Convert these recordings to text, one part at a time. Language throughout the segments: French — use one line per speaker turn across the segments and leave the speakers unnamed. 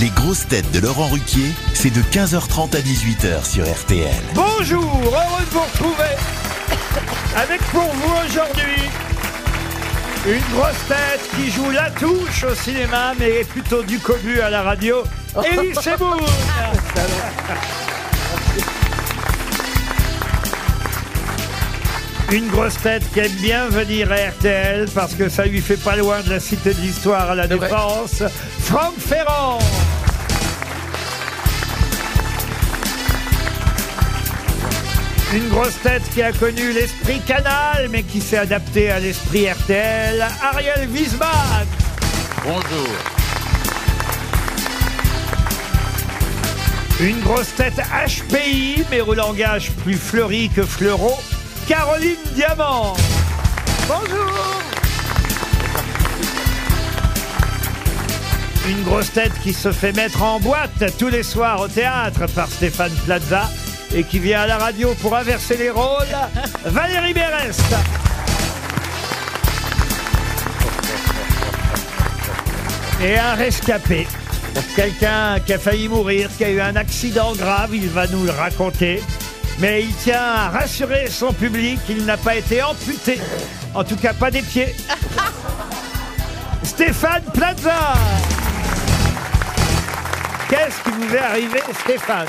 Les grosses têtes de Laurent Ruquier, c'est de 15h30 à 18h sur RTL.
Bonjour, heureux de vous retrouver avec pour vous aujourd'hui une grosse tête qui joue la touche au cinéma mais est plutôt du cobu à la radio, Elie Semoun. Une grosse tête qui aime bien venir à RTL parce que ça lui fait pas loin de la cité de l'histoire à la
vrai.
Défense, Franck Ferrand. Une grosse tête qui a connu l'esprit canal mais qui s'est adaptée à l'esprit RTL, Ariel Wiesmann.
Bonjour.
Une grosse tête HPI, mais au langage plus fleuri que fleurot, Caroline Diamant. Bonjour Une grosse tête qui se fait mettre en boîte tous les soirs au théâtre par Stéphane Plaza et qui vient à la radio pour inverser les rôles, Valérie Berest. Et un rescapé. Quelqu'un qui a failli mourir, qui a eu un accident grave, il va nous le raconter. Mais il tient à rassurer son public, il n'a pas été amputé. En tout cas, pas des pieds. Stéphane Plaza Qu'est-ce qui vous est arrivé, Stéphane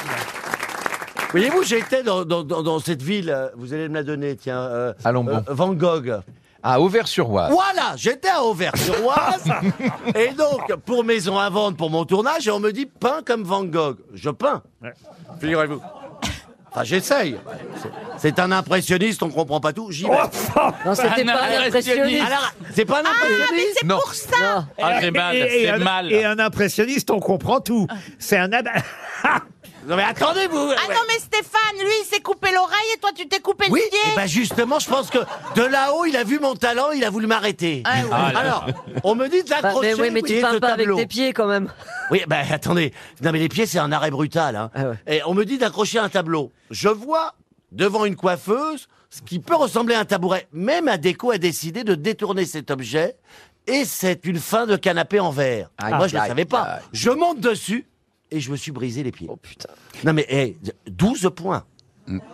Voyez-vous, j'étais dans, dans, dans, dans cette ville, euh, vous allez me la donner, tiens. euh,
Allons bon.
euh, Van Gogh.
À Auvers-sur-Oise.
Voilà, j'étais à Auvers-sur-Oise. et donc, pour Maison à vendre, pour mon tournage, et on me dit peins comme Van Gogh. Je peins. Figurez-vous. Enfin, j'essaye. C'est- C'est un impressionniste, on comprend pas tout. J'y vais.
Oh,
Non, c'était
Ah,
pas un impressionniste.
Alors, c'est pas un impressionniste
Non.
Non.
Ah, c'est mal,
Et- et
c'est
un-
mal.
Et un impressionniste, on comprend tout. C'est un... ab-
Non, mais attendez-vous.
Ah non, mais Stéphane, lui, il s'est coupé l'oreille et toi, tu t'es coupé
Oui,
le
et
pied.
ben justement, je pense que de là-haut, il a vu mon talent, il a voulu m'arrêter.
Ah, ouais.
Alors, on me dit de
Bah,
l'accrocher.
mais oui, mais
vous voyez,
tu
ce
peins pas avec
tableau.
tes pieds quand même.
Oui, ben attendez. Non, mais les pieds, c'est un arrêt brutal. hein.
Ah ouais.
Et on me dit d'accrocher un tableau. Je vois devant une coiffeuse ce qui peut ressembler à un tabouret. Mais ma déco a décidé de détourner cet objet. Et c'est une fin de canapé en verre.
Aïe,
Moi, je ne
aïe,
savais pas.
aïe.
Je monte dessus et je me suis brisé les pieds.
Oh putain.
Non, mais eh, hey, 12 points.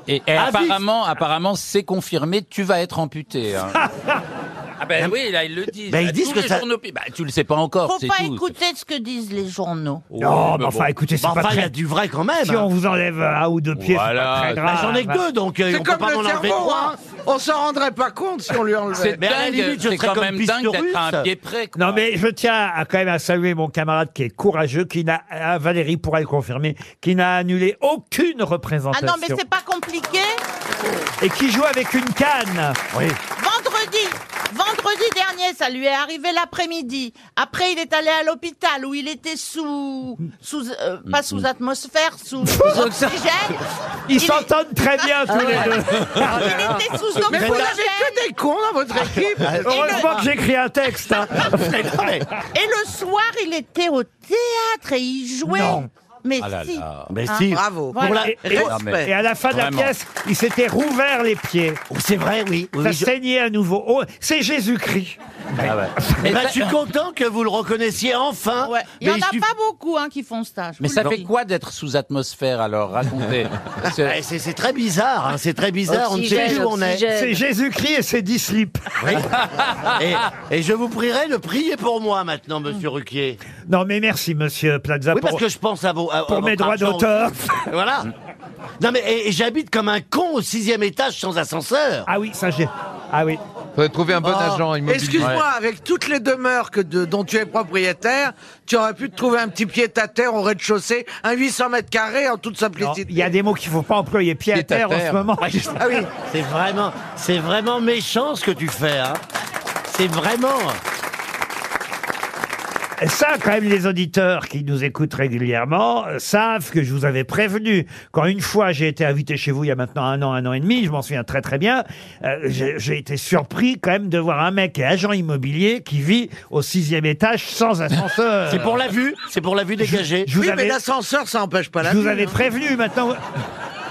Et, et
Ah,
apparemment, apparemment, c'est confirmé, tu vas être amputé. hein. ah ben oui, là, ils le disent.
Ben, ils
Bah,
disent
tous
que
les
ça-
journaux- Bah, tu le sais pas encore,
Faut
c'est
pas
tout.
écouter ce que disent les journaux.
Non,
Ouais,
mais
mais
enfin,
bon.
écoutez, c'est
Bah,
pas
Oh, enfin, il y a
très...
du vrai quand même.
Si on vous enlève un ou deux pieds,
Voilà.
c'est pas très
Bah,
grave.
J'en ai que deux, donc euh, on
C'est
peut
comme
pas m'en
le
enlever
cerveau,
trois.
hein. On s'en rendrait pas compte si on lui enlevait.
C'est
Mais à la
dingue,
limite, je serais
c'est quand
comme
même dingue
Pistorius.
d'être à un pied près. quoi.
Non, mais je tiens à quand même à saluer mon camarade qui est courageux, qui n'a, ah, Valérie pourra le confirmer, qui n'a annulé aucune
Ah
représentation.
non, mais c'est pas compliqué.
Et qui joue avec une canne.
Oui.
Vendredi, vendredi dernier, ça lui est arrivé l'après-midi. Après, il est allé à l'hôpital où il était sous, sous, euh, pas sous atmosphère, sous oxygène.
Ils
Il est-
s'entendent très bien tous les deux.
Ah,
Il était sous
Mais vous n'avez
oxygène.
que des cons dans votre
Ah,
équipe.
Heureusement que j'écris un texte. hein.
Mais non, mais-
Et le soir, il était au théâtre et il jouait.
Non.
Mais
Ah là
si.
là.
Mais
Ah,
si.
Bravo.
Voilà.
Pour la-
Et, et-
Non,
Respect.
mais-
et à la fin de la
Vraiment.
pièce, il s'était rouvert les pieds.
Oh, C'est vrai, oui. oui,
Ça
oui, je-
saignait à nouveau. Oh, c'est Jésus-Christ.
Eh
Ah
Mais
ben,
ça-
je suis content que vous le reconnaissiez enfin.
Ouais. Il n'y en
Mais
a
suff-
pas beaucoup hein, qui font stage.
Mais ça fait quoi d'être sous atmosphère alors Racontez.
Eh,
C'est-
c'est c'est très bizarre, hein, c'est très bizarre. on ne sait
Oxygène,
plus où on est.
C'est
oxygène.
Jésus-Christ et ses dix slips.
Et, et je vous prierai de prier pour moi maintenant, Monsieur Ruquier.
Non, mais merci, monsieur Plaza,
Oui,
pour,
parce que je pense à vos. à- à
pour mes
votre
droits
argent
d'auteur.
aussi. Voilà. Non mais et, et j'habite comme un con au sixième étage sans ascenseur.
Ah oui, ça, j'ai. Ah oui.
Faudrait trouver un bon agent immobilier.
Oh. Excuse-moi, avec toutes les demeures que de- dont tu es propriétaire, tu aurais pu te trouver un petit pied-à-terre au rez-de-chaussée, un 800 mètres carrés en toute
Non,
simplicité.
Il y a des mots qu'il ne faut pas employer. Pied à
Pied à
terre en ce
terre.
moment.
Ah oui. C'est vraiment, c'est vraiment méchant ce que tu fais. Hein. C'est vraiment.
Ça, quand même, les auditeurs qui nous écoutent régulièrement euh, savent que je vous avais prévenu. Quand une fois j'ai été invité chez vous il y a maintenant un an, un an et demi, je m'en souviens très très bien, euh, j'ai j'ai été surpris quand même de voir un mec qui est agent immobilier qui vit au sixième étage sans ascenseur.
C'est pour la vue. C'est pour la vue dégagée.
Euh. Je vous
oui, mais
avais,
l'ascenseur, ça n'empêche pas la
je vous
vie,
avais
hein.
prévenu maintenant.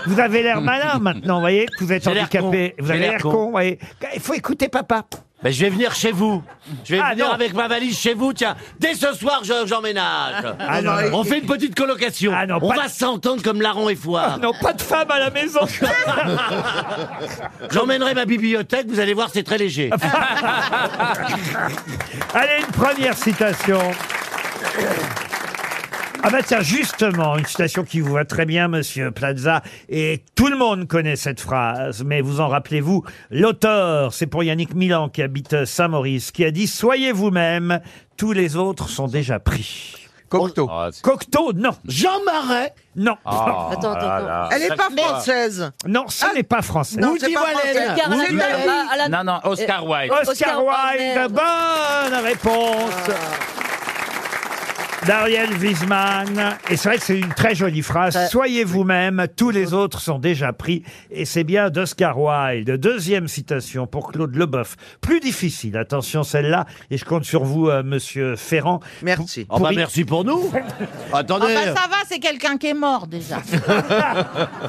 Vous avez l'air malin maintenant, vous voyez, que vous êtes
J'ai l'air
handicapé.
con.
Vous
J'ai
avez
l'air
l'air
con.
con, vous voyez. Il faut écouter papa.
Ben, je vais venir chez vous. Je vais
Ah,
venir
non.
avec ma valise chez vous. Tiens, dès ce soir, je- j'emménage.
Ah, non, non.
On fait une petite colocation.
Ah, non,
On
pas- Ah,
va s'entendre comme larron et foire.
Non, pas de femme à la maison.
J'emmènerai ma bibliothèque. Vous allez voir, c'est très léger.
Allez, une première citation. Ah bah tiens, justement, une citation qui vous va très bien, monsieur Plaza, et tout le monde connaît cette phrase, mais vous en rappelez-vous, l'auteur, c'est pour Yannick Milan qui habite Saint-Maurice, qui a dit « Soyez vous-même, tous les autres sont déjà pris Oh,
Cocteau.
Ah, ».
Cocteau, non,
Jean Marais,
non,
Ah, Attends, attends, attends.
Elle n'est pas française. Ah.
non, ce n'est pas français.
Non,
Woody
c'est pas
Wallen.
français.
Edgar
Woody
Allan
Allen.
Poe, Allan-
Non, non, Oscar Wilde.
Oscar
Oscar
Wilde,
Wilde.
bonne réponse D'Ariel Wiesman. Et c'est vrai que c'est une très jolie phrase.
Très.
Soyez vous-même, tous les autres sont déjà pris. Et c'est bien d'Oscar Wilde. Deuxième citation pour Claude Leboeuf. Plus difficile, attention celle-là. Et je compte sur vous, euh, monsieur Ferrand.
Merci.
Oh bah
Pourri.
merci pour nous.
Ah
Attendez,
bah ça va, c'est quelqu'un qui est mort déjà.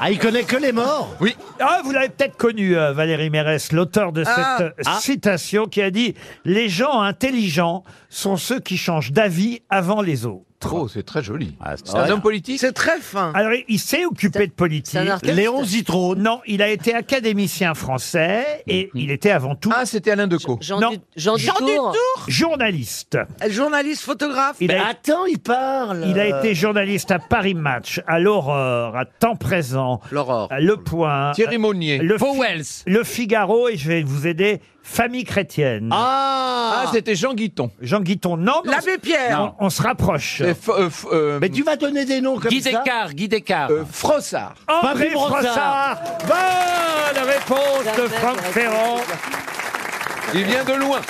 ah, il connaît que les morts.
Ah, vous l'avez peut-être connu, euh, Valérie Mérès, l'auteur de
Ah.
cette euh, citation qui a dit « Les gens intelligents sont ceux qui changent d'avis avant les autres ».
Trop, Oh, c'est très joli.
Ah,
c'est
C'est un homme politique
C'est très fin.
Alors, il- il s'est occupé de politique.
C'est un artiste.
Léon Zitrone.
Non, il a été académicien français et il était avant tout
Ah, c'était Alain Decaux.
Jean,
Non.
Du, Jean,
Jean
Dutour.
Dutour
journaliste.
Journaliste, photographe.
Il
Mais
a,
attends, il parle.
il a été journaliste à Paris Match, à l'Aurore, à Temps Présent,
L'Aurore.
à Le Point,
Thierry Monnier.
le, Fi-
Powells.
Le Figaro et je vais vous aider, Famille Chrétienne.
Ah,
Ah, c'était Jean Guiton.
Jean Guiton, non, mais
L'abbé Pierre.
on, on se rapproche.
C'est F- euh, F- euh,
Mais tu vas donner des noms comme
Guy
ça.
Descartes, Guy Descartes.
euh, Frossard.
André
Patrick Brossard.
Frossard. Bonne réponse de
Jamais
Franck
j'aurais
Ferrand.
Il vient de loin.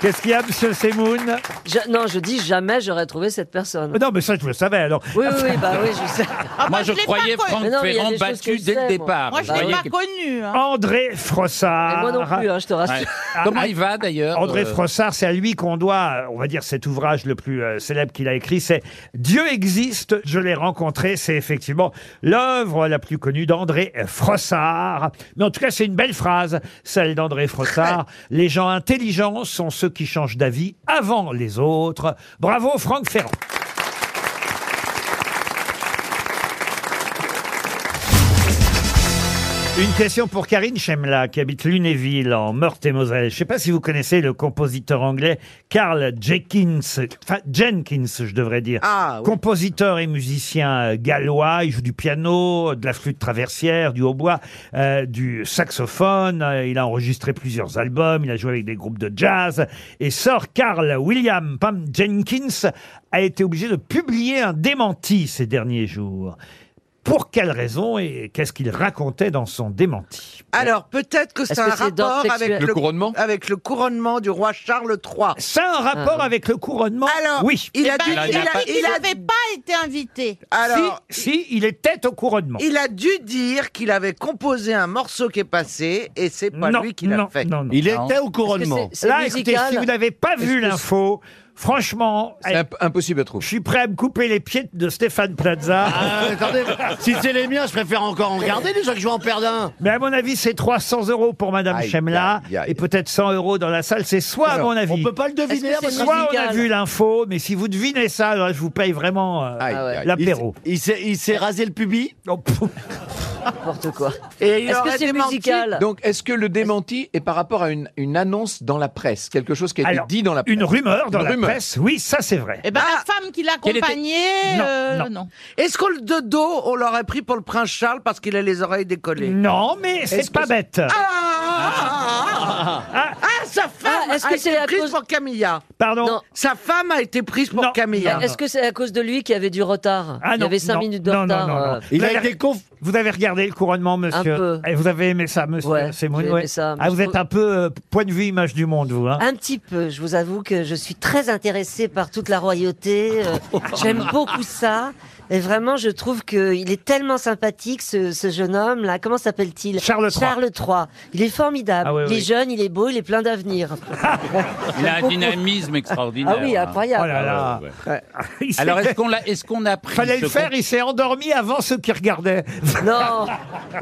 Qu'est-ce qu'il y a, monsieur Semoun
Je- non, je dis jamais j'aurais trouvé cette personne.
Ah Non, mais ça, je le savais, alors.
Oui, oui, oui, bah oui, je sais.
Ah,
Moi, je
l'ai pas
croyais
connu.
Franck
Mais non, mais il y a
Ferrand
des choses que
battu
je
dès le
sais, moi.
départ.
Moi, je
Vous
l'ai
voyez
pas
que-
connu. hein.
André Frossard. Ah,
Et moi non plus, hein, je te rassure.
Ouais. Comment il va d'ailleurs
André
euh,
Frossard, c'est à lui qu'on doit, euh, on va dire, cet ouvrage le plus euh, célèbre qu'il a écrit, c'est Dieu existe, je l'ai rencontré, c'est effectivement l'œuvre la plus connue d'André Frossard. Mais en tout cas, c'est une belle phrase, celle d'André Frossard. Les gens intelligents sont ceux qui changent d'avis avant les autres. Bravo Franck Ferrand. Une question pour Karine Chemla, qui habite Lunéville, en Meurthe-et-Moselle. Je ne sais pas si vous connaissez le compositeur anglais Carl Jenkins, enfin Jenkins, je devrais dire.
Ah, oui.
Compositeur et musicien euh, gallois, il joue du piano, de la flûte traversière, du hautbois, euh, du saxophone. Euh, Il a enregistré plusieurs albums, il a joué avec des groupes de jazz. Et sort Carl William Pam Jenkins a été obligé de publier un démenti ces derniers jours. Pour quelle raison et qu'est-ce qu'il racontait dans son démenti
Alors, peut-être que c'est
Est-ce
un
que c'est
rapport
d'ordre
avec
sexuel
Le couronnement
avec le couronnement du roi Charles III.
Ça a un rapport
Ah.
avec le couronnement
Alors,
Oui.
il a
Eh ben,
dû,
il,
il a-
a dit qu'il
il a-
n'avait pas été invité.
alors,
si, si, il était au couronnement.
il a dû dire qu'il avait composé un morceau qui est passé et c'est pas
non,
lui qui l'a
non,
fait.
non, non.
Il
Non.
était au
Est-ce que
couronnement.
c'est- c'est
Là, écoutez,
musical
si vous n'avez pas vu l'info, franchement, eh,
C'est imp- impossible à trouver.
je suis prêt à me couper les pieds de Stéphane Plaza.
Ah, attendez, si c'est les miens, je préfère encore en garder déjà que je vais en perdre un.
Mais à mon avis, c'est 300 euros pour Madame
Aïe,
Chemla
aïe, aïe.
et peut-être 100 euros dans la salle. C'est soit, à
Alors,
mon
On
avis,
peut pas le
Est-ce que
deviner.
c'est
parce que-
soit on a
musical
vu l'info, mais si vous devinez ça, alors je vous paye vraiment euh,
Aïe,
Ah ouais.
aïe.
l'apéro.
Il s'est- il s'est rasé le pubis.
Oh, pff,
N'importe quoi.
Et il
Est-ce que
aurait
c'est
démenti.
musical
Donc, est-ce que le démenti est par rapport à une, une annonce dans la presse Quelque chose qui a été
alors,
dit dans la presse
Une rumeur dans
Une
la
rumeur.
presse, oui, ça c'est vrai.
Eh ben,
Ah.
la femme qui
Quelle était-
l'accompagnait,
Non,
euh,
non.
non.
Est-ce qu'on le de dos, on l'aurait pris pour le prince Charles parce qu'il a les oreilles décollées
Non, mais c'est
Est-ce
pas
que-
bête.
Ah,
Ah,
Ah,
Ah, sa femme
Ah, est-ce
a
que
été
c'est à
prise
cause-
pour Camilla.
Pardon.
Non.
Sa femme a été prise pour
Non.
Camilla.
Ah,
Est-ce que c'est à cause de lui qu'il y avait du retard
Ah
Il y
non,
avait 5
non,
minutes de
non, non,
retard.
non, non.
euh,
Il
Vous
a
avez-
été conf.
Vous avez regardé le couronnement, monsieur.
Un peu.
Et vous avez aimé ça, monsieur
Ouais,
Semoun,
j'ai aimé
ouais.
ça, mais
Ah,
je
vous êtes
trouve-
un peu euh, point de vue image du monde, vous. Hein.
Un petit peu, je vous avoue que je suis très intéressée par toute la royauté. euh, J'aime beaucoup ça. Et vraiment, je trouve qu'il est tellement sympathique, ce, ce jeune homme-là. Comment s'appelle-t-il
Charles III.
Charles III. Il est formidable.
Ah oui,
il est
oui.
jeune, il est beau, il est plein d'avenir.
Il a un dynamisme extraordinaire.
Ah oui,
hein.
incroyable.
Oh là là.
Ouais, ouais.
Il s'est-
Alors, est-ce qu'on l'a, est-ce qu'on a pris
Fallait
ce
le faire,
con-
il s'est endormi avant ceux qui regardaient.
Non,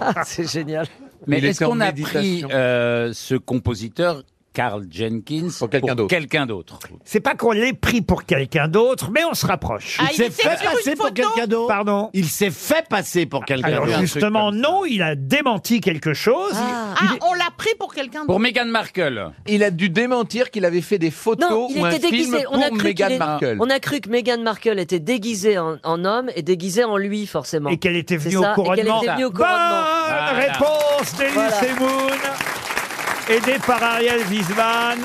Ah, c'est génial.
Mais
Il
est-ce
était en
qu'on a
méditation.
pris euh, ce compositeur Carl Jenkins pour
quelqu'un d'autre.
quelqu'un d'autre.
C'est pas qu'on l'ait pris pour quelqu'un d'autre, mais on se rapproche.
Ah, il s'est fait sur une photo
d'autre.
Pardon
Il s'est fait passer pour quelqu'un
Alors
d'autre.
justement, non, il a démenti quelque chose.
Ah, on l'a pris pour quelqu'un
Pour
d'autre.
Meghan Markle.
Il a dû démentir qu'il avait fait des photos
Non,
ou
il
un
était
film
déguisé.
pour
On a, cru qu'il
Meghan
est-
Markle.
on a cru que Meghan Markle était déguisée en, en homme et déguisée en lui, forcément.
Et qu'elle était venue
C'est
au
ça, et qu'elle
couronnement.
était venue au
Bonne
couronnement.
Voilà.
réponse d'Elie
Voilà.
Semoun, aidée par Ariel Wiesman.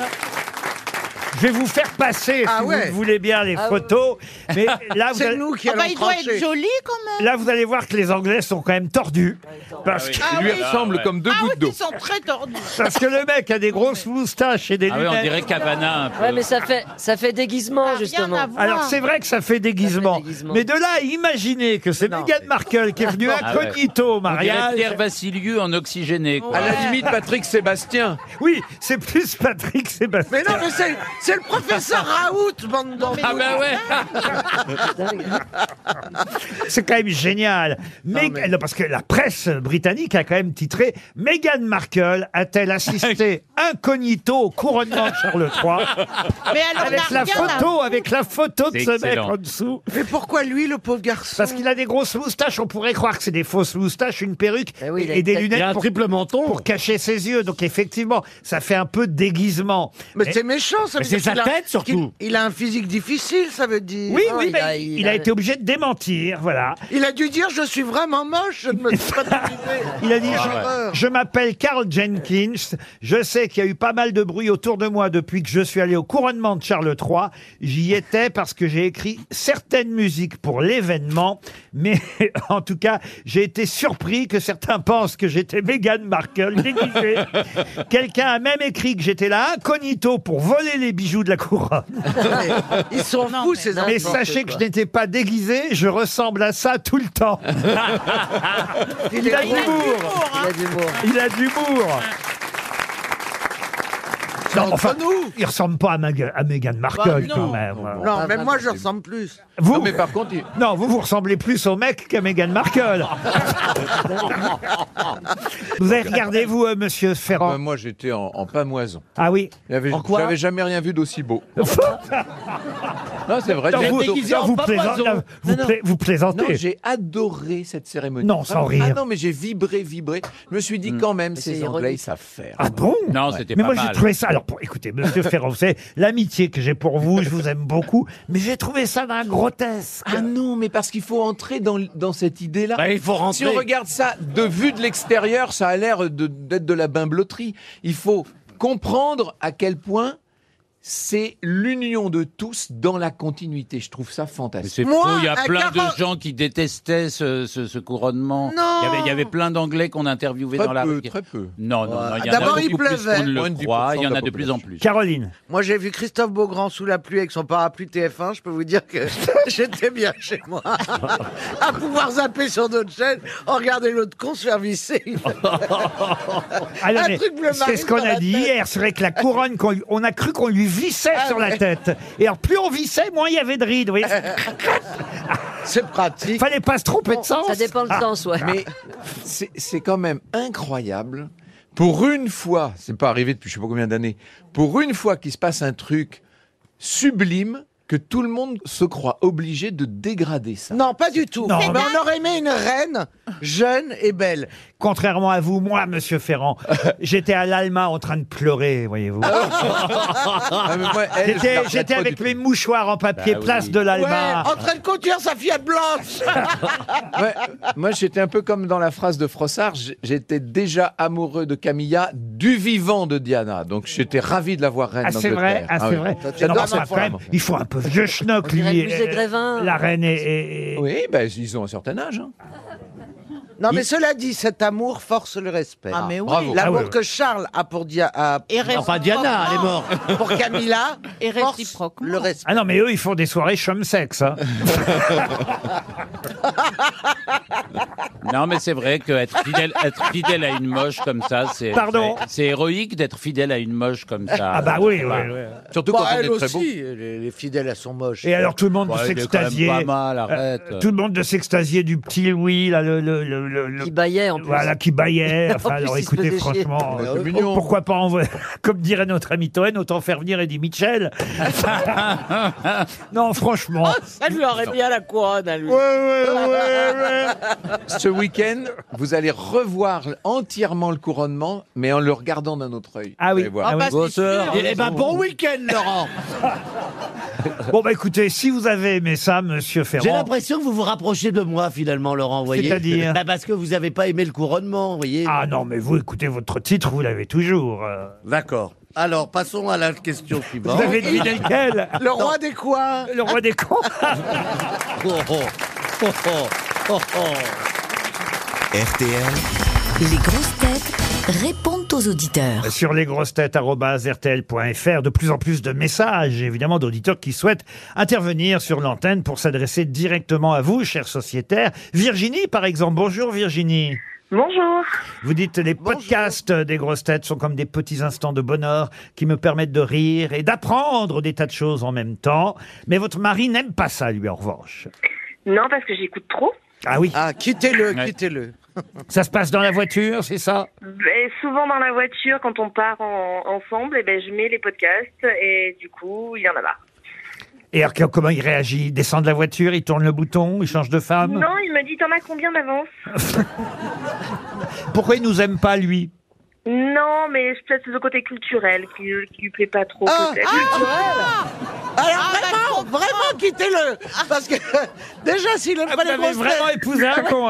Je vais vous faire passer,
Ah
si vous
ouais.
le voulez bien, les
Ah
photos. Mais là vous,
C'est
allez,
nous qui
Ah
allons
bah, il doit être
trancher.
joli quand même.
là, vous allez voir que les Anglais sont quand même tordus. Parce que,
Ah
Il lui
oui.
ressemble comme deux
Ah oui,
gouttes d'eau.
ils sont très tordus.
parce que le mec a des grosses moustaches et des
Ah oui,
lunettes.
on dirait Cavana un peu.
Ouais, mais ça fait, ça fait déguisement,
Ça a rien à
justement.
voir.
Alors c'est vrai que ça fait déguisement.
Ça fait déguisement.
Mais de là, à imaginer que c'est Meghan Markle qui est venue
Ah ouais.
incognito au
On dirait
mariage.
Pierre Vassilieu en oxygéné. quoi.
À la limite, Patrick Sébastien.
Oui, c'est plus Patrick Sébastien.
Mais non, mais c'est, c'est le professeur Raoult, bande d'enfants.
Ah ben ouais
ben C'est quand même génial. Mais, non, parce que la presse britannique a quand même titré Meghan Markle a-t-elle assisté
Ah
incognito au couronnement de Charles III
Mais alors, on
avec
a
la
rien à-
photo, avec la photo de
C'est
ce mec
excellent.
en dessous.
Mais pourquoi lui, le pauvre garçon
Parce qu'il a des grosses moustaches, on pourrait croire que c'est des fausses moustaches, une perruque
Eh oui, il a
et
une
des
Il
tête-
y a
lunettes
un
pour,
triple menton.
pour cacher ses yeux. Donc effectivement, ça fait un peu de déguisement.
Mais
Et-
c'est méchant, ça veut
Mais c'est
dire
sa
qu'il a-
tête, surtout.
qu'il- Il a un physique difficile, oh, ça veut dire.
Oui,
Non,
oui,
il
mais
a-
Ah, il,
il
a
a-
été obligé de démentir, voilà.
Il a dû dire je suis vraiment moche, je ne me suis pas déguisé.
Il a dit
Quelle
je-
horreur.
Je m'appelle Carl Jenkins. Je sais qu'il y a eu pas mal de bruit autour de moi depuis que je suis allé au couronnement de Charles III. J'y étais parce que j'ai écrit certaines musiques pour l'événement. Mais en tout cas, j'ai été surpris que certains pensent que j'étais Meghan Markle déguisée.
ah,
Quelqu'un a même écrit que j'étais là incognito pour voler les bijoux de la couronne.
Ils sont
Non,
fous,
mais-
ces
non,
enfants.
Mais sachez que je n'étais pas déguisé. Je ressemble à ça tout le temps.
Il est
a
gros.
Il a de l'humour, hein.
Il a du humour.
Il a de l'humour. Non, enfin,
nous.
il ressemble pas à, Mag- à Meghan Markle
Bah, non.
quand même.
Non, même moi, je ressemble plus.
Vous,
Non, mais par contre, il-
non, vous vous ressemblez plus au mec qu'à Meghan Markle. vous avez regardé vous, euh, Monsieur Ferrand
Euh, moi, j'étais en, en pamoison.
Ah oui.
Il y avait-
En quoi
J'avais jamais rien vu d'aussi beau. non, c'est vrai.
Non,
j'ai-
vous,
déguisé
non,
en
vous,
papazo.
plaisan- non, vous
Non, non.
pla- vous
Non,
plaisantez.
j'ai adoré cette cérémonie.
Non, sans
Vraiment.
rire. Hmm.
Ah non, mais j'ai vibré, vibré. Je me suis dit quand même,
c'est
ces
ironique.
Anglais, ils savent faire.
ah bon
Non, c'était
Mais
pas
moi j'ai
mal.
trouvé ça. Alors pour- écoutez, Monsieur Ferrand, vous savez, l'amitié que j'ai pour vous, je vous aime beaucoup, mais j'ai trouvé ça d'un grotesque.
Ah non, mais parce qu'il faut entrer dans, dans cette idée-là.
Bah, il faut rentrer.
Si on regarde ça de vue de l'extérieur, ça a l'air de- d'être de la bimbloterie. Il faut comprendre à quel point c'est l'union de tous dans la continuité. Je trouve ça
Mais
fantastique.
c'est
Moi,
faux, il y a
à
plein
quarante-
de gens qui détestaient ce, ce- ce couronnement.
Non.
Il, y avait, il y avait plein d'anglais qu'on interviewait
Très
dans la
peu,
rue. qui-
très peu.
Non, non, non, il y en
D'abord,
a
il
beaucoup plus
pleuvait.
qu'on ne
Moins de
le
10%
croit, il y
de
en
la
a de plus en
population.
plus.
Caroline.
Moi, j'ai vu Christophe Beaugrand sous la pluie avec son parapluie TF1. Je peux vous dire que j'étais bien chez moi. à pouvoir zapper sur d'autres chaînes, en regarder l'autre con se faire visser.
Ah non,
Un
mais
truc bleu
c'est
marine
ce qu'on
dans
a
la
dit
tête. Ah
hier. C'est vrai que la couronne, qu'on lui- on a cru qu'on lui vissait sur la tête. Et alors, plus on vissait, moins il y avait de rides. Vous voyez
C'est pratique.
Fallait pas se tromper de sens. Ah.
Ça dépend le sens, ouais.
Mais c'est c'est quand même incroyable. Pour une fois, c'est pas arrivé depuis je sais pas combien d'années, pour une fois qu'il se passe un truc sublime que tout le monde se croit obligé de dégrader ça.
Non, pas du tout.
Non,
mais
mais-
on aurait aimé une reine jeune et belle.
Contrairement à vous, moi, monsieur Ferrand, j'étais à l'Alma en train de pleurer, voyez-vous.
Ah, mais moi, elle, je la
J'étais
regrette
j'étais
pas
avec
du Ah,
mes mouchoirs en papier,
Bah oui.
place de
Ouais,
l'Alma.
en train de conduire sa Fiat blanche.
Ouais, euh, moi, j'étais un peu comme dans la phrase de Frossard. j- J'étais déjà amoureux de Camilla, du vivant de Diana. Donc, j'étais ravi de la voir reine
Ah, c'est vrai,
d'Angleterre.
ah,
Ah
c'est
oui.
vrai.
Ça, tu adores
Non, mais
ça,
enfin, quand même, il faut un peu vieux schnock,
On dirait
lui,
le musée
euh,
Grévin.
La reine et- et. et-
Oui, ben, ils ont un certain âge. hein.
Non, mais cela dit, cet amour force le respect.
Ah, mais oui.
Bravo.
L'amour
Ah ouais.
que Charles a pour, Dia- a-
Et réciproquement.
Enfin, Diana, elle est morte.
pour Camilla
Et
force
réciproquement.
le respect.
Ah non, mais eux, ils font des soirées chum sex. hein.
Non, mais c'est vrai qu'être fidèle, être fidèle à une moche comme ça, c'est.
Pardon
c'est- C'est héroïque d'être fidèle à une moche comme ça.
Ah bah oui, oui,
Bah,
oui.
Surtout
Bah,
quand on
elle
est
aussi,
très beau.
elle est- les fidèles à son moche.
Et alors tout le monde
Ouais,
de
il est
s'extasier.
quand même pas mal,
Euh,
arrête.
tout le monde de s'extasier du petit Louis, là, le, le, le, le- le-
Qui baillait en plus.
voilà, qui baillait.
En
Enfin,
plus,
alors
il se
écoutez,
faisait chier.
franchement,
Ouais,
euh,
c'est mignon.
pourquoi pas, envoyer- comme dirait notre ami Toen, autant faire venir Eddie Mitchell. non, franchement.
Ça lui aurait bien la couronne à lui.
Ce week-end, vous allez revoir entièrement le couronnement, mais en le regardant d'un autre œil.
Ah oui.
Vous allez voir.
Ah oui.
Eh ben, bon week-end, Laurent
Bon, bah écoutez, si vous avez aimé ça, monsieur
J'ai
Ferrand.
l'impression que vous vous rapprochez de moi, finalement, Laurent, vous voyez
C'est-à-dire
Bah, Parce que vous n'avez pas aimé le couronnement, vous voyez
Ah non, mais vous écoutez votre titre, vous l'avez toujours. euh.
D'accord. Alors, passons à la question suivante.
Vous avez deviné lequel
Le roi des quoi
Le roi des cons
Oh, oh, oh, oh, oh.
RTL,
Les grosses têtes répondent aux auditeurs.
Euh, sur lesgrossetêtes.rtl.fr. De plus en plus de messages, évidemment, d'auditeurs qui souhaitent intervenir sur l'antenne pour s'adresser directement à vous, chers sociétaires. Virginie, par exemple. Bonjour, Virginie.
Bonjour.
Vous dites les podcasts des grosses têtes sont comme des petits instants de bonheur qui me permettent de rire et d'apprendre des tas de choses en même temps. Mais votre mari n'aime pas ça, lui, en revanche.
Non, parce que j'écoute trop.
Ah oui,
Ah, quittez-le,
Ouais.
quittez-le.
ça se passe dans la voiture, c'est ça
Et souvent dans la voiture, quand on part en- ensemble, et ben, je mets les podcasts et du coup, il y en a marre.
Et alors, que- comment il réagit Il descend de la voiture, il tourne le bouton, il change de femme
Non, il me dit T'en as combien d'avance
Pourquoi il nous aime pas, lui
Non, mais c'est peut-être le côté culturel qui, qui lui plaît pas trop.
Ah,
peut-être.
Alors
Ah,
vraiment, vraiment, quittez-le Parce que déjà, s'il
Ah,
aime pas les grosses têtes, Ah,
épousé un con,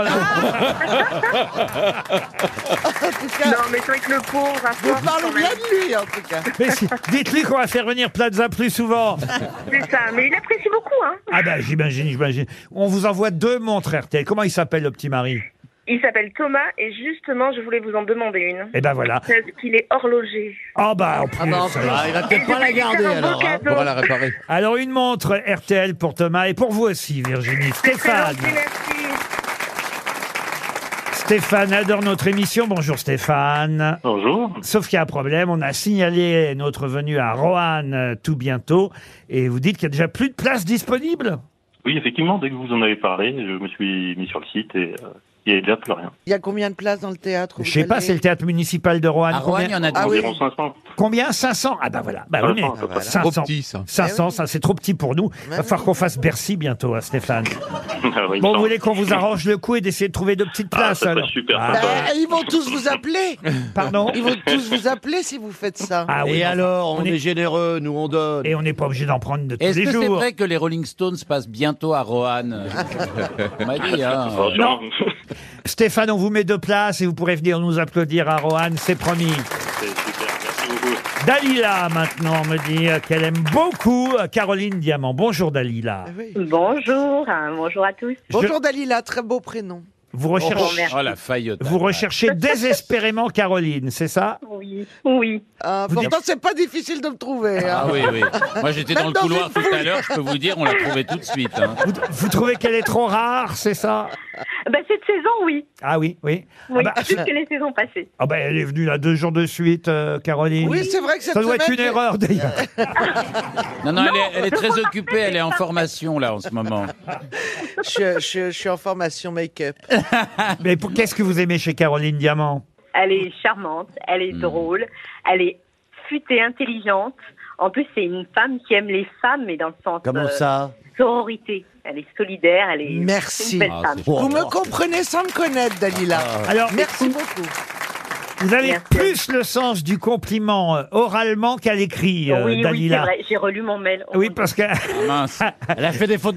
en tout cas,
non, mais c'est vrai que le pauvre, à
vous
force,
parlez
quand même,
bien de lui, en tout cas.
Mais si- dites-lui qu'on va faire venir Plaza plus souvent.
c'est ça. Mais il apprécie beaucoup. Hein.
Ah ben, j'imagine, j'imagine. On vous envoie deux montres RTL. Comment il s'appelle, le petit mari
Il s'appelle Thomas et justement, je voulais vous en demander une.
Eh ben voilà.
Parce qu'il est horloger.
Ah bah, en plus.
Ah, il va
Et
peut-être
je
pas la
voulais lui
garder,
faire un beau
alors. hein.
On
cadeau.
pourra la réparer.
Alors, une montre RTL pour Thomas et pour vous aussi, Virginie.
C'est
Stéphane.
gentil, merci.
Stéphane adore notre émission. Bonjour, Stéphane.
Bonjour.
Sauf qu'il y a un problème. On a signalé notre venue à Roanne euh, tout bientôt. Et vous dites qu'il y a déjà plus de places disponibles.
Oui, effectivement, dès que vous en avez parlé, je me suis mis sur le site et euh, il n'y a déjà plus rien.
Il y a combien de places dans le théâtre où
Je
vous
sais pas,
allez
c'est le théâtre municipal de Roanne.
À Rouen, il y en a
Ah oui.
Environ 500.
Combien 500 Ah bah voilà. Bah oui, mais
Ah, voilà.
500.
Trop petit, ça.
Eh
500, ça c'est trop petit pour
Bah
nous. Il va
oui.
falloir qu'on fasse Bercy bientôt, hein, Stéphane.
Ah oui, il me
Bon, vous
semble.
voulez qu'on vous arrange le coup et d'essayer de trouver deux petites
Ah,
places
ça serait
alors
super
Ah, bah,
sympa.
Bah, ils vont tous vous appeler
Pardon
Ils vont tous vous appeler si vous faites ça.
hein.
Ah oui.
Et
non.
alors,
on
on
est-
est généreux, nous, on donne.
Et on n'est pas obligé d'en prendre de tous
Est-ce
les
que c'est
jours.
vrai que les Rolling Stones passent bientôt à Roanne On m'a dit, hein.
Alors, je-
Non. Stéphane, on vous met deux places et vous pourrez venir nous applaudir à Roanne, c'est promis.
C'est super, merci beaucoup.
Dalila, maintenant, me dit qu'elle aime beaucoup Caroline Diamant. Bonjour, Dalila.
Ah oui.
Bonjour, hein, bonjour à tous.
Je-
Bonjour Dalila, très beau prénom.
vous,
Oh,
recherchez,
oh, la faillotte.
vous recherchez désespérément Caroline, c'est ça
Oui, oui.
Ah,
Vous
pourtant, c'est pas difficile de me trouver. hein.
Ah oui, oui. Moi, j'étais dans le couloir tout à l'heure, je peux vous dire, on l'a trouvé tout de suite. hein.
vous, vous trouvez qu'elle est trop rare, c'est ça
Ben, cette saison, oui.
Ah oui, oui.
Oui,
Ah bah,
plus que les saisons passées.
ah bah, elle est venue là deux jours de suite, euh, Caroline.
Oui, c'est vrai que cette
ça doit être
semaine,
une erreur d'ailleurs.
Non, non, elle est, elle est très occupée, elle est en formation, là, en ce moment.
je, je- je suis en formation make-up.
Oh.
Mais pour- qu'est-ce que vous aimez chez Caroline Diamant
Elle est charmante, elle est drôle, elle est futée intelligente. En plus, c'est une femme qui aime les femmes, mais dans le sens
Comment
euh,
ça
sororité. Elle est solidaire, elle est
Merci.
c'est une belle
Ah,
femme.
c'est chouette.
Vous me comprenez sans me connaître, Dalila.
Ah.
Alors,
Merci beaucoup.
vous avez
Merci.
plus le sens du compliment euh, oralement qu'à l'écrit, euh,
oui, oui, c'est
Dalila.
vrai. J'ai relu mon mail.
Oui, parce que
Ah, mince.
Elle a fait des fautes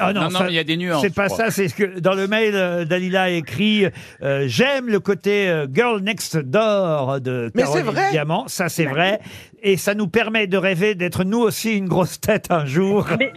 Ah
non, non,
ça-
mais il y a des nuances.
c'est pas
je crois.
ça, c'est ce que dans le mail euh, Dalila a écrit euh, j'aime le côté euh, girl next door de
Mais
Caroline
c'est vrai.
Diamant, ça c'est vrai et ça nous permet de rêver d'être nous aussi une grosse tête un jour.
Mais-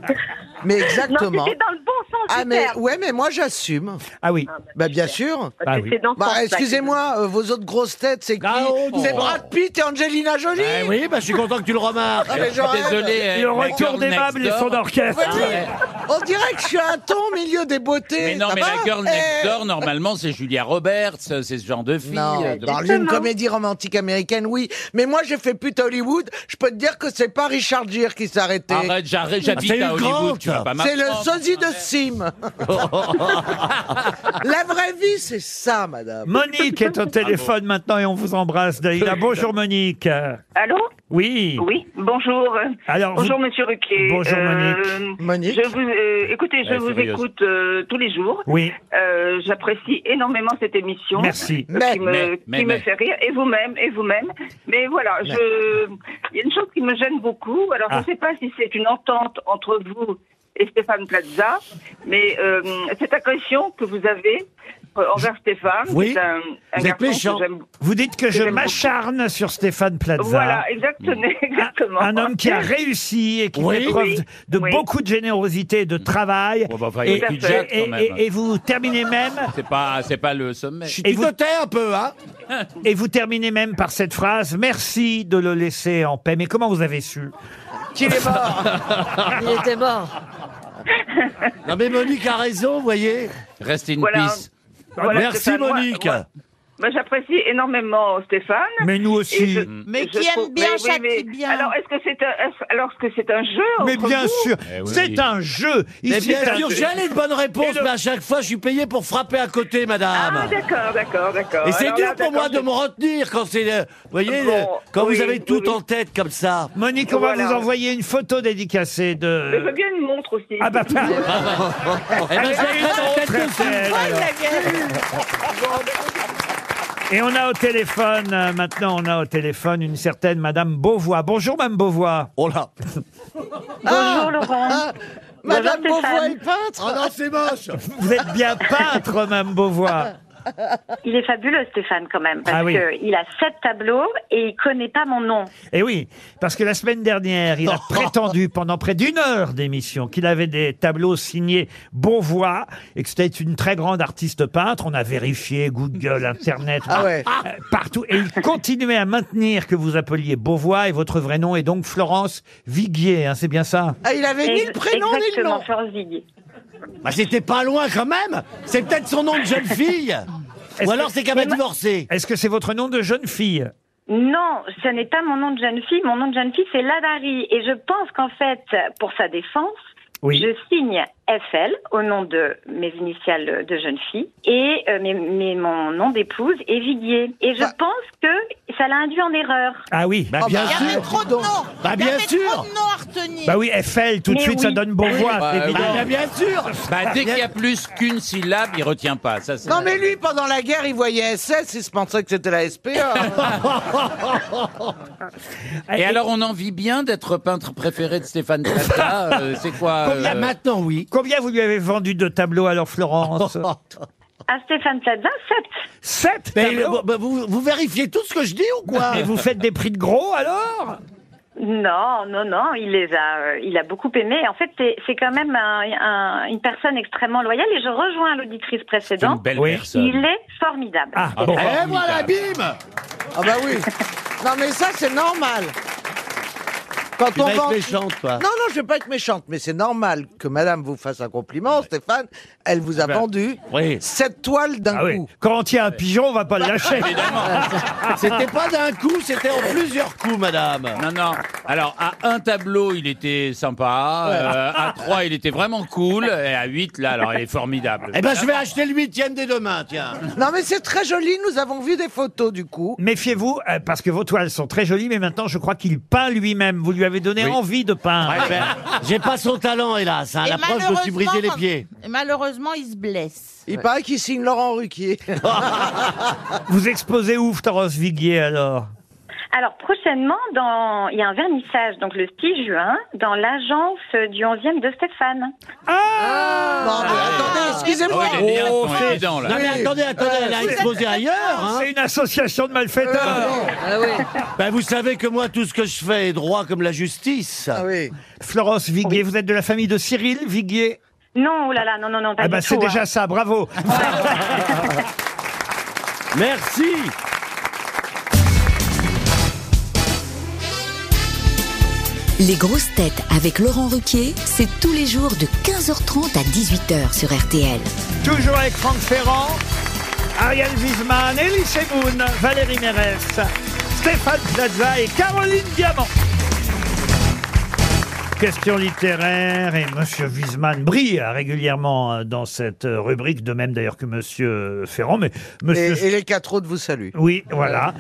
Mais
non,
exactement.
c'était dans le bon sens.
Ah
super.
mais ouais mais moi j'assume.
Ah oui.
Bah bien sûr.
Parce
Ah
que
oui. Bah,
c'est dans ce
Bah
sens-là.
excusez-moi, euh, vos autres grosses têtes c'est qui
Ah, oh, non.
C'est Brad Pitt et Angelina Jolie.
Eh oui, bah, je suis content que tu le remarques.
Ah, mais j'aurais-
Désolé. eh,
Le
la
retour
girl
des
next
mâbles et
door.
son orchestre.
Ouais, oui. On dirait que je suis un ton au milieu des beautés.
Mais non,
ça
mais
va
la girl
Eh,
next door, normalement, c'est Julia Roberts, c'est ce genre de fille.
Non,
Euh, de-
dans une comédie romantique américaine, oui. Mais moi, j'ai fait pute Hollywood. Je peux te dire que c'est pas Richard Gere qui s'est arrêté.
Arrête, j'arrête, j'habite à Hollywood, tu vas pas
C'est le
m'apprendre,
sosie de Sim. La vraie vie, c'est ça, madame.
Monique
Ah
est au téléphone maintenant et on vous embrasse, Daïla. Bonjour Monique.
Allô
Oui.
Ah. Oui, bonjour.
Alors,
bonjour
vous-
Monsieur Ruquier. Euh,
Bonjour, Monique. Monique.
Je vous, euh, écoutez, je
Elle est
vous
furieuse.
écoute euh, tous les jours.
Oui.
Euh, J'apprécie énormément cette émission.
Merci.
euh,
Mais-
qui me,
mais-
qui
mais-
me
mais.
fait rire, et vous-même, et vous-même. Mais voilà,
Mais.
je... il y a une chose qui me gêne beaucoup. Alors,
Ah.
je ne sais pas si c'est une entente entre vous et Stéphane Plaza, mais euh, cette agression que vous avez euh, envers Stéphane,
Oui.
c'est un, un
Vous êtes
garçon que
méchant.
j'aime
Vous dites que,
que
je
j'aime beaucoup.
m'acharne sur Stéphane Plaza. Mm.
Voilà, exactement. exactement.
Un homme qui a réussi et qui
Oui.
fait preuve
Oui.
de
Oui.
beaucoup de générosité et de travail.
enfin, il y a
et,
plus de Jack,
et-
quand même.
et- et vous terminez même.
C'est pas, c'est pas le sommet.
et vous un peu, hein Et vous terminez même par cette phrase Merci de le laisser en paix. Mais comment vous avez su
Qu'il est mort
Il était mort.
Non mais Monique a raison, vous voyez.
Restez une
Voilà.
pisse.
Voilà,
Merci
Stéphane, moi-
Monique.
moi- Moi, j'apprécie énormément Stéphane.
Mais nous aussi.
Et je-
Mm.
Mais
je
qui aime
trouve-
bien,
mais oui,
châtie
mais-
bien.
Alors, est-ce que c'est un, est-ce- alors, est-ce que c'est un jeu
Mais
entre
bien
vous
sûr, c'est un jeu.
Mais
Ici, c'est
bien
un
sûr,
jeu.
j'allais une bonne réponse,
Et le-
mais à chaque fois, je suis payé pour frapper à côté, madame.
Ah, d'accord, d'accord, d'accord.
Et c'est
Alors
dur
là,
pour moi de
d'accord,
me retenir quand c'est, euh, vous voyez,
Bon,
euh, quand
oui,
vous avez
oui,
tout
oui.
en tête comme ça.
Monique, on va
Voilà.
vous envoyer une photo dédicacée
je- Je veux
de.
bien une montre aussi.
Ah bah,
Bon,
Eh ben, je mettrai ma tête
Très
dessus.
belle, alors. Et on a au téléphone, euh, maintenant on a au téléphone une certaine Madame Beauvois. Bonjour Madame Beauvois.
Oh là.
Ah,
Laurent.
ah, Madame
Bonjour, Stéphane.
Beauvoy est peintre.
Oh non, c'est moche.
Vous êtes bien peintre Madame Beauvois.
Il est fabuleux, Stéphane, quand même, parce
Ah oui.
que il a sept tableaux et il connaît pas mon nom.
Eh oui, parce que la semaine dernière, il a prétendu pendant près d'une heure d'émission qu'il avait des tableaux signés Beauvois et que c'était une très grande artiste peintre. On a vérifié Google, Internet,
Ah ouais.
euh, partout. Et il continuait à maintenir que vous appeliez Beauvois et votre vrai nom est donc Florence Viguier, hein, c'est bien ça
Ah, il avait ni le prénom ni le
Exactement,
nom.
Florence Viguier.
Bah, c'était pas loin quand même. C'est peut-être son nom de jeune fille.
Est-ce
Ou alors c'est qu'elle m'a divorcé.
Est-ce que c'est votre nom de jeune fille
Non, ce n'est pas mon nom de jeune fille. Mon nom de jeune fille, c'est Ladari. Et je pense qu'en fait, pour sa défense,
Oui.
je signe FL au nom de mes initiales de jeune fille et euh, mes- mes- mon nom d'épouse est Viguier. Et je
Bah.
pense que ça l'a induit en erreur.
Ah oui.
Bah,
Oh,
bien
Il y avait
sûr.
trop de
donc.
noms.
Bah,
Il y
bien
avait
sûr.
trop de noms à retenir.
Bah oui, FL, tout de
Mais
suite, ça
oui.
donne Beauvois,
Bah,
c'est évident.
Bah, bien sûr.
Bah, dès qu'il y a plus qu'une syllabe, il retient pas. Ça, c'est
Non, mais lui, pendant la guerre, il voyait SS, il se pensait que c'était la SPA.
Et alors, on en vit bien d'être peintre préféré de Stéphane Plaza. euh, c'est quoi
Là,
euh,
maintenant, oui.
Combien vous lui avez vendu de tableaux alors, Florence
À Stéphane Plaza, 7.
Sept
Mais,
tableaux
euh, bah, vous, vous vérifiez tout ce que je dis ou quoi
Et vous faites des prix de gros alors
Non, non, non, il les a, euh, il a beaucoup aimé. En fait, c'est- c'est quand même un- un- une personne extrêmement loyale et je rejoins l'auditrice
c'est une
précédente.
belle
Oui.
Il
personne.
est formidable.
Ah bon.
Eh voilà, bim
ah bah oui. Non, mais ça, c'est normal. Quand
Tu
on
vas être
vend...
méchante, toi.
Non, non, je vais pas être méchante, mais c'est normal que madame vous fasse un compliment, Stéphane. Elle vous a vendu
Oui.
cette toile d'un
Ben, Ah oui.
coup.
Quand on tient un pigeon, on va pas le lâcher.
C'était pas d'un coup, c'était en plusieurs coups, madame.
Non, non. Alors, à un tableau, il était sympa. euh, à trois, il était vraiment cool. Et à huit, là, alors, il est formidable.
Eh ben, je vais acheter le huitième dès demain, tiens.
Non, mais c'est très joli, nous avons vu des photos du coup.
Méfiez-vous, euh, parce que vos toiles sont très jolies, mais maintenant je crois qu'il peint lui-même. Vous lui avez donné envie de peindre.
Ouais, ben, j'ai pas son talent, hélas. hein. À
Et
l'approche, je me suis brisé les
malheureusement-
pieds.
et malheureusement, il se blesse.
Il paraît qu'il signe Laurent Ruquier.
Vous exposez où, Florence Viguier, alors
Alors prochainement, dans... il y a un vernissage, donc le 6 juin, dans l'agence du 11e de Stéphane.
Ah
non, mais attendez,
Oh,
Ah
excusez-moi.
les liens sont
Oh, c'est-
évidents, là.
Non, mais attendez, attendez, elle a exposé ailleurs. hein. Euh,
C'est une association de malfaiteurs.
Ah oui.
Ben, vous savez que moi, tout ce que je fais est droit comme la justice.
Ah oui.
Florence Viguier, vous êtes de la famille de Cyril Viguier
Non, oh là là, non, non, non, pas
Ah
du
bah
tout,
c'est
hein.
déjà ça, bravo.
Merci.
Les grosses têtes avec Laurent Ruquier, c'est tous les jours de 15h30 à 18h sur RTL.
Toujours avec Franck Ferrand, Ariel Wiesman, Elie Semoun, Valérie Mérès, Stéphane Plaza et Caroline Diamant. Question littéraire et Monsieur Wiesmann brille régulièrement euh, dans cette euh, rubrique, de même d'ailleurs que Monsieur Ferrand, mais Monsieur
Et, et les quatre autres vous saluent.
oui, voilà.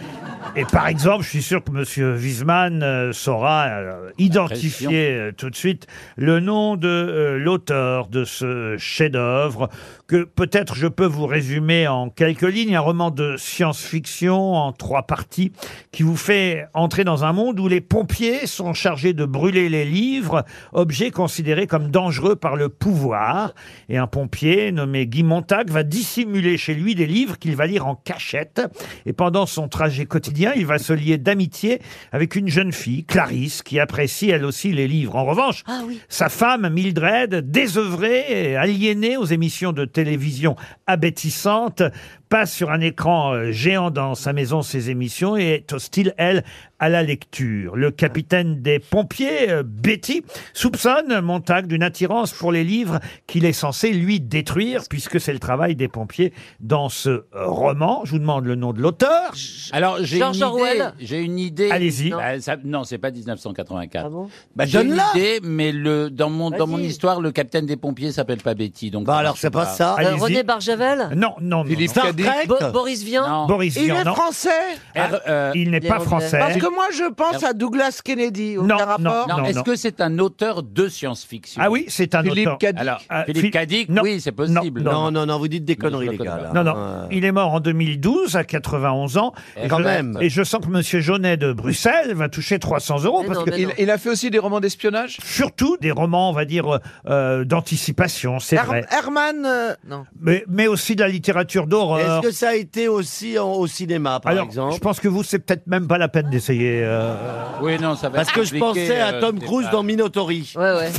Et par exemple, je suis sûr que Monsieur Wiesmann euh, saura euh, identifier euh, tout de suite le nom de euh, l'auteur de ce chef-d'œuvre que peut-être je peux vous résumer en quelques lignes, un roman de science-fiction en trois parties qui vous fait entrer dans un monde où les pompiers sont chargés de brûler les livres, objets considérés comme dangereux par le pouvoir. Et un pompier nommé Guy Montag va dissimuler chez lui des livres qu'il va lire en cachette. Et pendant son trajet quotidien, il va se lier d'amitié avec une jeune fille, Clarisse, qui apprécie elle aussi les livres. En revanche, sa femme, Mildred, désœuvrée et aliénée aux émissions de télévision abétissantes, passe sur un écran euh, géant dans sa maison ses émissions et est hostile, elle, à la lecture. Le capitaine des pompiers, euh, Betty, soupçonne Montag d'une attirance pour les livres qu'il est censé lui détruire, puisque c'est le travail des pompiers dans ce euh, roman. Je vous demande le nom de l'auteur.
Alors, j'ai une
George
idée.
Orwell
J'ai une idée.
Allez-y.
Non, ça- non, c'est pas 1984.
Bah,
j'ai une
donne-la.
idée, mais le, dans, mon, dans mon
Ah Vas-y.
histoire, le capitaine des pompiers s'appelle pas Betty. Donc bah,
alors, c'est pas ça.
Euh, René Barjavel
Ah, Non, non, non.
Philippe Star Caddy. Trek
Bo- Boris Vian
Boris
Il
Vian,
est
non.
français
Ah, il n'est
les
pas
Robert.
français.
Parce que moi, je pense à Douglas Kennedy. Aucun rapport.
Non, est-ce que c'est un auteur de science-fiction
Ah oui, c'est un
Philippe
auteur.
Cadic. Alors,
Ah,
Philippe
Phil-
Cadic,
non,
oui, c'est possible.
non, non.
Non, non, non, vous dites des conneries, les gars. là.
Non, non.
Euh,
Il est mort en 2012 à 91 ans.
Eh, quand
je,
même.
et je sens que Monsieur Jaunet de Bruxelles va toucher 300 euros.
Mais
parce
non,
que
mais
Il, il a fait aussi des romans d'espionnage
Surtout des romans, on va dire, euh, d'anticipation, c'est
Her-
vrai.
Herman, euh, non.
Mais, mais aussi de la littérature
Est-ce
d'horreur.
que ça a été aussi en- au cinéma, par
euh, Alors, je
exemple
pense que vous, c'est peut-être même pas la peine d'essayer. euh,
Oui, non, ça va
Parce
être
que je
compliqué,
pensais à
euh,
Tom
c'est
Cruise
pas-
dans Minotauri.
Ouais, ouais.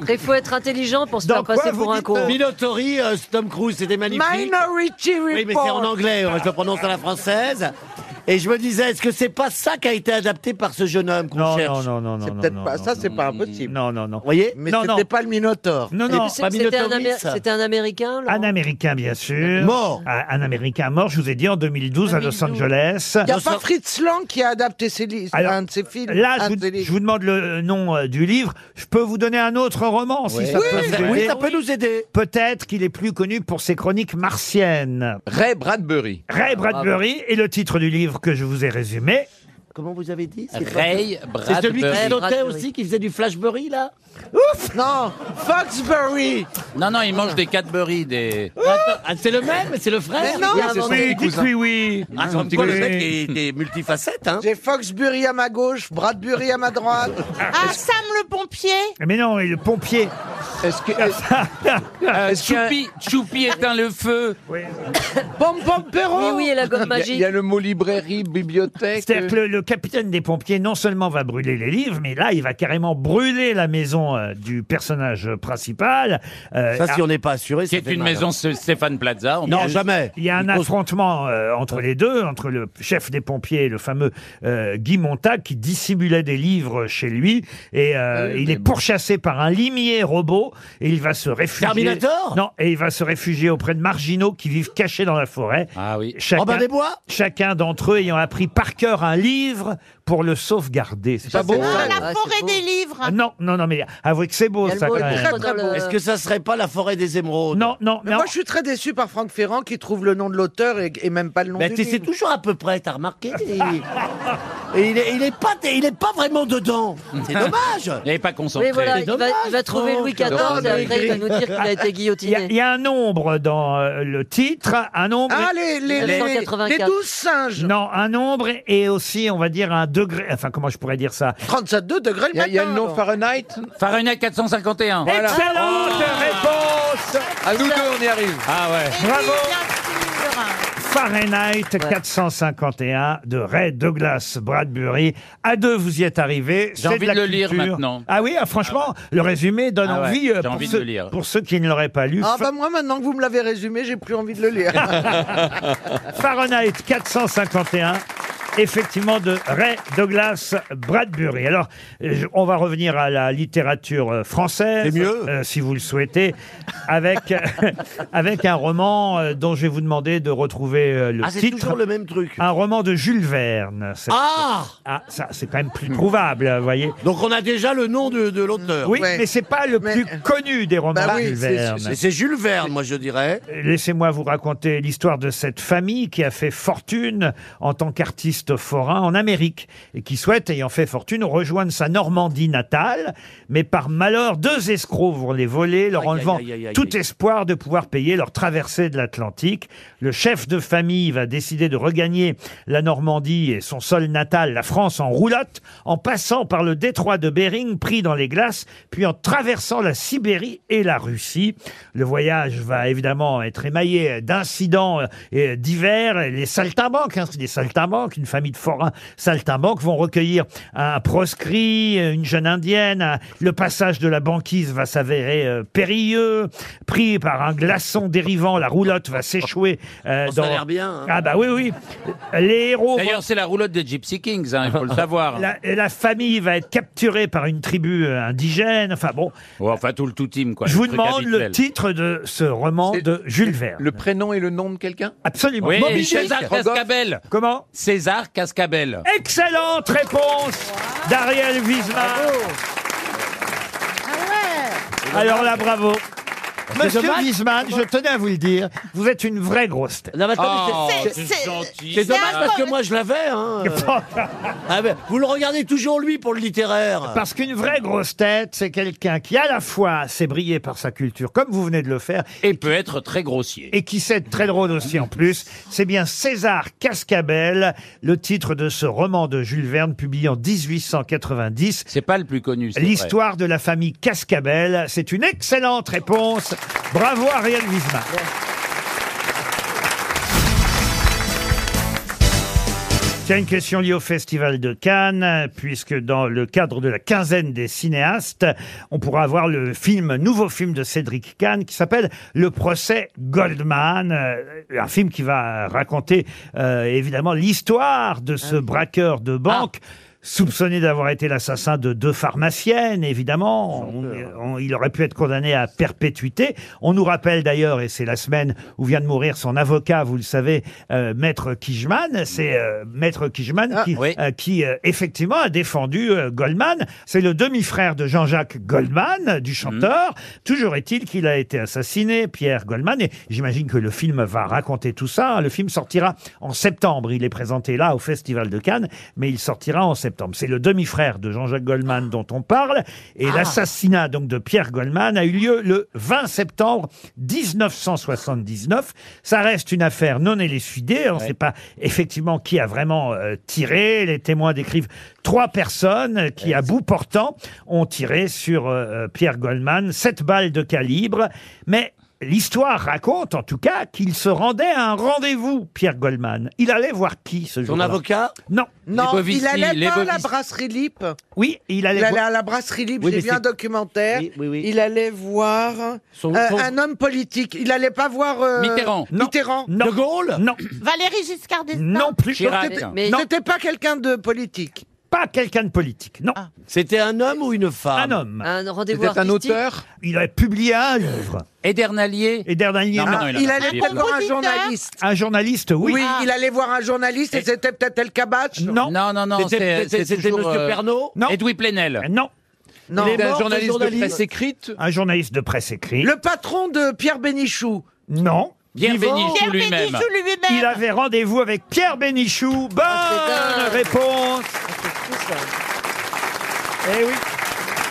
Après, Il faut être intelligent pour se
Dans
faire
quoi
passer
vous
pour un
dites,
con.
euh,
Minotauri, euh, Tom Cruise, c'était magnifique.
Minority Report.
Oui, mais c'est en anglais, moi, je le prononce à la française. Et je me disais, est-ce que c'est pas ça qui a été adapté par ce jeune homme qu'on
Non,
cherche
non, non, non, non.
C'est
non,
peut-être
non,
pas.
non,
ça, c'est pas impossible.
Non, non, non.
Vous voyez
Mais
Non,
c'était
non.
pas le Minotaure.
Non, non.
C'est- C'était un,
Minotaurix.
Amé- c'était un Américain Laurent
Un Américain, bien sûr.
Mort.
Un, un Américain mort, je vous ai dit, en 2012, à Los
2012.
Angeles.
Il n'y a
Dans
pas
ce-
Fritz Lang qui a adapté ses livres,
Alors,
un de ses films.
Là,
un
je
de ses
vous, je
livres.
vous demande le nom euh, du livre. Je peux vous donner un autre roman, si ça peut vous aider.
Oui, ça peut nous aider.
Peut-être qu'il est plus connu pour ses chroniques martiennes.
Ray Bradbury. Ah,
Ray Bradbury et le titre du livre que je vous ai résumé.
Comment vous avez dit C'est quoi
Ray
C'est celui qui
Bradbury.
sautait
Bradbury.
aussi, qui faisait du flashberry, là
Non, Foxbury.
Non, non, il mange des Cadbury, des...
Attends, ah, C'est le même, c'est le frère
Mais non,
Il y a-
c'est-
Oui, dites oui, oui.
Ah, comme quoi, le mec est, est multifacette, hein
J'ai Foxbury à ma gauche, Bradbury à ma droite.
Ah, Sam le pompier
Mais non, et le pompier. Ah,
Est-ce que.
Euh,
qu'il y a-
Choupi, Choupi éteint le feu.
Pom Pom Perro.
Oui, oui, et la gomme
Il y a- il y,
magique.
a le mot librairie, bibliothèque. euh.
C'est-à-dire que le, le capitaine des pompiers, non seulement va brûler les livres, mais là, il va carrément brûler la maison euh, du personnage principal. Euh,
Ça, si on n'est pas assuré,
Qui
ça
est
fait
une
mal. hein.
maison Sté- Stéphane Plaza. on-
Non, jamais.
Il y a un
faut-
affrontement euh, entre les deux, entre le chef des pompiers et le fameux euh, Guy Montag qui dissimulait des livres chez lui. Et euh, il est pourchassé par un limier robot et il va se réfugier.
Terminator
Non, et il va se réfugier auprès de marginaux qui vivent cachés dans la forêt.
Ah oui.
Chacun,
Robin des Bois
chacun d'entre eux ayant appris par cœur un livre pour le sauvegarder. C'est pas beau
Ah,
Ouais,
la
ouais,
forêt
c'est beau.
des livres
Ah, Non, non, non, mais avouez que c'est beau
Il y a le
ça
mot
quand même.
libre dans le-
Est-ce que ça serait pas la forêt des émeraudes
Non, non,
Mais
non.
moi, je suis très déçu par Franck Ferrand qui trouve le nom de l'auteur et, et même pas le nom
Mais
du
tu sais
livre.
toujours à peu près, t'as remarqué il- Et il est, il est pas, il est pas vraiment dedans. C'est dommage.
Il n'avait pas concentré.
Oui, voilà, il va,
dommage,
il va trouver
Franck,
Louis XIV
j'adore
et après il va
Maigri.
nous dire qu'il a
Il y, a-
été
il
guillotiné.
y a un nombre dans euh, le titre, un nombre.
Ah, les, les, les, les,
1984.
douze singes.
Non, un nombre et aussi, on va dire, un degré. Enfin, comment je pourrais dire ça
37,2 degrés le
Il y a,
matin.
il y a le nom
alors.
Fahrenheit.
Fahrenheit 451.
Excellente réponse
À nous deux, on y arrive.
Ah ouais.
Eh oui,
Bravo.
bien sûr.
Fahrenheit 451 de Ray Douglas Bradbury. À deux, vous y êtes arrivés.
J'ai
C'est
envie
la
de le lire
culture.
maintenant.
Ah oui, ah, franchement, le résumé donne
Ah ouais,
envie, euh,
j'ai
pour,
envie de
ceux,
le lire.
pour ceux qui ne l'auraient pas lu.
Ah
Fa-
bah moi maintenant que vous me l'avez résumé, j'ai plus envie de le lire.
Fahrenheit 451 effectivement de Ray Douglas Bradbury. Alors, euh, je- on va revenir à la littérature euh, française, euh, si vous le souhaitez, avec, avec un roman euh, dont je vais vous demander de retrouver euh, le
Ah, c'est
titre.
toujours le même truc.
Un roman de Jules Verne. cette-
Ah
Ah, ça, c'est quand même plus trouvable, vous voyez.
Donc on a déjà le nom de, de l'auteur.
Oui, mais c'est pas le plus connu des romans
Bah
de
oui,
Jules
c'est-
Verne.
c'est- C'est Jules Verne, moi je dirais.
Laissez-moi vous raconter l'histoire de cette famille qui a fait fortune en tant qu'artiste forain en Amérique et qui souhaite, ayant fait fortune, rejoindre sa Normandie natale. Mais par malheur, deux escrocs vont les voler, leur
Aïe, aïe,
enlevant
aïe, aïe, aïe,
tout
aïe.
espoir de pouvoir payer leur traversée de l'Atlantique. Le chef de famille va décider de regagner la Normandie et son sol natal, la France, en roulotte, en passant par le détroit de Bering pris dans les glaces, puis en traversant la Sibérie et la Russie. Le voyage va évidemment être émaillé d'incidents euh, et divers. Et Les saltimbanques, hein, c'est des saltimbanques, une famille de forains saltimbanques vont recueillir un proscrit, euh, une jeune indienne. un- Le passage de la banquise va s'avérer euh, périlleux. Pris par un glaçon dérivant, la roulotte va s'échouer. euh,
Oh, ça a l'air bien, hein.
Ah bah oui, oui. Les héros... vont-
D'ailleurs, c'est la roulotte des Gypsy Kings, hein, il faut le savoir.
Ah. la, et la famille va être capturée par une tribu euh, indigène. Enfin bon,
Ouais, enfin, tout le tout team, quoi.
je vous
truc
demande le
habituel.
titre de ce roman de Jules Verne.
Le prénom et le nom de quelqu'un
Absolument.
Oui,
Moby Dick.
César Cascabel.
Comment
César Cascabel.
Excellente réponse d'Ariel Wiesmann. Alors là, bravo.
C'est
Monsieur
dommage.
Wiesmann, je tenais à vous le dire, vous êtes une vraie grosse tête.
mais
Oh,
attends, mais c'est- c'est- C'est dommage parce que moi je l'avais. Hein. Ah ben, vous le regardez toujours lui pour le littéraire.
Parce qu'une vraie grosse tête, c'est quelqu'un qui à la fois s'est brillé par sa culture, comme vous venez de le faire,
Et peut être très grossier.
et qui sait très drôle aussi en plus. C'est bien César Cascabel, le titre de ce roman de Jules Verne publié en 1890.
C'est pas le plus connu. c'est vrai.
L'histoire de la famille Cascabel, c'est une excellente réponse. Bravo Ariel Wiesmann. Tiens, une question liée au Festival de Cannes, puisque dans le cadre de la quinzaine des cinéastes, on pourra voir le film, nouveau film de Cédric Kahn qui s'appelle Le procès Goldman. Euh, Un film qui va raconter euh, évidemment l'histoire de ce braqueur de banque. Soupçonné d'avoir été l'assassin de deux pharmaciennes, évidemment, On- on- il aurait pu être condamné à perpétuité. On nous rappelle d'ailleurs, et c'est la semaine où vient de mourir son avocat, vous le savez, euh, Maître Kijman, c'est euh, Maître Kijman qui, euh, qui, euh, effectivement a défendu euh, Goldman. C'est le demi-frère de Jean-Jacques Goldman, euh, du chanteur. Toujours est-il qu'il a été assassiné, Pierre Goldman, et j'imagine que le film va raconter tout ça. hein. Le film sortira en septembre. Il est présenté là au Festival de Cannes, mais il sortira en septembre. C'est le demi-frère de Jean-Jacques Goldman dont on parle, et l'assassinat donc de Pierre Goldman a eu lieu le 20 septembre 1979. Ça reste une affaire non élucidée. On ne sait pas effectivement qui a vraiment euh, tiré. Les témoins décrivent trois personnes qui, à bout portant, ont tiré sur euh, Pierre Goldman sept balles de calibre, mais L'histoire raconte, en tout cas, qu'il se rendait à un rendez-vous, Pierre Goldman. Il allait voir qui ce jour-là
avocat
Non.
Non, il allait pas à la
brasserie.
brasserie Lip.
Oui, il allait
Il allait
voir-
à la brasserie Lip,
Oui,
j'ai
mais
vu un
c'est-
documentaire.
Oui, oui, oui.
Il allait voir
Son-
euh,
son-
un homme politique. Il allait pas voir euh,
Mitterrand. Non.
Mitterrand.
Non. De Gaulle Non.
Valérie Giscard d'Estaing
Non plus.
Donc, c'était- C'était pas quelqu'un de politique.
Pas quelqu'un de politique, non.
C'était un homme ou une femme
Un homme.
Un rendez-vous
C'était un
artistique.
auteur. Il a publié un livre.
Edernalier.
Edernalier.
Non, mais non, il a pas publié, pardon.
voir un journaliste.
Un journaliste, oui.
Oui, il allait voir un journaliste et c'était peut-être El Kabach.
Non.
Non, non, non.
C'était-
c'est- c'est
c'était
toujours,
Monsieur
euh,
Pernaut
Non.
Edoui Plenel.
Non.
Non.
Il est
Mort
un
de
journaliste,
journaliste.
de presse écrite
Un journaliste de presse écrite.
Le patron de Pierre Bénichou.
Non.
Pierre
Vivant.
Bénichou Pierre lui-même. Bénichou
Il avait rendez-vous avec Pierre Bénichou. Bonne
c'est dingue.
réponse. Eh oui.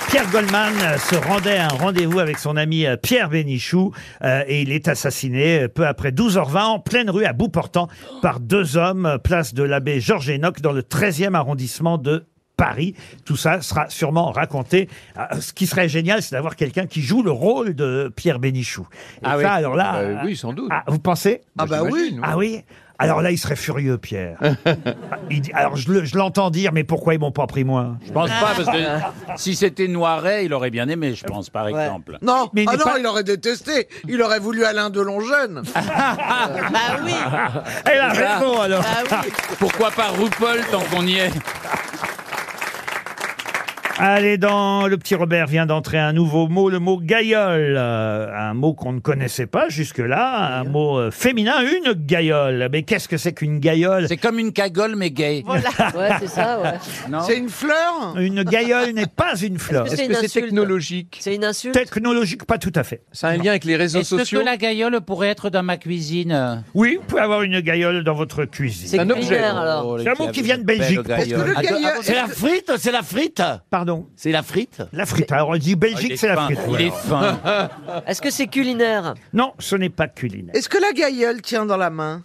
Pierre Goldman euh, se rendait à un rendez-vous avec son ami euh, Pierre Bénichou euh, et il est assassiné euh, peu après 12h20 en pleine rue à bout portant par deux hommes, euh, place de l'abbé Georges Enoch dans le 13e arrondissement de Paris. Tout ça sera sûrement raconté. Ah, Ce qui serait génial, c'est d'avoir quelqu'un qui joue le rôle de Pierre Bénichou. Et
Ah
ça,
oui.
alors là.
Bah
euh,
oui, sans doute.
ah, vous pensez
Ah bah oui.
Ah oui Alors là, il serait furieux, Pierre. Ah, Il dit- alors je le- je l'entends dire, mais pourquoi ils m'ont pas pris moins
Je pense pas, parce
Ah.
que si c'était Noiret, il aurait bien aimé, je pense, par exemple.
Non,
Mais il
ah
n'est
non,
pas-
il aurait détesté. Il aurait voulu Alain Delon jeune.
bah oui.
Elle a raison, alors.
Bah Pourquoi pas RuPaul tant qu'on y est
Allez, dans le petit Robert vient d'entrer un nouveau mot, le mot gaïole. Euh, un mot qu'on ne connaissait pas jusque-là, un mot euh, féminin, une gaïole. Mais qu'est-ce que c'est qu'une gaïole C'est
comme une cagole, mais gay.
Ouais, c'est ça, ouais.
C'est une fleur
Une gaïole n'est pas une fleur.
Est-ce que c'est Est-ce que une c'est insulte
technologique
C'est une insulte
Technologique, pas tout à fait. Ça a un lien avec les
Est-ce que la gaïole pourrait être dans ma cuisine
Oui, vous pouvez avoir une gaïole dans votre cuisine.
C'est Un objet. culinaire, alors. Oh, les
C'est un mot qui vient de
belles
Belgique.
gaïoles. Est-ce que le
Attends, attends, C'est la frite, c'est la frite.
Pardon.
C'est la frite.
La frite. Alors on dit
Ah, il
Belgique,
est
c'est la
fin,
frite.
il est fin.
Est-ce que c'est culinaire
Non, ce n'est pas culinaire.
Est-ce que la gaïeule tient dans la main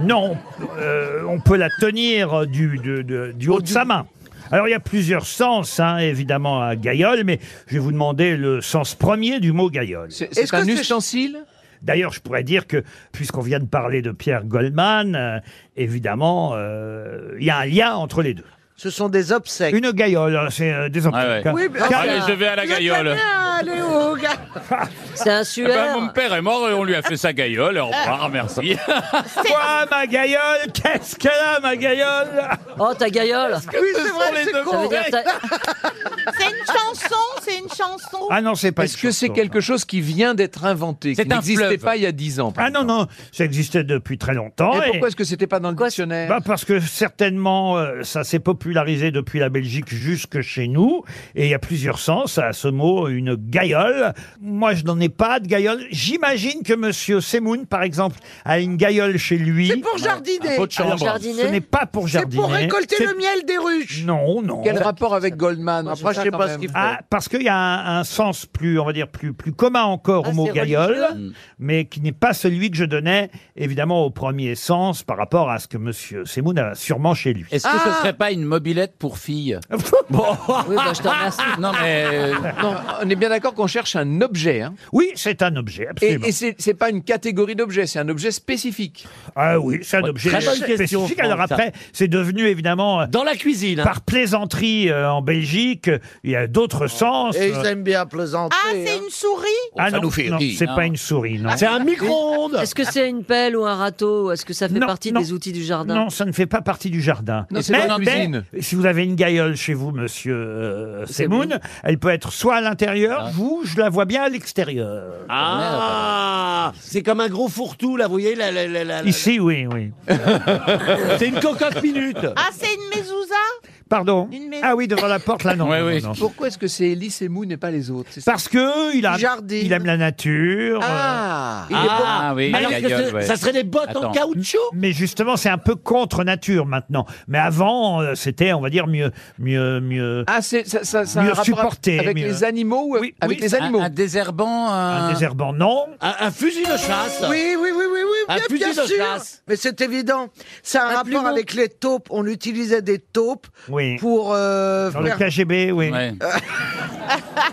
Non, euh, on peut la tenir du, de- de- du haut de sa main. Alors il y a plusieurs sens, hein, évidemment, à gaïole, mais je vais vous demander le sens premier du mot gaïole.
c'est Est-ce que un c'est-
ustensile D'ailleurs, je pourrais dire que, puisqu'on vient de parler de Pierre Goldman, euh, évidemment, euh, il y a un lien entre les deux.
Ce sont des obsèques.
Une gaïole, hein, c'est euh, des obsèques.
Ah
hein.
Oui, mais-
Car-
Allez, je vais à la gaïole.
Allez, oh, gars
C'est un
Eh ben, mon père est mort et on lui a fait sa gaïole. Au revoir, merci.
Quoi, ma gaïole Euh, Qu'est-ce qu'elle a, ma gaïole
Oh, ta gaïole
Oui, c'est vrai, c'est con.
Ça veut dire ta-
C'est une chanson, c'est une chanson.
Ah non, c'est pas
Est-ce que c'est quelque chose qui vient d'être inventé, qui
C'est un
n'existait
fleuve.
pas il y a dix ans
Ah non, non, ça existait depuis très longtemps.
Et pourquoi est-ce que c'était pas dans le dictionnaire
Bah, parce que certainement, euh, ça s'est popularisé depuis la Belgique jusque chez nous. Et il y a plusieurs sens à ce mot, une gaïole. Moi, je n'en ai pas de gaïole. J'imagine que Monsieur Semoun, par exemple, a une gaïole chez lui. C'est
pour jardiner.
Un pot de
Alors,
chambre.
jardiner
Ce n'est pas pour
C'est
jardiner.
pour récolter
C'est-
le miel des ruches.
Non, non.
Quel rapport avec Goldman
Après, je sais pas ce qu'il faut.
Ah, parce qu'il y a un, un sens plus, on va dire, plus, plus commun encore
Ah,
au mot
c'est
gaïole,
religieux.
mais qui n'est pas celui que je donnais, évidemment, au premier sens par rapport à ce que Monsieur Semoun a sûrement chez lui.
Est-ce que ce
Ah.
serait pas une mobilette pour fille
Oui, bah, je te remercie.
Non, mais.
euh, Non, on est bien d'accord qu'on cherche un objet. Hein.
Oui, c'est un objet,
Et,
absolument.
et c'est c'est pas une catégorie d'objets, c'est un objet spécifique.
Ah oui, c'est un objet
très bonne
spécifique.
question, Franck,
Alors
ça.
après, c'est devenu évidemment euh,
dans la cuisine
par plaisanterie euh, en Belgique. Il y a d'autres sens.
Oh. Et
euh,
ils aiment bien plaisanter.
Ah,
hein.
c'est une souris
Ah
Ça
non,
nous fait
non,
rire,
c'est
hein.
pas une souris, non.
Est-ce que c'est une pelle ou un râteau Est-ce que ça fait partie des outils du jardin
Non, ça ne fait pas partie du jardin.
Non, c'est dans la
mais-
cuisine.
Si vous avez une gaïole chez vous, monsieur euh,
C'est
Semoun,
bon.
elle peut être soit à l'intérieur, vous, je la vois bien à l'extérieur.
Ah, c'est comme un gros fourre-tout, là, vous voyez. La, la, la, la- la-
Ici, oui, oui.
C'est une cocotte minute.
Ah, c'est une mezouza
Pardon
Une maison.
Ah oui, devant la porte, là, non. non, non, non.
Pourquoi est-ce que c'est Elie Semoun et pas les autres c'est ça
Parce que il, a- il aime la nature.
Ah,
euh,
Ah,
il est
oui,
bon.
Alors la que gaïole, ce- ouais. ça serait des bottes en
caoutchouc
Mais justement, c'est un peu contre nature maintenant. Mais avant, euh, c'était, on va dire, mieux, mieux, mieux.
Ah, c'est- ça, ça, ça a un
mieux
rapport
supporté.
avec
mieux-
les animaux ou avec
oui,
les
un-
animaux
un
désherbant
Ah.
Un désherbant, non.
Un, fusil de chasse.
Oui, oui, oui, oui, oui,
Un
bien,
fusil
bien
de
sûr.
chasse.
Mais c'est évident. Ça a un, rapport
plumeau.
avec les taupes. On utilisait des taupes
Oui.
pour euh,
Dans
faire-
le KGB, oui.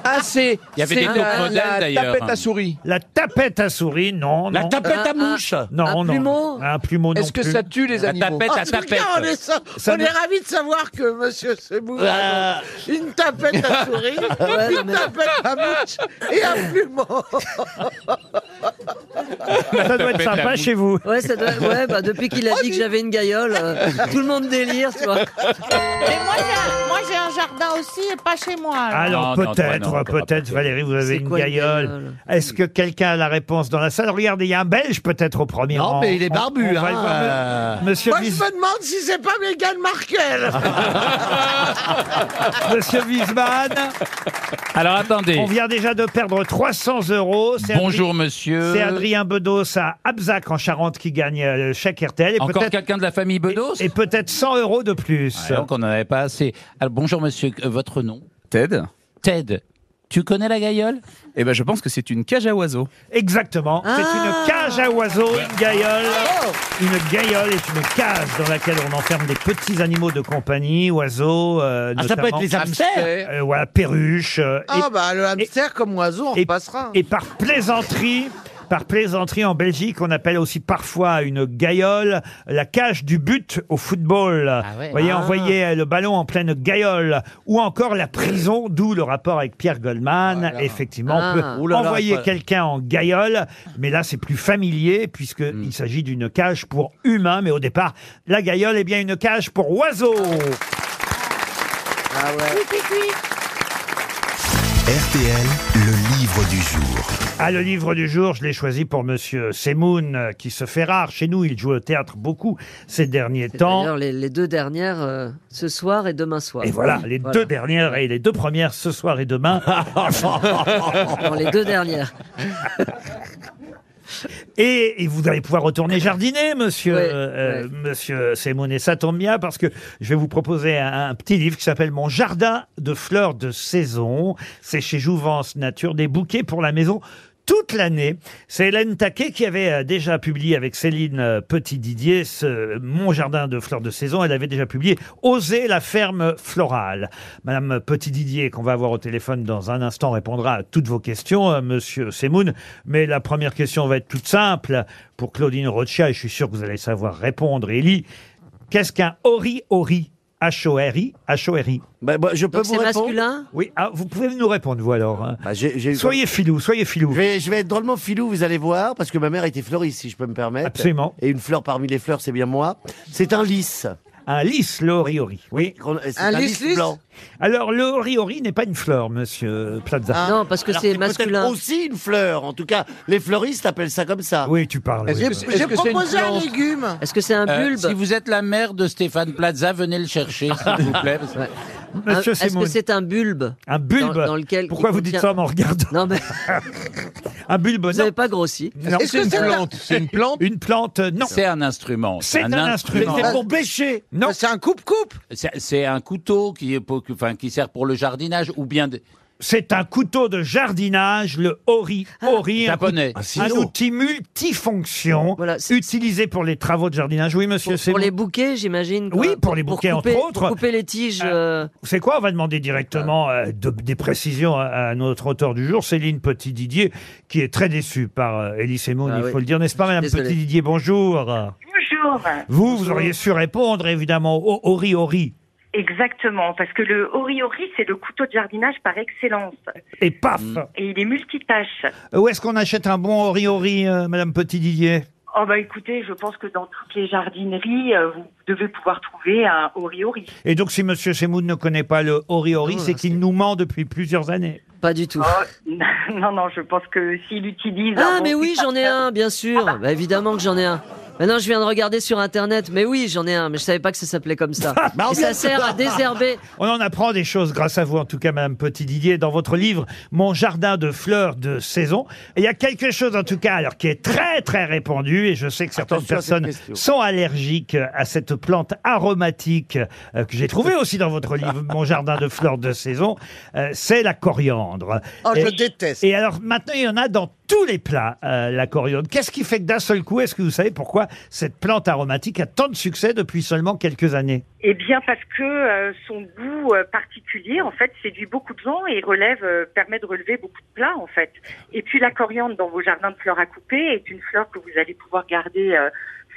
Ah, c'est.
Il y avait des
c'est
taupes
la-
modèles,
la
d'ailleurs.
tapette à souris.
La tapette à souris, non.
La
non.
tapette à Un- mouche. un-
Non,
un
non.
plumeau
Un plumeau, non.
Est-ce que
plus.
ça tue les La animaux Ah, tapette
Oh,
à
c'est bien,
tapette.
on est, sa-
Ça
on
ne-
est ravis de savoir que monsieur Sebou
Ah.
a
Euh.
donc une tapette à souris,
Ouais,
une tapette à mouche et un plumeau.
Ça doit être sympa chez vous. Oh,
Ouais, ça doit... ouais bah, depuis qu'il a dit que j'avais une gaïole, euh, tout le monde délire, tu vois.
Mais moi, j'ai un- moi, j'ai un jardin aussi et pas chez moi.
Alors
Ah, Non, non, toi, non,
peut-être,
t'auras pas
peut-être
de
Valérie, vous avez
C'est
une
quoi une
gaïole.
gaïole
Est-ce que quelqu'un a la réponse dans la salle Regardez, il y a un Belge peut-être au premier
Non,
rang.
mais il est
On-
barbu,
on va le voir.
hein.
Monsieur
Moi, je
Wies-
me demande si c'est pas Meghan Markle.
Ah.
Monsieur Wiesmann,
Alors attendez.
on vient déjà de perdre 300 euros. C'est
Bonjour,
Adrien-
monsieur.
C'est Adrien Bedos à Abzac en Charente qui gagne euh, le chèque RTL. Et
Encore
peut-être-
quelqu'un de la famille Bedos
Et peut-être 100 euros de plus.
Ah, donc on n'en avait pas assez. Alors, bonjour monsieur, Euh, votre nom Ted. Ted, tu connais la gaïole Eh ben je pense que c'est une cage à oiseaux.
Exactement.
Ah.
C'est une cage à oiseaux, une gaïole. Une gaïole est une cage dans laquelle on enferme des petits animaux de compagnie, oiseaux. euh,
Ah, ça peut
notamment.
être les hamsters. Hamsters.
Euh, voilà, perruches. euh,
Ah
et-
bah le hamster comme oiseau, on
et-
passera.
Et par plaisanterie, Par plaisanterie, en Belgique, on appelle aussi parfois une gaillole la cage du but au football.
ouais.
Vous voyez,
Ah.
envoyer euh, le ballon en pleine gaillole. Ou encore la prison, d'où le rapport avec Pierre Goldman. Effectivement, on peut
Ah. Ouh là là,
envoyer
pas-
quelqu'un en gaillole, mais là, c'est plus familier
Hmm.
puisqu'il il s'agit d'une cage pour humains. Mais au départ, la gaillole est bien une cage pour oiseaux.
Ah ouais.
RTL, le livre du jour.
Ah, le livre du jour, je l'ai choisi pour Monsieur Semoun, euh, qui se fait rare. Chez nous, il joue au théâtre beaucoup ces derniers temps.
D'ailleurs, les, les deux dernières, euh, ce soir et demain soir.
Et voilà, les
Voilà.
deux dernières et les deux premières ce soir et demain.
Bon, les deux dernières.
Et, et vous allez pouvoir retourner jardiner, monsieur,
Ouais,
euh, monsieur Semoun. Et ça tombe bien parce que je vais vous proposer un, un petit livre qui s'appelle Mon jardin de fleurs de saison. C'est chez Jouvence Nature, des bouquets pour la maison. Toute l'année, c'est Hélène Taquet qui avait euh, déjà publié avec Céline euh, Petit-Didier ce Mon jardin de fleurs de saison. Elle avait déjà publié Oser la ferme florale. Madame Petit-Didier, qu'on va avoir au téléphone dans un instant, répondra à toutes vos questions, euh, monsieur Semoun. Mais la première question va être toute simple pour Claudine Rocha et je suis sûr que vous allez savoir répondre. Élie, qu'est-ce qu'un ori-ori H-O-R-I H-O-R-I. je
Bah, peux Donc vous c'est répondre Bah, masculin
Oui, ah, vous pouvez nous répondre, vous alors. hein. Soyez filou, soyez filou.
Je vais, je vais être drôlement filou, vous allez voir, parce que ma mère était fleuriste, si je peux me permettre.
Absolument.
Et une fleur parmi les fleurs, c'est bien moi. C'est un lys.
Un lys, le ori-ori. Oui.
C'est un, lys, blanc.
Alors, le ori-ori n'est pas une fleur, monsieur Plaza.
Ah. non, parce que
Alors,
c'est
peut-être
masculin.
aussi une fleur. En tout cas, les fleuristes appellent ça comme ça.
Oui, tu parles.
Est-ce oui. que- est-ce que c'est une plante
légume.
Est-ce que c'est un
Euh,
bulbe
Si vous êtes la mère de Stéphane Plaza, venez le chercher, s'il vous plaît. parce que-
Un-
Monsieur
Est-ce
Simon.
que c'est un bulbe
Un bulbe
Dans- dans lequel
Pourquoi
il
vous dites
contient-
ça en me regardant
Non, mais
Un bulbe,
vous n'avez pas grossi.
Non. Est-ce que c'est un-
C'est une plante
Une plante, euh, non.
C'est un instrument.
C'est un instrument.
C'est pour-
bêcher.
Non.
C'est un coupe-coupe.
C'est c'est un couteau qui, est pour- que- enfin, qui sert pour le jardinage ou bien. de-
C'est un couteau de jardinage, le ori ori, un,
japonais.
coup-
Un
un
ciseau.
outil multifonction utilisé pour les travaux de jardinage. Oui, monsieur, c'est
Pour les bouquets, j'imagine. quoi.
Oui, pour les bouquets,
couper-
entre autres.
Pour couper les tiges. euh,
C'est quoi On va demander directement euh, de- des précisions à, à notre auteur du jour, Céline Petit-Didier, qui est très déçue par euh, Elie Semoun,
Ah
il
oui.
faut le dire, n'est-ce pas, madame
Désolé.
Petit-Didier Bonjour.
Bonjour.
Vous, vous auriez su répondre, évidemment, au ori ori.
Exactement, parce que le ori-ori, c'est le couteau de jardinage par excellence.
Et paf
Mm.
Et il est multitâche.
Euh, Où est-ce qu'on achète un bon ori ori, euh, madame Petit-Didier
Oh bah écoutez, je pense que dans toutes les jardineries, euh, vous devez pouvoir trouver un ori-ori.
Et donc, si monsieur Semoun ne connaît pas le ori ori,
Non,
c'est qu'il nous ment depuis plusieurs années.
Pas du tout.
Ah, non, non, je pense que s'il utilise...
Ah,
un
mais
bon
oui,
petit-
j'en ai un, bien
Ah
sûr. Bah, évidemment que j'en ai un. Maintenant, je viens de regarder sur Internet. Mais oui, j'en ai un. Mais je savais pas que ça s'appelait comme ça.
Bah, on
Et ça
vient-
sert à désherber.
On en apprend des choses grâce à vous, en tout cas, Madame Petit Didier, dans votre livre Mon jardin de fleurs de saison. Et il y a quelque chose, en tout cas, alors qui est très très répandu, et je sais que certaines
Attention à cette
personnes
question.
sont allergiques à cette plante aromatique euh, que j'ai trouvée aussi dans votre livre Mon jardin de fleurs de saison. euh, c'est la coriandre.
Oh, je
Et-
déteste.
Et alors maintenant, il y en a dans tous les plats, euh, la coriandre. Qu'est-ce qui fait que d'un seul coup, est-ce que vous savez pourquoi cette plante aromatique a tant de succès depuis seulement quelques années
Eh bien, parce que euh, son goût euh, particulier, en fait, séduit beaucoup de gens et relève, euh, permet de relever beaucoup de plats, en fait. Et puis, la coriandre dans vos jardins de fleurs à couper est une fleur que vous allez pouvoir garder euh,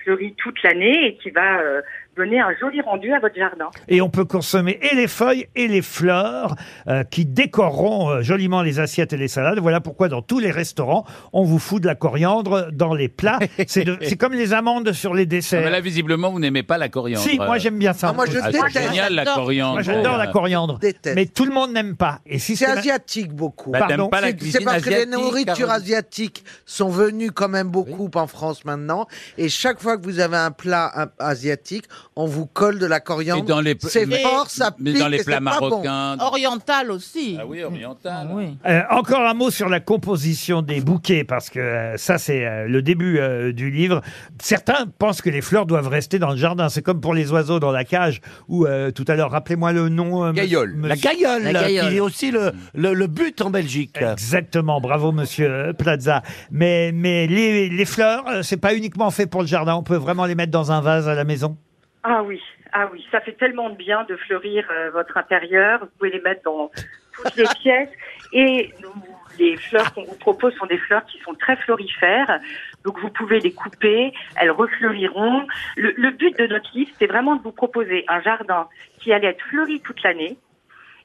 fleurie toute l'année et qui va euh, donner un joli rendu à votre jardin.
Et on peut consommer et les feuilles et les fleurs euh, qui décoreront euh, joliment les assiettes et les salades. Voilà pourquoi dans tous les restaurants, on vous fout de la coriandre dans les plats. C'est de- c'est comme les amandes sur les
Ah, Mais
desserts.
là, euh, visiblement, vous n'aimez pas la coriandre.
Si, moi j'aime bien ça.
Ah, moi, je
Ah, c'est
déteste.
génial, la
J'adore.
coriandre.
Moi, j'adore la coriandre.
Déteste.
Mais tout le monde n'aime pas. Et si
C'est
ma-
asiatique beaucoup.
Bah, t'aimes
Pardon
pas la
C'est-
cuisine
C'est parce que les
asiatique,
nourritures
Caroline
asiatiques sont venues quand même beaucoup en France maintenant. Et chaque fois que vous avez un plat un- asiatique, on vous colle de la coriandre.
Et dans les pl-
c'est
mais-
fort, ça
mais
pique.
dans les
et c'est
plats
pas bon.
marocains.
Oriental aussi.
Ah oui, oriental.
Euh, encore un mot sur la composition des bouquets, parce que euh, ça, c'est euh, le début euh, du livre. Certains pensent que les fleurs doivent rester dans le jardin. C'est comme pour les oiseaux dans la cage, ou euh, tout à l'heure, rappelez-moi le nom. euh,
Gaillole.
monsieur-
La gaillole,
La gaillole.
qui est aussi le, le, le but en Belgique.
Exactement, bravo monsieur euh, Plaza. Mais, mais les, les fleurs, euh, c'est pas uniquement fait pour le jardin, on peut vraiment les mettre dans un vase à la maison.
Ah oui, ah oui, ça fait tellement de bien de fleurir euh, votre intérieur. Vous pouvez les mettre dans toutes les pièces. Et les fleurs qu'on vous propose sont des fleurs qui sont très florifères. Donc vous pouvez les couper, elles refleuriront. Le, le but de notre livre, c'est vraiment de vous proposer un jardin qui allait être fleuri toute l'année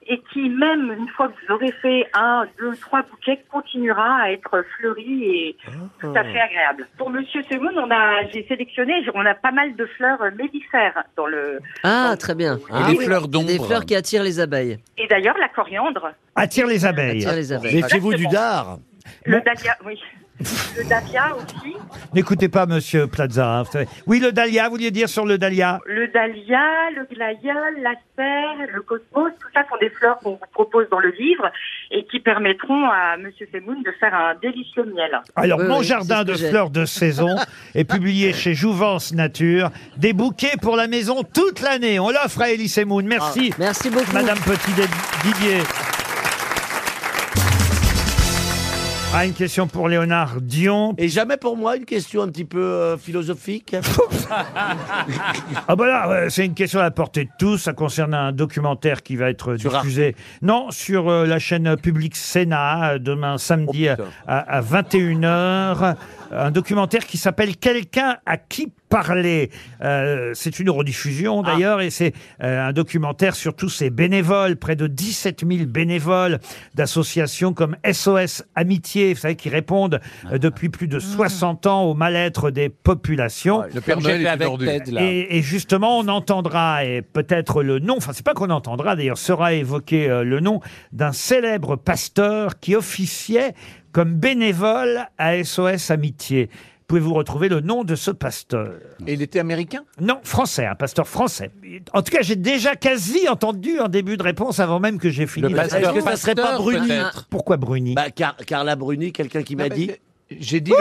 et qui, même une fois que vous aurez fait un, deux, trois bouquets, continuera à être fleuri et tout à fait agréable. Pour Monsieur Semoun, on a, j'ai sélectionné, on a pas mal de fleurs euh, mélifères dans le.
Ah, très bien.
Ah des oui. fleurs d'ombre.
Des fleurs qui attirent les abeilles.
Et d'ailleurs, la coriandre.
Attire les abeilles.
Attire les abeilles.
Méfiez-vous du dard.
Le dahlia, oui. Le dahlia aussi.
N'écoutez pas Monsieur Plaza. hein, vous savez. Oui, le dahlia, vous vouliez dire sur le dahlia
Le dahlia, le glaïeul, l'asper, le cosmos, tout ça sont des fleurs qu'on vous propose dans le livre et qui permettront à Monsieur Semoun de faire un délicieux miel.
Alors, mon jardin de fleurs de saison est publié chez Jouvence Nature. Des bouquets pour la maison toute l'année. On l'offre à Elie Semoun. Merci.
Ah, merci beaucoup.
Madame Petit-Didier. Ah, une question pour Léonard Dion.
Et jamais pour moi une question un petit peu euh, philosophique.
Ah bah là, euh, c'est une question à la portée de tous. Ça concerne un documentaire qui va être diffusé. Non, sur euh, la chaîne publique Sénat, euh, demain samedi
Oh,
à- à, 21h. Un documentaire qui s'appelle Quelqu'un à qui parler. Euh, c'est une rediffusion
Ah.
d'ailleurs et c'est euh, un documentaire sur tous ces bénévoles, près de 17 000 bénévoles d'associations comme SOS Amitié, vous savez, qui répondent
Ah.
euh, depuis plus
Mmh.
de 60 ans au mal-être des populations.
Le Père Comme Noël j'ai fait est avec tordu. Ted, là.
Et- et justement, on entendra, et peut-être le nom, enfin c'est pas qu'on entendra d'ailleurs, sera évoqué euh, le nom d'un célèbre pasteur qui officiait comme bénévole à SOS Amitié. Pouvez-vous retrouver le nom de ce pasteur
Et il était américain
Non, français, un pasteur français. En tout cas, j'ai déjà quasi entendu en début de réponse avant même que j'ai fini.
Le pasteur Est-ce que ça serait pas pasteur, Bruni peut-être
Pourquoi Bruni
Bah, Car- Carla Bruni, quelqu'un qui m'a
mais
dit.
J'ai dit.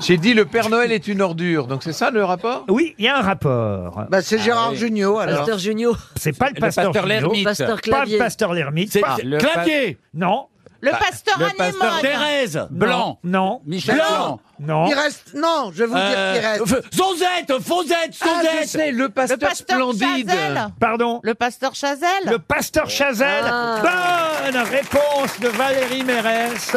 J'ai dit le Père Noël est une ordure, donc c'est ça le rapport Ah
Oui, il y a un rapport.
Bah, c'est Gérard Jugnot, alors.
Pasteur Junio.
Ah C'est pas le
Le
pasteur,
pasteur
Junio,
l'ermite. Pasteur
Pas
Clavier.
le pasteur l'ermite.
C'est-
pas-
Le Clavier.
Non.
Le pasteur
le
animal.
pasteur
Thérèse
Blanc.
Non.
Michel Blanc.
Non.
Il reste. Non, je vais vous dire qu'il
Euh,
reste.
F- Zonzette, Fonzette,
Ah,
Sonzette.
je sais, le pasteur,
Le pasteur
splendide.
Chazelle.
Pardon
Le pasteur Chazelle.
Le pasteur Chazelle. Bonne réponse de Valérie Mérès.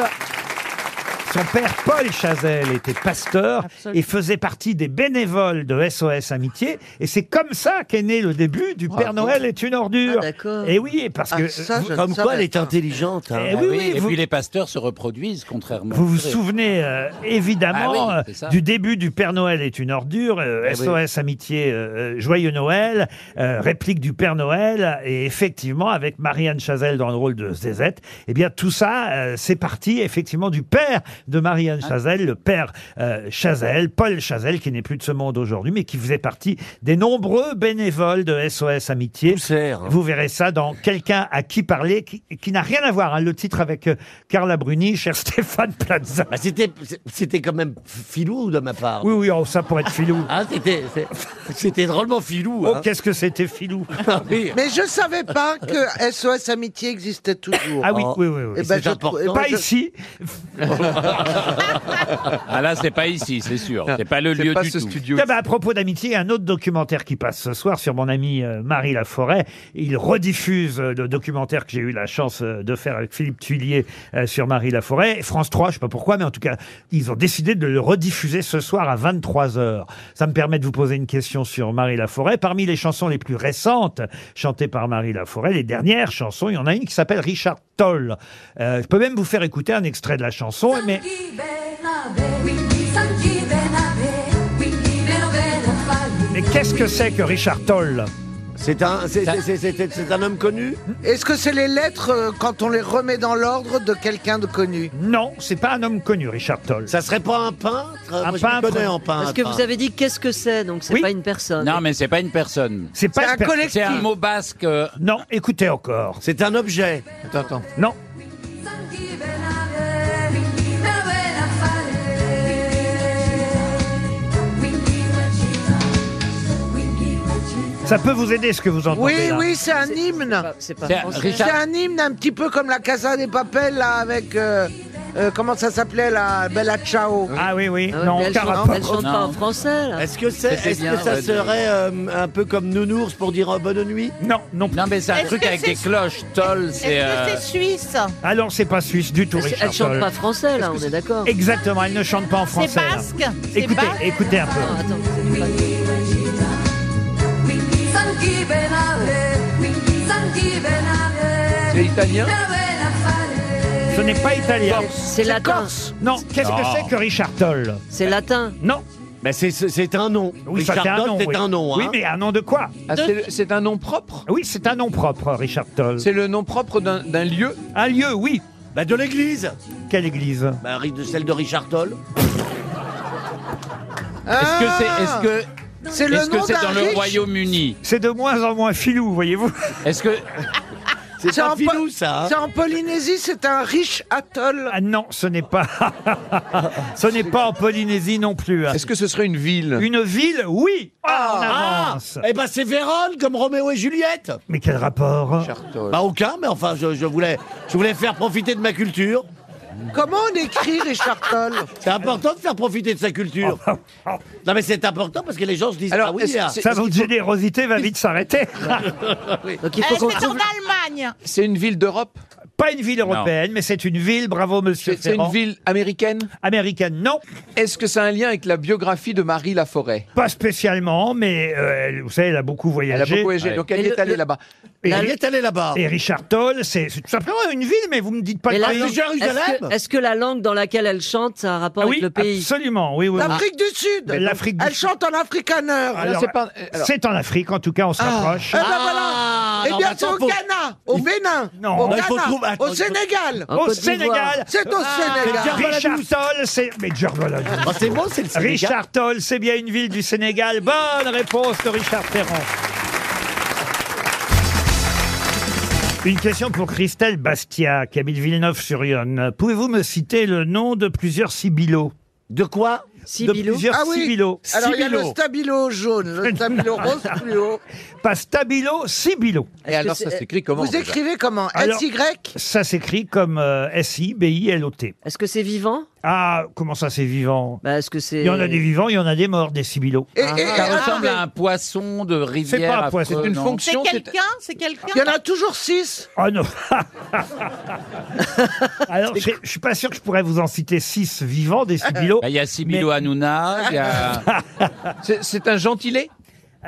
Son père Paul Chazelle était pasteur
Absolument.
et faisait partie des bénévoles de SOS Amitié. Et c'est comme ça qu'est né le début
Oh,
du Père Noël est une ordure.
Ah, d'accord.
et oui, et parce
Ah,
que
ça,
vous,
je ne
Comme quoi,
savais
elle est
pas.
intelligente. hein.
Eh oui, oui,
et
vous-
puis les pasteurs se reproduisent, contrairement.
vous vous
C'est vrai.
souvenez euh, évidemment
Ah oui, c'est ça.
euh, du début du Père Noël est une ordure, euh,
Eh oui.
SOS Amitié euh, euh, Joyeux Noël, euh, réplique du Père Noël, et effectivement avec Marianne Chazelle dans le rôle de Zézette, eh bien tout ça euh, c'est parti effectivement du père de Marianne
Ah.
Chazelle, le père euh, Chazelle, Paul Chazelle qui n'est plus de ce monde aujourd'hui, mais qui faisait partie des nombreux bénévoles de SOS Amitié.
Poussière.
Vous verrez ça dans Quelqu'un à qui parler, qui, qui n'a rien à voir, hein, le titre avec euh, Carla Bruni, cher Stéphane Plaza.
Bah, c'était, c'était quand même filou de ma part.
Oui, oui, oh, ça pour être filou.
Hein, c'était, c'est- c'était drôlement filou.
Oh,
hein.
qu'est-ce que c'était filou
Ah oui.
Mais je savais pas que SOS Amitié existait toujours.
Ah oui,
Oh.
oui, oui. oui.
Eh
c'est
je
important.
trou- eh ben,
Pas
je-
ici.
Ah là, c'est pas ici, c'est sûr. C'est pas le
C'est
lieu
pas
du
ce
tout.
studio.
Ah bah, à propos d'amitié, il y a un autre documentaire qui passe ce soir sur mon ami euh, Marie Laforêt. Il rediffuse euh, le documentaire que j'ai eu la chance euh, de faire avec Philippe Tuilier euh, sur Marie Laforêt. Et France 3, je sais pas pourquoi, mais en tout cas, ils ont décidé de le rediffuser ce soir à 23h. Ça me permet de vous poser une question sur Marie Laforêt. Parmi les chansons les plus récentes chantées par Marie Laforêt, les dernières chansons, il y en a une qui s'appelle Richard Toll. Euh, je peux même vous faire écouter un extrait de la chanson, mais... Mais qu'est-ce que c'est que Richard Toll
C'est un, c'est, c'est- c'est- c'est- c'est un homme connu
Est-ce que c'est les lettres euh, quand on les remet dans l'ordre de quelqu'un de connu
Non, c'est pas un homme connu, Richard Toll.
Ça serait pas un peintre
Un
Moi, je
peintre.
me connais en peintre.
Parce que vous avez dit qu'est-ce que c'est, donc c'est
Oui.
pas une personne.
Non, mais c'est pas une personne.
C'est
C'est
pas
un
une per-
collectif.
C'est un mot basque. euh,
Non, écoutez encore.
C'est un objet.
Attends, attends.
Non, ça peut vous aider ce que vous entendez
Oui,
là.
oui, c'est un hymne.
C'est pas, c'est pas
C'est
français.
Richard-
C'est un hymne un petit peu comme la Casa des Papel, là, avec... euh, euh, comment ça s'appelait la Bella Ciao
Ah oui, oui.
Non,
Non, Carapaz. Non.
français.
Est-ce que, c'est,
C'était
est-ce
bien,
que ça
ouais,
serait euh, un peu comme Nounours pour dire euh, bonne nuit
Non, non.
Non, mais
c'est un truc avec des cloches, toll, c'est. euh,
C'est suisse.
Ah non, c'est pas suisse du tout,
Elle- elle
Richard
chante
Toll.
pas français, là,
Est-ce que
on est
c'est-
d'accord.
Exactement, elle ne chante pas en
C'est
français. là.
basque. C'est
Écoutez,
basque. Ah,
écoutez un peu.
C'est italien
Ce n'est pas italien.
C'est latin.
Non, qu'est-ce que
Non.
c'est que Richard Toll
C'est latin.
Non.
Mais c'est, c'est- c'est un nom.
Oui, ça,
Richard
c'est un
Dodd,
nom.
c'est
oui.
un nom. hein.
Oui, mais un nom de quoi
Ah, c'est le-
un nom propre Oui, c'est un nom propre, Richard Toll.
C'est le nom propre d'un d'un lieu
Un lieu, oui.
Bah, de l'église.
Quelle église
Bah, ri- de celle de Richard Toll.
Est-ce que c'est est-ce que
Ah C'est le
est-ce que
nom
c'est
d'un
dans le
riche.
Royaume-Uni
C'est de moins en moins filou, voyez-vous.
Est-ce que
C'est,
en, Po-
ça, hein
c'est en Polynésie, c'est un riche atoll.
Ah non, ce n'est pas. ce n'est pas en Polynésie non plus. hein.
Est-ce que ce serait une ville
Une ville, oui. Ah, on avance.
Eh ben, c'est Vérone, comme Roméo et Juliette.
Mais quel rapport hein
Bah, aucun, mais enfin, je, je voulais, je voulais faire profiter de ma culture.
Comment on écrit Richard Toll
C'est important de faire profiter de sa culture. Non, mais c'est important parce que les gens se disent
Alors,
Ah oui,
est-ce-
ah.
c'est-
Ça, votre générosité va vite s'arrêter.
Donc
Euh,
il faut qu'on
C'est en
trouve.
Allemagne.
C'est une ville d'Europe
Pas une ville européenne, mais c'est une ville. Bravo, monsieur
C'est c'est une
Ferrand.
ville américaine
Américaine, non.
Est-ce que ça a un lien avec la biographie de Marie Laforêt
Pas spécialement, mais euh, elle- vous savez, elle a beaucoup voyagé.
Elle a beaucoup voyagé, donc elle
Mais
y est
le-
allée
le-
là-bas.
Et,
La-
Elle est allée là-bas.
et Richard Toll, c'est c'est tout simplement une ville, mais vous me dites pas
Mais
que
la
Paris-
langue-
Jérusalem
Est-ce que, est-ce que la langue dans laquelle elle chante, ça a un rapport
Ah
avec
oui,
le pays
absolument, oui, oui. oui.
L'Afrique du Sud.
Mais l'Afrique du
Elle chante en afrikaner.
Alors,
c'est pas- euh, alors-
c'est en Afrique, en tout cas, on se rapproche.
Eh ben
Ah,
voilà.
non,
Eh bien,
mais
c'est
attends,
au
faut-
Ghana, au Bénin,
Non.
au
Bah,
il faut
Ghana,
trouver- attends,
au Sénégal.
En
Au
Côte d'Ivoire.
Sénégal, Ah,
C'est au Sénégal.
Djerbaladou.
Richard Toll, c'est. Mais Djerbaladou.
Ah, c'est bon, c'est le Sénégal.
Richard Toll, c'est bien une ville du Sénégal. Bonne réponse de Richard Ferrand. Une question pour Christelle Bastia, qui habite Villeneuve-sur-Yonne. Pouvez-vous me citer le nom de plusieurs Sibilo
De quoi
De
Sibilo
plusieurs
Ah oui.
Sibilo.
Alors il y a le
Sibilo.
stabilo jaune, le stabilo rose plus haut.
Pas Stabilo, Sibilo.
Et alors, ça
c'est-
s'écrit comment
Vous
déjà
écrivez comment
Alors-
SY
Ça s'écrit comme euh, S-I-B-I-L-O-T.
Est-ce que c'est vivant
Ah, comment ça, c'est vivant
bah, Est-ce que c'est.
Il y en a des vivants, il y en a des morts, des Sibilo.
Et- ah, et- et-
Ah, Ça ressemble
attendez,
à un poisson de rivière.
C'est pas un poisson,
affreux,
c'est une
non
fonction.
C'est quelqu'un C'est quelqu'un
Il y en a toujours six.
Oh non Alors, je je suis pas sûr que je pourrais vous en citer six vivants des Sibilo.
Bah, Il y a Sibilo Hanouna, il y a...
C'est- C'est un gentilé Bah.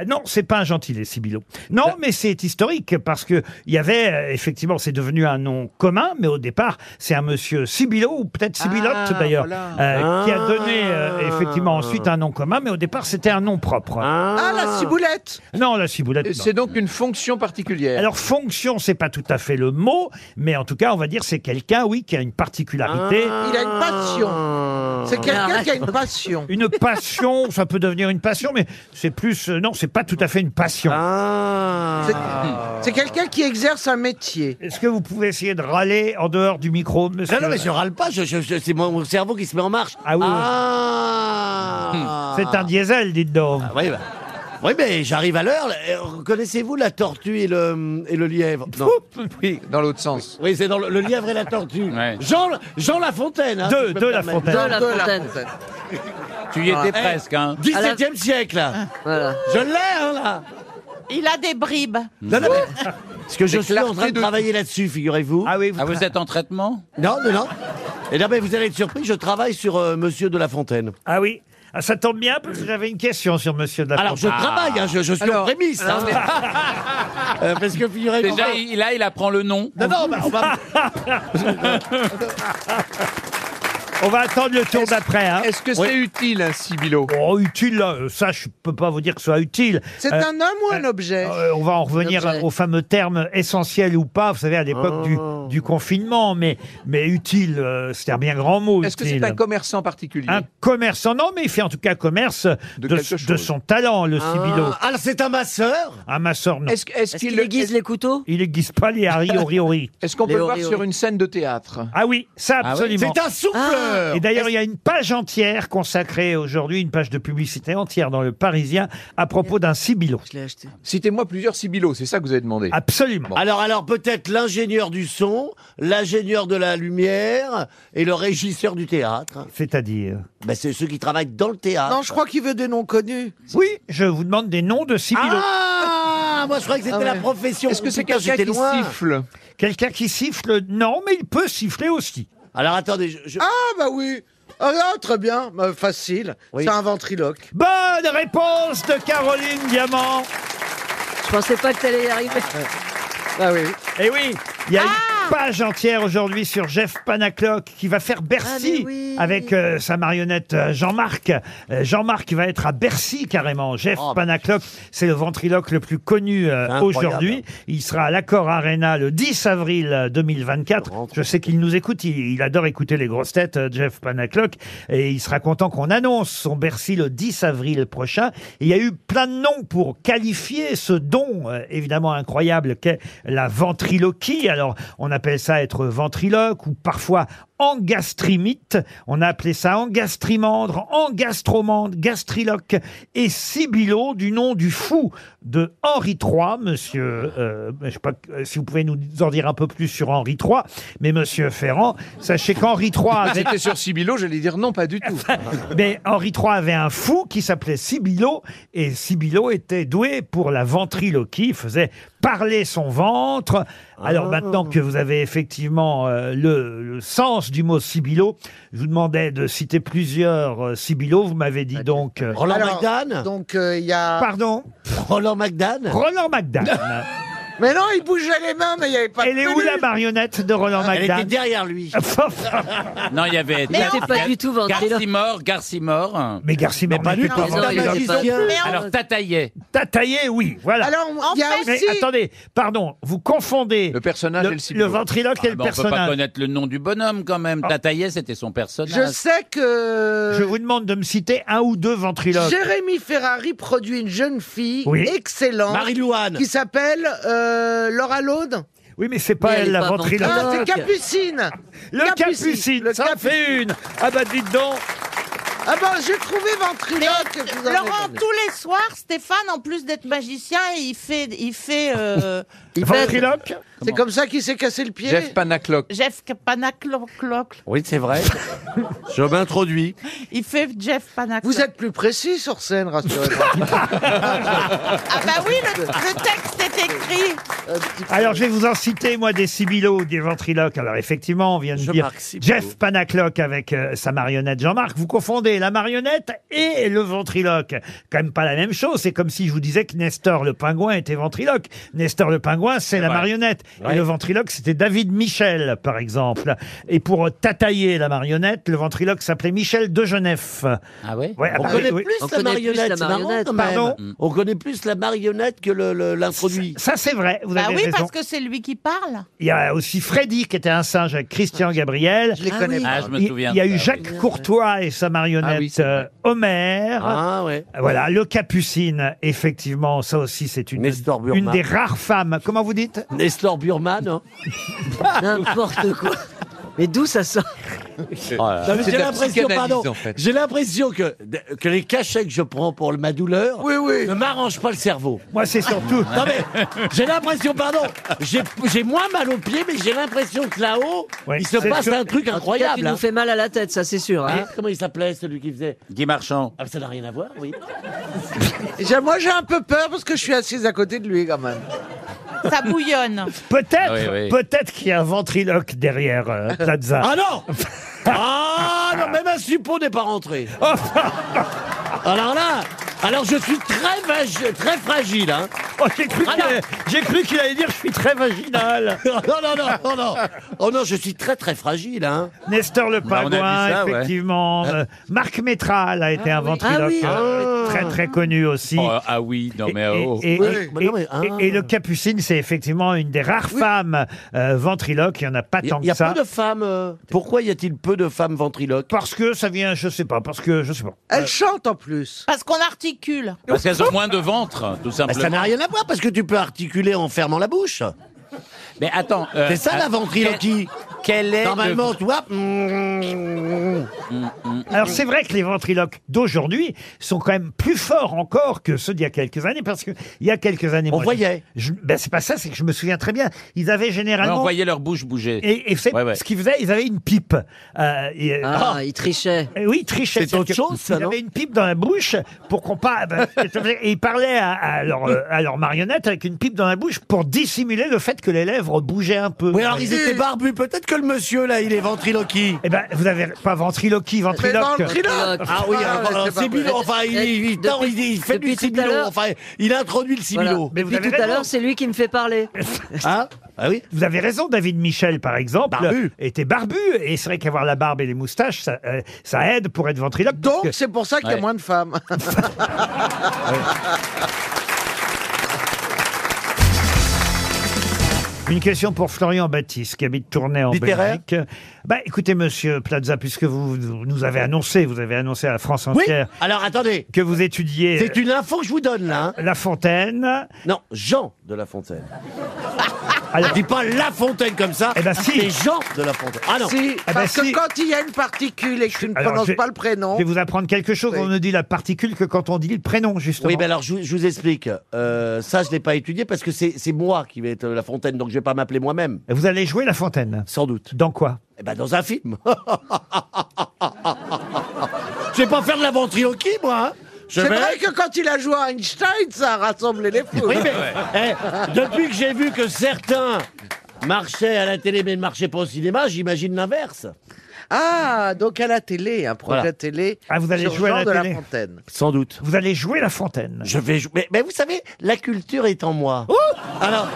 Ah Non, c'est pas un gentilé, Sibilo. Non, mais c'est historique parce que il y avait euh, effectivement, c'est devenu un nom commun, mais au départ, c'est un monsieur Sibilo ou peut-être
Ah,
Sibilote d'ailleurs, euh, qui a donné euh, effectivement ensuite un nom commun, mais au départ, c'était un nom propre.
Ah, la ciboulette.
Non, la Ciboulette.
Et
non.
C'est donc une fonction particulière.
Alors fonction, c'est pas tout à fait le mot, mais en tout cas, on va dire c'est quelqu'un, oui, qui a une particularité.
Ah. Il a une passion.
Ah.
C'est quelqu'un qui a une passion.
Une passion, ça peut devenir une passion, mais c'est plus. euh, non, c'est pas tout à fait une passion.
Ah.
C'est- C'est quelqu'un qui exerce un métier.
Est-ce que vous pouvez essayer de râler en dehors du micro, monsieur
Ah Non, non, mais je râle pas, je, je- je- c'est mon mon cerveau qui se met en marche.
Ah oui, oui.
Ah.
C'est un diesel, dites donc.
Ah, Oui, bah. Oui, mais j'arrive à l'heure. Euh, Connaissez-vous la tortue et le, et le lièvre Non.
Oui, dans l'autre sens.
Oui, c'est dans le, le lièvre et la tortue.
Ouais.
Jean, Jean Lafontaine. hein,
De-
si je peux
de
me
La
permettre.
Fontaine.
De La Fontaine.
Tu y étais presque, hein
XVIIe siècle. là.
Voilà.
Je l'ai, hein, là.
Il a des bribes.
Non, non, mais- Parce que je suis en train
clarté
de,
de-
travailler là-dessus, figurez-vous.
Ah oui, vous-
Ah, vous êtes en traitement
Non, non, non. Et là, ben, vous allez être surpris, je travaille sur euh, Monsieur de La Fontaine.
ah oui. Ah, ça tombe bien parce que j'avais une question sur Monsieur de la
Alors, je
Fontaine.
travaille, hein, je, je suis en
Alors,
prémisse. hein. Euh, parce que figurez-vous.
Déjà, il- là, il apprend le nom.
Non, non, bah, on va-
On va attendre le tour d'après. Hein.
Est-ce que c'est utile, hein, un Sibilo
Oh, utile, là, euh, ça, je peux pas vous dire que ce soit utile.
C'est
Euh,
un homme ou un objet
Euh, on va en revenir
L'objet.
au fameux terme essentiel ou pas, vous savez, à l'époque du,
Oh.
du confinement, mais, mais utile, euh, c'est un bien grand mot.
Est-ce que
utile.
c'est un commerçant particulier
Un commerçant Non, mais il fait en tout cas commerce de,
De quelque
de
chose.
son talent, le Sibilo.
Ah, alors, c'est un masseur
Un masseur, non.
Est-ce que- est-ce
Est-ce
qu'il
qu'il aiguise les couteaux
Il n'existe pas les Harry Oriori.
Est-ce qu'on peut
Les
le voir
Oreo.
sur une scène de théâtre
Ah oui, ça
Ah oui,
absolument. Ah.
C'est un souffleur
Et, d'ailleurs, il y a une page entière consacrée aujourd'hui, une page de publicité entière dans le Parisien à propos d'un Sibilo.
Citez-moi plusieurs Sibylos, c'est ça que vous avez demandé.
Absolument.
Alors, alors peut-être l'ingénieur du son, l'ingénieur de la lumière et le régisseur du théâtre.
C'est-à-dire
ben, C'est ceux qui travaillent dans le théâtre.
Non, je crois qu'il veut des noms connus.
Oui, je vous demande des noms de Sibilo.
Ah Moi, je croyais que c'était
Ah ouais.
la profession.
Est-ce que c'est
Putain,
quelqu'un
j'étais
qui
loin.
siffle Quelqu'un qui siffle Non, mais il peut siffler aussi.
Alors attendez, je...
Ah, bah oui Ah, ah, très bien, Bah, facile. C'est un ventriloque.
Bonne réponse de Caroline Diamant
Je pensais pas que t'allais y arriver.
Ah oui.
Et oui, il y a une page entière aujourd'hui sur Jeff Panaclock qui va faire Bercy avec euh, sa marionnette euh, Jean-Marc. Euh, Jean-Marc va être à Bercy carrément. Jeff Panaclock, c'est le ventriloque le plus connu euh,
incroyable.
aujourd'hui. Il sera à l'Accor Arena le 10 avril 2024. Je sais qu'il nous écoute, il, il adore écouter les grosses têtes, euh, Jeff Panaclock, et il sera content qu'on annonce son Bercy le 10 avril prochain. Et Il y a eu plein de noms pour qualifier ce don euh, évidemment incroyable qu'est la ventriloquie. Alors, on appelle ça être ventriloque ou parfois engastrimite. On a appelé ça engastrimandre, engastromande, gastriloque et sibilo du nom du fou de Henri III, monsieur, euh, je sais pas euh, si vous pouvez nous en dire un peu plus sur Henri III, mais monsieur Ferrand, sachez qu'Henri III avait...
C'était sur Sibilo, j'allais dire non, pas du tout.
Mais Henri III avait un fou qui s'appelait Sibilo, et Sibilo était doué pour la ventriloquie, il faisait parler son ventre. Alors
Ah.
maintenant que vous avez effectivement euh, le, le sens du mot Sibilo, je vous demandais de citer plusieurs euh, Sibylos, vous m'avez dit donc... euh,
Roland
Alors,
McDan
Donc, euh, il y a...
Pardon
Roland McDan
Roland McDan.
Mais non, il bougeait les mains, mais il n'y avait pas
Elle
de
est où
peluche.
la marionnette de Roland
Elle
McDan
était derrière lui.
Non, il y avait.
Mais c'est pas du tout ventriloque.
Garcimore, Garcimore.
Mais Garcimore
pas
n'était
du
pas
tout.
ventriloque.
Non, il était pas-
Mais on-
Alors, Tataillet.
Tataillé, oui, voilà.
Alors,
En
il y a
fait,
Mais
aussi...
attendez, pardon, vous confondez
Le personnage
le,
et le
le
Sibilo.
ventriloque et
Ah
le
bah, on peut pas
personnage.
connaître le nom du bonhomme quand même. Tataillet, c'était son
Je
personnage.
sais que...
Je vous demande de me citer un ou deux ventriloques.
Jérémy Ferrari produit une jeune fille
Oui.
excellente
Marie-Louane.
qui s'appelle euh, Laura Laude.
Oui, mais c'est pas
Mais elle
elle,
est
la
pas
ventriloque.
Ah, c'est
ventriloque.
Capucine
Le
Capucine,
capucine,
le
ça en fait une. Ah bah dites donc.
Ah ben, j'ai trouvé ventriloque que vous en avez
Laurent,
donné.
tous les soirs, Stéphane, en plus d'être magicien, il fait, il fait euh,
Ventriloque
C'est comme ça qu'il s'est cassé le pied
Jeff Panaclock.
Jeff Panacloc.
Oui, c'est vrai. je m'introduis.
Il fait Jeff Panacloc.
Vous êtes plus précis sur scène, rassurez-moi.
Ah bah oui, le, le texte est écrit.
Alors je vais vous en citer moi des sibylos, des ventriloques. Alors effectivement, on vient de
Je
dire
marque Sibylo.
Jeff Panaclock avec euh, sa marionnette Jean-Marc. Vous confondez la marionnette et le ventriloque. Quand même pas la même chose. C'est comme si je vous disais que Nestor le pingouin était ventriloque. Nestor le pingouin, c'est la
vrai.
marionnette. Et le ventriloque, c'était David Michel, par exemple. Et pour euh, tatailler la marionnette, le ventriloque s'appelait Michel de Genève.
Ah ouais
Ouais, ah
On
bah,
connaît
oui.
plus
On
la
connaît plus
marionnette,
la
c'est marrant,
marionnette,
quand même. Mm.
Pardon
On connaît plus la marionnette que le- le- l'introduit.
Ça, c'est vrai. Vous
Bah
avez
oui,
raison.
parce que c'est lui qui parle.
Il y a aussi Freddy qui était un singe avec Christian Gabriel.
Ah, Je les connais
oui.
pas.
Ah, je me
Il
souviens.
il y a
de
eu
ça,
Jacques Courtois et sa marionnette
Ah oui, c'est
euh, Homer.
Ah ouais.
Voilà, le Capucine, effectivement, ça aussi c'est une,
Nestor Burma.
une des rares femmes. Comment vous dites
Nestor Burman. hein.
N'importe quoi. Mais d'où ça sort
Non, mais
euh, C'est
J'ai
de la
l'impression,
psychanalyse,
pardon,
en fait.
j'ai l'impression que, que les cachets que je prends pour ma douleur
Oui, oui.
ne m'arrangent pas le cerveau.
Moi c'est surtout.
Non mais j'ai l'impression, pardon, j'ai j'ai moins mal aux pieds, mais j'ai l'impression que là-haut,
Oui,
il se
c'est
passe
sûr.
un truc
Tu
incroyable.
nous
hein.
fais mal à la tête, ça c'est sûr. hein.
Hein, Comment il s'appelait celui qui faisait
Guy Marchand.
Ah, ça n'a rien à voir, oui.
J'ai- Moi, j'ai un peu peur parce que je suis assise à côté de lui, quand même.
Ça bouillonne.
Peut-être,
Ah oui, oui.
peut-être qu'il y a un ventriloque derrière euh, Plaza.
Ah non Ah non, même un suppôt n'est pas rentré. Alors là, alors je suis très, vag- très fragile. Hein.
Oh, j'ai cru qu'il
Ah non.
allait- j'ai cru qu'il allait dire je suis très vaginal.
Non, non, non, non, non. Oh non, je suis très, très fragile. Hein.
Nestor le
Bah, on a vu
Pingouin,
ça, ouais.
effectivement. Euh, Marc Métral a été un ventriloque
Ah oui.
euh, très très connu aussi.
Oh, ah oui, non mais
Et-
oh.
et- et-
Oui,
et-
mais non, mais, hein.
et- et le capucine, c'est effectivement une des rares femmes euh, ventriloques. Il n'y en a pas
Il y a,
tant
il y a
que ça.
peu de femmes. euh, pourquoi y a-t-il peu de femmes ventriloques
Parce que ça vient, je sais pas, parce que je sais pas.
euh,
Elle chante en plus.
Parce qu'on articule.
Parce qu'elles ont moins de ventre, tout
Bah, Ça
simplement.
n'a rien à voir parce que tu peux articuler en fermant la bouche.
mais attends. euh,
C'est ça la
euh,
ventriloquie.
quel-
Quel est
Normalement,
le-
tu vois. mm,
Alors c'est vrai que les ventriloques d'aujourd'hui sont quand même plus forts encore que ceux d'il y a quelques années parce que il y a quelques années on voyait. ben c'est pas ça, c'est que je me souviens très bien. Ils avaient
Ouais,
généralement
on voyait leur bouche bouger.
et, et c'est
Ouais, ouais.
ce qu'ils faisaient, ils avaient une pipe. Euh, et-
Ah,
oh.
ils trichaient.
Eh Oui, ils trichaient.
C'est autre
C'est-à-dire
chose,
que
ça,
Ils
non
avaient une pipe dans la bouche pour qu'on pas. ben, et ils parlaient à, à leur, euh, à leur marionnette avec une pipe dans la bouche pour dissimuler le fait que les lèvres bougeaient un peu.
Oui, alors ils étaient barbus. Peut-être que le monsieur, là, il est ventriloquie.
Eh ben, vous avez pas ventriloquie, ventriloque.
Ah oui, alors, alors, Sibilo, enfin, il, il- il- non, il- il fait du Sibilo, enfin, il introduit le Sibilo.
Mais tout à l'heure, c'est lui qui me fait parler.
oui. Vous avez raison, David Michel, par exemple,
Ah, Barbu.
était barbu. Et c'est vrai qu'avoir la barbe et les moustaches, ça, euh, ça aide pour être ventriloque. Donc,
C'est pour ça qu'il y a moins de femmes.
Une question pour Florian Baptiste, qui habite Tournai en
Littéraire
Belgique. Bah, écoutez, monsieur Plaza, puisque vous, vous nous avez annoncé, vous avez annoncé à la France entière.
Alors attendez.
Que vous étudiez.
C'est une info que je vous donne là. hein.
La Fontaine.
Non, Jean de La Fontaine. Alors, dis pas La Fontaine comme ça.
Eh ben, si.
C'est Jean de La Fontaine. Ah non.
Si,
Ah
parce
bah
que
si.
quand il y a une particule et que tu ne
Alors,
prononces
je vais-
pas le prénom.
Je vais vous apprendre quelque chose. On ne dit la particule que quand on dit le prénom, justement.
Oui, ben alors je, vous- je vous explique. Euh, ça, je l'ai pas étudié parce que c'est c'est moi qui vais être La Fontaine, donc je vais pas m'appeler moi-même.
Vous allez jouer La Fontaine
Sans doute.
Dans quoi
Eh ben dans un film. je vais pas faire de la ventriloquie, moi. hein. Je
C'est
vais-
vrai que quand il a joué à Einstein, ça a rassemblé les foules.
Oui, mais eh, depuis que j'ai vu que certains marchaient à la télé mais ne marchaient pas au cinéma, j'imagine l'inverse.
Ah, donc à la télé, un projet
Voilà.
télé.
Ah, vous allez
sur
jouer à
Jean de
la télé.
la Fontaine.
Sans doute.
Vous allez jouer La Fontaine. Oh
Je vais jouer. Mais, mais vous savez, la culture est en moi. Alors,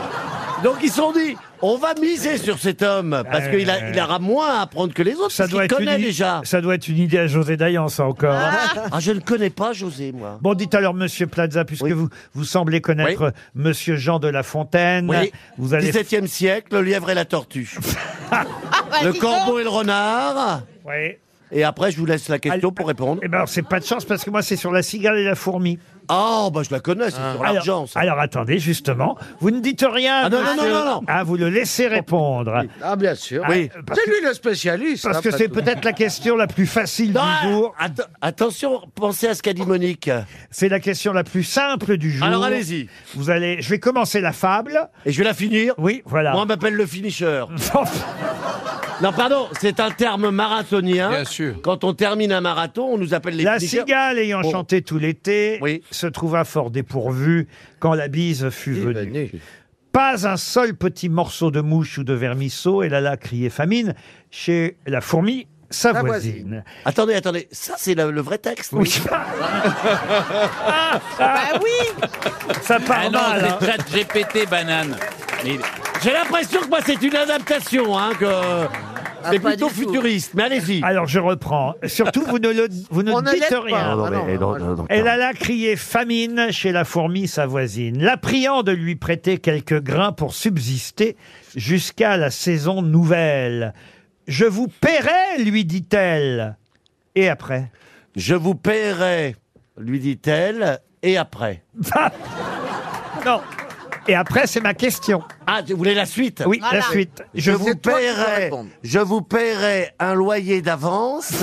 donc ils se sont dit, on va miser sur cet homme parce
Euh,
qu'il a- il aura moins à apprendre que les autres.
Ça
parce
doit,
qu'il
être
connaît
une... i-
déjà.
ça doit être une idée à José Dayan, ça encore.
Ah, je ne connais pas José, moi.
Bon, dites alors, monsieur Plaza, puisque vous, vous semblez connaître monsieur Jean de La Fontaine,
Oui.
vous allez.
17e siècle, le lièvre et la tortue.
Ah,
Bah,
le corbeau et le renard.
bah, Oui.
Et après, je vous laisse la question pour répondre.
Eh ben, alors, c'est pas de chance parce que moi, c'est sur la cigale et la fourmi.
Ah, bah je la connais, c'est sur l'argent.
Alors, alors, attendez, justement, vous ne dites rien.
Ah, non, non,
monsieur.
non, non, non.
Ah, vous le laissez répondre.
Ah, bien sûr.
Ah,
Oui.
parce
C'est lui le spécialiste.
Parce
hein,
que
pas
c'est
tout.
peut-être la question la plus facile du jour.
Ah, Att- attention, pensez à ce qu'a dit Monique.
C'est la question la plus simple du jour.
Alors, allez-y.
Vous allez, je vais commencer la fable.
Et je vais la finir.
Oui, voilà.
Moi, on m'appelle le finisher. non, pardon, c'est un terme marathonien.
Bien sûr.
Quand on termine un marathon, on nous appelle les
La
finishers.
cigale ayant
Bon.
chanté tout l'été se trouva fort dépourvue quand la bise fut venue. Pas un seul petit morceau de mouche ou de vermisseau, elle alla crier famine chez la fourmi, sa
La
voisine.
Attendez, attendez, ça c'est la- le vrai texte.
Oui.
Bah oui
Ah, Ça part
ah non,
mal, hein.
c'est Chat GPT banane. Mais
J'ai l'impression que moi c'est une adaptation, hein, que c'est
Ah, pas
plutôt
du tout.
futuriste. Mais allez-y.
Alors je reprends. Surtout, vous ne, le, vous ne
On ne
dites
l'aide pas. Ah
rien.
Ah
Non, non, mais- non, non, non.
Elle alla crier famine chez la fourmi, sa voisine, la priant de lui prêter quelques grains pour subsister jusqu'à la saison nouvelle. Je vous paierai, lui dit-elle. Et après
Je vous paierai, lui dit-elle, et après.
Non. Et après, c'est ma question.
Ah, vous voulez la suite
Oui, la suite.
Je vous paierai, je vous paierai un loyer d'avance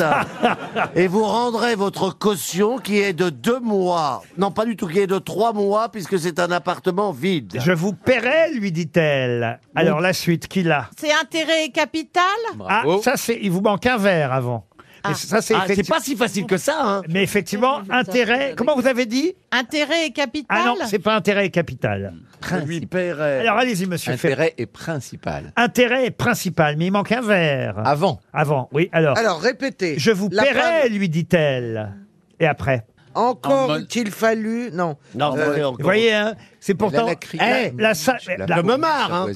et vous rendrez votre caution qui est de deux mois. Non, pas du tout, qui est de trois mois puisque c'est un appartement vide.
Je vous paierai, lui dit-elle. Alors la suite, qui l'a
C'est intérêt et capital
Ah, ça c'est. Il vous manque un verre avant. Mais ça c'est.
Oh. Ah, c'est
effecti-
pas si facile que ça, hein.
Mais effectivement, intérêt. Comment vous avez dit
Intérêt et capital
Ah non, c'est pas intérêt et capital.
Je lui paierai.
Alors allez-y, monsieur Ferré.
Intérêt est principal.
Intérêt est principal, mais il manque un verre.
Avant.
Avant, oui. Alors,
Alors, répétez.
je vous
La
paierai,
femme.
lui dit-elle. Et après
En
Encore
mode-
eût-il fallu. Non.
Non,
Euh,
mais encore-
Vous voyez, hein, c'est pourtant.
la cri-
Eh,
la-
la sa-
la-
la-
Je me marre, hein.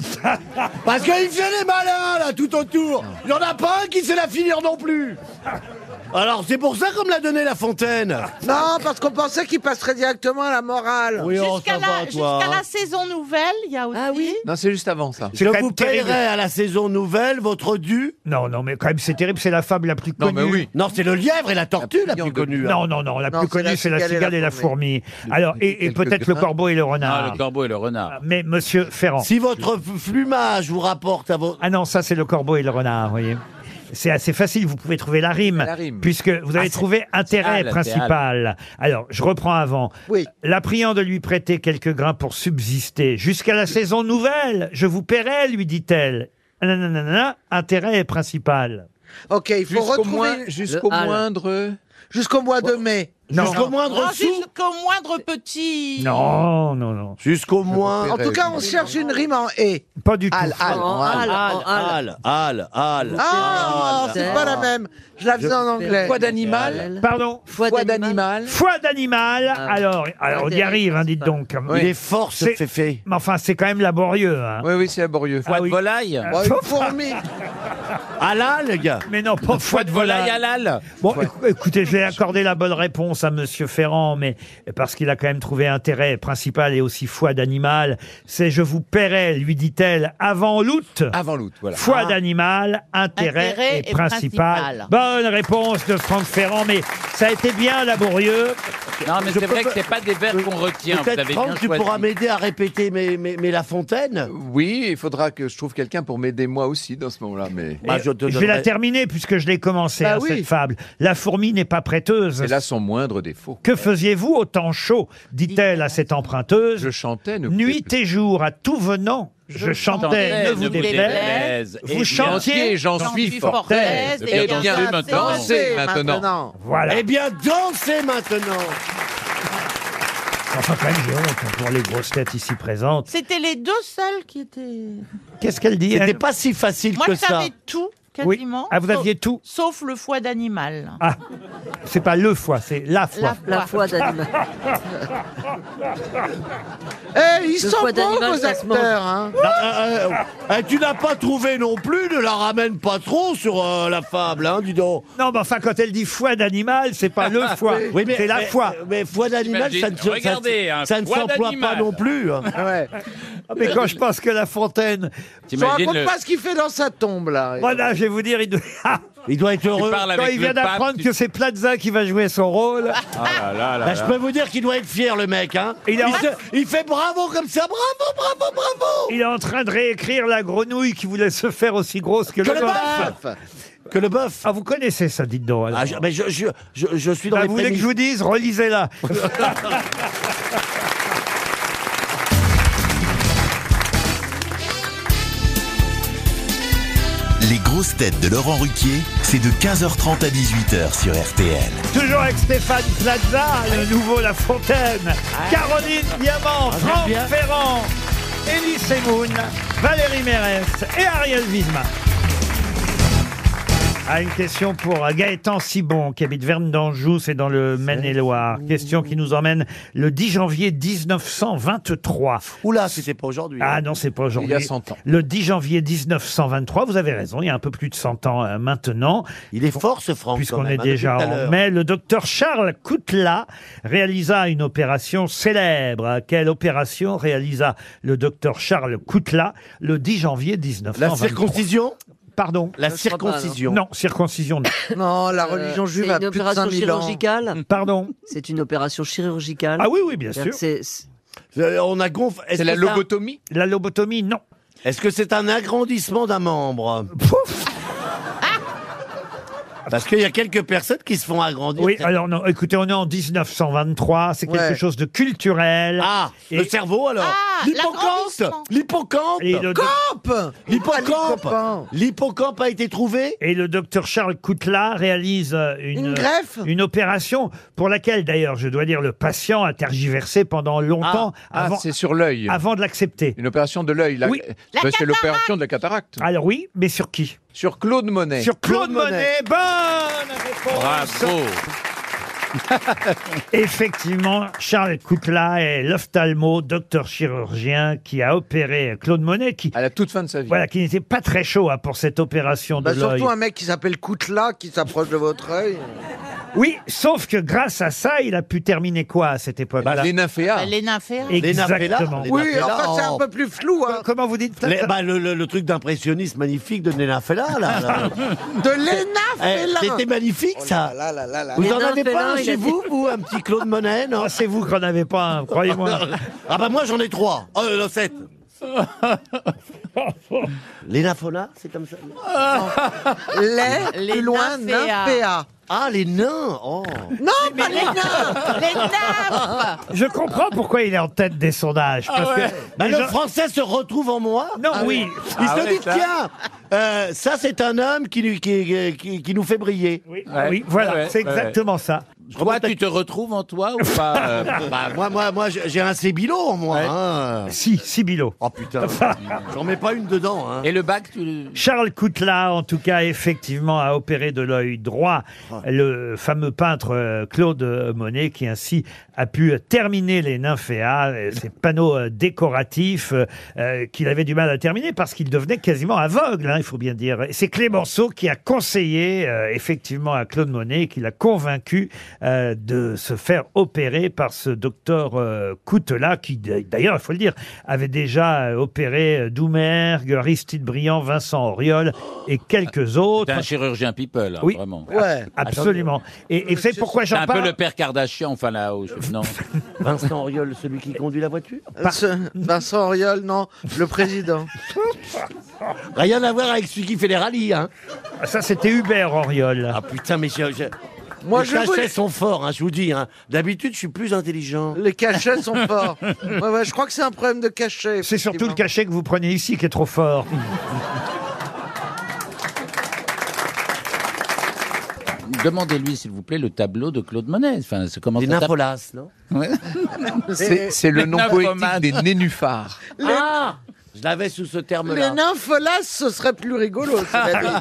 Parce qu'il fait les malins, là, tout autour. Il y en a pas un qui sait la finir non plus. Alors c'est pour ça qu'on me l'a donné la fontaine.
Non, parce qu'on pensait qu'il passerait directement à la morale.
Oui, oh,
Jusqu'à la,
ça va, toi.
hein.
jusqu'à la saison nouvelle, il y a aussi. Ah oui
Non, c'est juste avant ça.
Je vous paierai à la saison nouvelle votre dû.
Non, non, mais quand même, c'est terrible, c'est la fable la plus
Non,
connue.
mais oui. Non, c'est le lièvre et la tortue la plus connue. hein.
Non, non, non, la plus connue, c'est la cigale et la fourmi. Alors, et, et peut-être le corbeau et le renard.
Ah, le corbeau et le renard.
Mais monsieur Ferrand.
Si votre plumage vous rapporte à votre.
Ah non, ça c'est le corbeau et le renard, voyez. C'est assez facile, vous pouvez trouver la rime, puisque vous avez
Ah, c'est-
trouvé intérêt
Ah, l'intérêt.
principal. Alors, je reprends avant.
Oui.
La priant de lui prêter quelques grains pour subsister, jusqu'à la saison nouvelle, je vous paierai, lui dit-elle. Nanana, intérêt principal.
Ok, il faut
Jusqu'au
retrouver...
moins-
une-
jusqu'au Le hal. moindre-
Jusqu'au mois de mai.
Non. Jusqu'au
Non, Jusqu'au moindre petit.
Non, non, non.
Jusqu'au moins.
En tout cas, on cherche une rime en E. et.
Pas du tout.
Al, al,
En hal,
Oh, al, al.
hal, hal, hal.
Ah,
hal.
c'est pas la même. Je la faisais en anglais.
Foie d'animal.
Pardon
Foie d'animal.
Foi d'animal. Alors, alors on y arrive, hein, dites donc.
Oui. Il est fort, ce
C'est-
féfé.
Mais enfin, c'est quand même laborieux. Hein.
Oui, oui, c'est laborieux.
Ah oui.
Bon,
Foie-
une fourmi.
Halal, les gars.
Mais non, pas foie de volaille.
halal.
Bon, éc- écoutez, je vais accorder la bonne réponse à Monsieur Ferrand, mais parce qu'il a quand même trouvé intérêt principal et aussi foi d'animal. C'est je vous paierai, lui dit-elle, avant l'août.
Avant l'août, voilà.
Foi
Ah.
d'animal, intérêt,
Intérêt
et
et
principal.
principal.
Bonne réponse de Franck Ferrand, mais ça a été bien laborieux.
Non, mais
Je
c'est vrai
peux
que c'est pas des vers qu'on retient. Vous
Peut-être
avez bien
Franck, tu
choisi.
pourras m'aider à répéter mes, mes, mes La Fontaine.
Oui, il faudra que je trouve quelqu'un pour m'aider moi aussi dans ce moment-là. Mais...
Bah, je te
Je vais la
donnerai-
terminer puisque je l'ai commencé,
Bah
hein,
oui.
cette fable. La fourmi n'est pas prêteuse.
C'est là son moindre défaut.
Que faisiez-vous au temps chaud dit-elle à cette emprunteuse.
Je chantais, ne
Nuit et jour, à tout venant, je, chantais, ne vous déplaise.
déplaise. Et
Vous
bien
chantiez,
Et j'en suis fort.
fortaise,
Eh bien,
bien,
dansez
dansez
maintenant.
Voilà.
Eh bien, dansez maintenant.
Enfin, quand même, j'ai honte pour les grosses têtes ici présentes.
C'était les deux seuls qui étaient.
Qu'est-ce qu'elle dit
C'était
elle
pas si facile
Moi,
que
je
ça.
savais tout,
Oui.
quasiment.
Ah, vous aviez tout
Sauf le foie d'animal.
Ah, c'est pas le foie, c'est la
La
foie.
La foi d'animal.
Eh, ils
Le
sont
foie
bons,
d'animal,
vos
ça se mange.
acteurs. Hein.
Bah, euh,
Ah, ah, ah, eh, tu n'as pas trouvé non plus, ne la ramène pas trop sur euh, la fable, hein, dis donc.
Non, mais enfin, quand elle dit foie d'animal, c'est pas le foie, c'est la foie.
Mais, foie d'animal, ça ne, se-
Regardez,
ça,
un
ça ne
foie
s'emploie pas
d'animal.
non plus. hein.
Ouais.
Ah, Mais quand je pense que La Fontaine...
Je
T'imagines
raconte
le...
pas ce qu'il fait dans sa tombe, là.
Voilà, je vais vous dire, il doit- Ah,
Il doit être
Tu
heureux.
parles
quand
avec
il
le
vient
pape,
d'apprendre
tu-
que c'est Plaza qui va jouer son rôle...
Ah là là là
Bah,
là.
je peux vous dire qu'il doit être fier, le mec. Hein.
Il
Il,
est en-
se- il fait bravo comme ça, bravo, bravo, bravo.
Il est en train de réécrire la grenouille qui voulait se faire aussi grosse que,
Que
le
le
bœuf.
bœuf Que le bœuf
Ah, vous connaissez ça, dites donc. alors.
Ah, je, mais je, je, je- je suis dans
Ah,
les
vous voulez que
prémices.
je vous dise Relisez-la.
Les grosses têtes de Laurent Ruquier, c'est de 15h30 à 18h sur RTL.
Toujours avec Stéphane Plaza, le nouveau La Fontaine, Caroline Diamant,
Ah, j'aime
Franck
bien.
Ferrand, Elie Semoun, Valérie Mérès et Ariel Wiesman. Ah, une question pour euh, Gaëtan Sibon, qui habite Verne d'Anjou, c'est dans le Maine-et-Loire. Question qui nous emmène le 10 janvier 1923.
Oula, c'était pas aujourd'hui. hein.
Ah non, c'est pas aujourd'hui.
Il y a 100 ans.
Le 10 janvier 1923, vous avez raison, il y a un peu plus de 100 ans euh, maintenant,
Il est fort, ce Franck. quand
puisqu'on
même,
est
hein, depuis
déjà
tout à
en
l'heure.
mai. Le docteur Charles Coutla réalisa une opération célèbre. Quelle opération réalisa le docteur Charles Coutla le 10 janvier 1923
La circoncision
Pardon
La
Je crois pas,
circoncision.
Non, circoncision, non.
Non, la
Euh,
religion
c'est
juive a
une
plus de
opération
5000 ans.
chirurgicale.
Mm.
Pardon
C'est une opération chirurgicale.
Ah oui, oui, bien
C'est-à-dire
sûr.
que c'est- c'est-
Euh, On a gonf... Est-ce
C'est la
que c'est un-
lobotomie
La lobotomie, non.
Est-ce que c'est un agrandissement d'un membre
Pouf
Parce qu'il y a quelques personnes qui se font agrandir.
Oui, alors non, écoutez, on est en 1923, c'est quelque
Ouais.
chose de culturel.
Ah,
Et-
le cerveau alors
Ah, l'agrandissement.
L'hippocampe L'hippocampe
Et le, doc-
Hop
L'hippocampe L'hippocampe a été trouvé
et le docteur Charles Coutla réalise euh, une,
Une greffe
une opération pour laquelle, d'ailleurs, je dois dire, le patient a tergiversé pendant longtemps
Ah,
avant,
c'est sur l'œil.
avant de l'accepter.
Une opération de l'œil. la-
Oui.
Bah, c'est l'opération de la cataracte.
Alors oui, mais sur qui
Sur Claude Monet.
Sur Claude,
Claude
Monet.
Monet.
Bonne réponse
Bravo.
Effectivement, Charles Coutla est l'ophtalmo, docteur chirurgien qui a opéré Claude Monet. Qui, à la toute fin de sa vie. Voilà, qui n'était pas très chaud hein, pour cette opération
Bah,
de l'œil.
surtout un mec qui s'appelle Coutla qui s'approche de votre œil.
Oui, sauf que grâce à ça, il a pu terminer quoi à cette époque-là
les
Bah, les nymphéas.
Exactement.
Oui, enfin, c'est un peu plus flou. Hein.
Comment vous dites
Les- bah, le, le- le truc d'impressionniste magnifique de Néna Fella, là. là.
De l'ENAF
Eh, C'était magnifique,
Oh
ça. Vous en avez pas un chez vous, vous, un petit Claude Monet non
Ah, C'est vous qui n'en avez pas un, croyez-moi.
ah bah moi, j'en ai trois. Oh, euh, non, sept. Léna Fola, c'est comme ça
Les,
Les
plus loin,
nymphéas.
nymphéa.
Ah, les nains oh.
Non, pas
les
les
nains.
nains
Les nains.
Je comprends pourquoi il est en tête des sondages. Parce
Ah ouais.
que
Bah,
les
le
gens-
français se retrouve en moi
Non, oui.
Il
Ah
se
ouais,
dit,
ça.
tiens, euh, ça c'est un homme qui, lui- qui, qui, qui nous fait briller. Oui,
Oui, voilà, c'est exactement ça.
Toi, tu te retrouves en toi ou pas euh,
Bah, moi, moi, moi j'ai j'ai un sébilo en moi. hein.
Si, Sibilo.
Oh putain, j'en mets pas une dedans. hein.
Et le bac, tu le...
Charles Coutla, en tout cas, effectivement, a opéré de l'œil droit
Ah.
le fameux peintre euh, Claude Monet, qui ainsi a pu terminer les nymphéas, euh, ces panneaux euh, décoratifs euh, euh, qu'il avait du mal à terminer parce qu'il devenait quasiment aveugle, hein, il faut bien dire. Et C'est Clémenceau qui a conseillé euh, effectivement à Claude Monet, et qui l'a convaincu euh, de se faire opérer par ce docteur euh, Coutela, qui d'ailleurs, il faut le dire, avait déjà euh, opéré euh, Doumergue, Aristide Briand, Vincent Auriol et quelques
T'es
autres.
un chirurgien people, hein,
Oui.
vraiment.
Ouais.
Absolument. Et, et c'est pourquoi
T'es
j'en
un peu
parle.
le père Kardashian, enfin là-haut. je- Non.
Vincent Auriol, celui qui conduit la voiture
Euh, Ce- Vincent Auriol, non, le président.
Rien à voir avec celui qui fait les rallyes. Hein.
Ah, Ça, c'était Hubert Auriol.
Ah putain, mais je, je-
Moi,
les
je
cachets
voulais-
sont forts, hein, je vous dis. hein. D'habitude, je suis plus intelligent.
Les cachets sont forts. Ouais, ouais, je crois que c'est un problème de cachet.
C'est surtout le
effectivement.
cachet que vous prenez ici qui est trop fort.
Demandez-lui, s'il vous plaît, le tableau de Claude Monet. Enfin, c'est comment
Des
ça s'appelle
nympholas, non
Ouais.
C'est c'est le
Les
nom
nymphomanes.
poétique des nénuphars.
Ah Je l'avais sous ce
Les
terme-là.
nympholas, ce serait plus rigolo. cela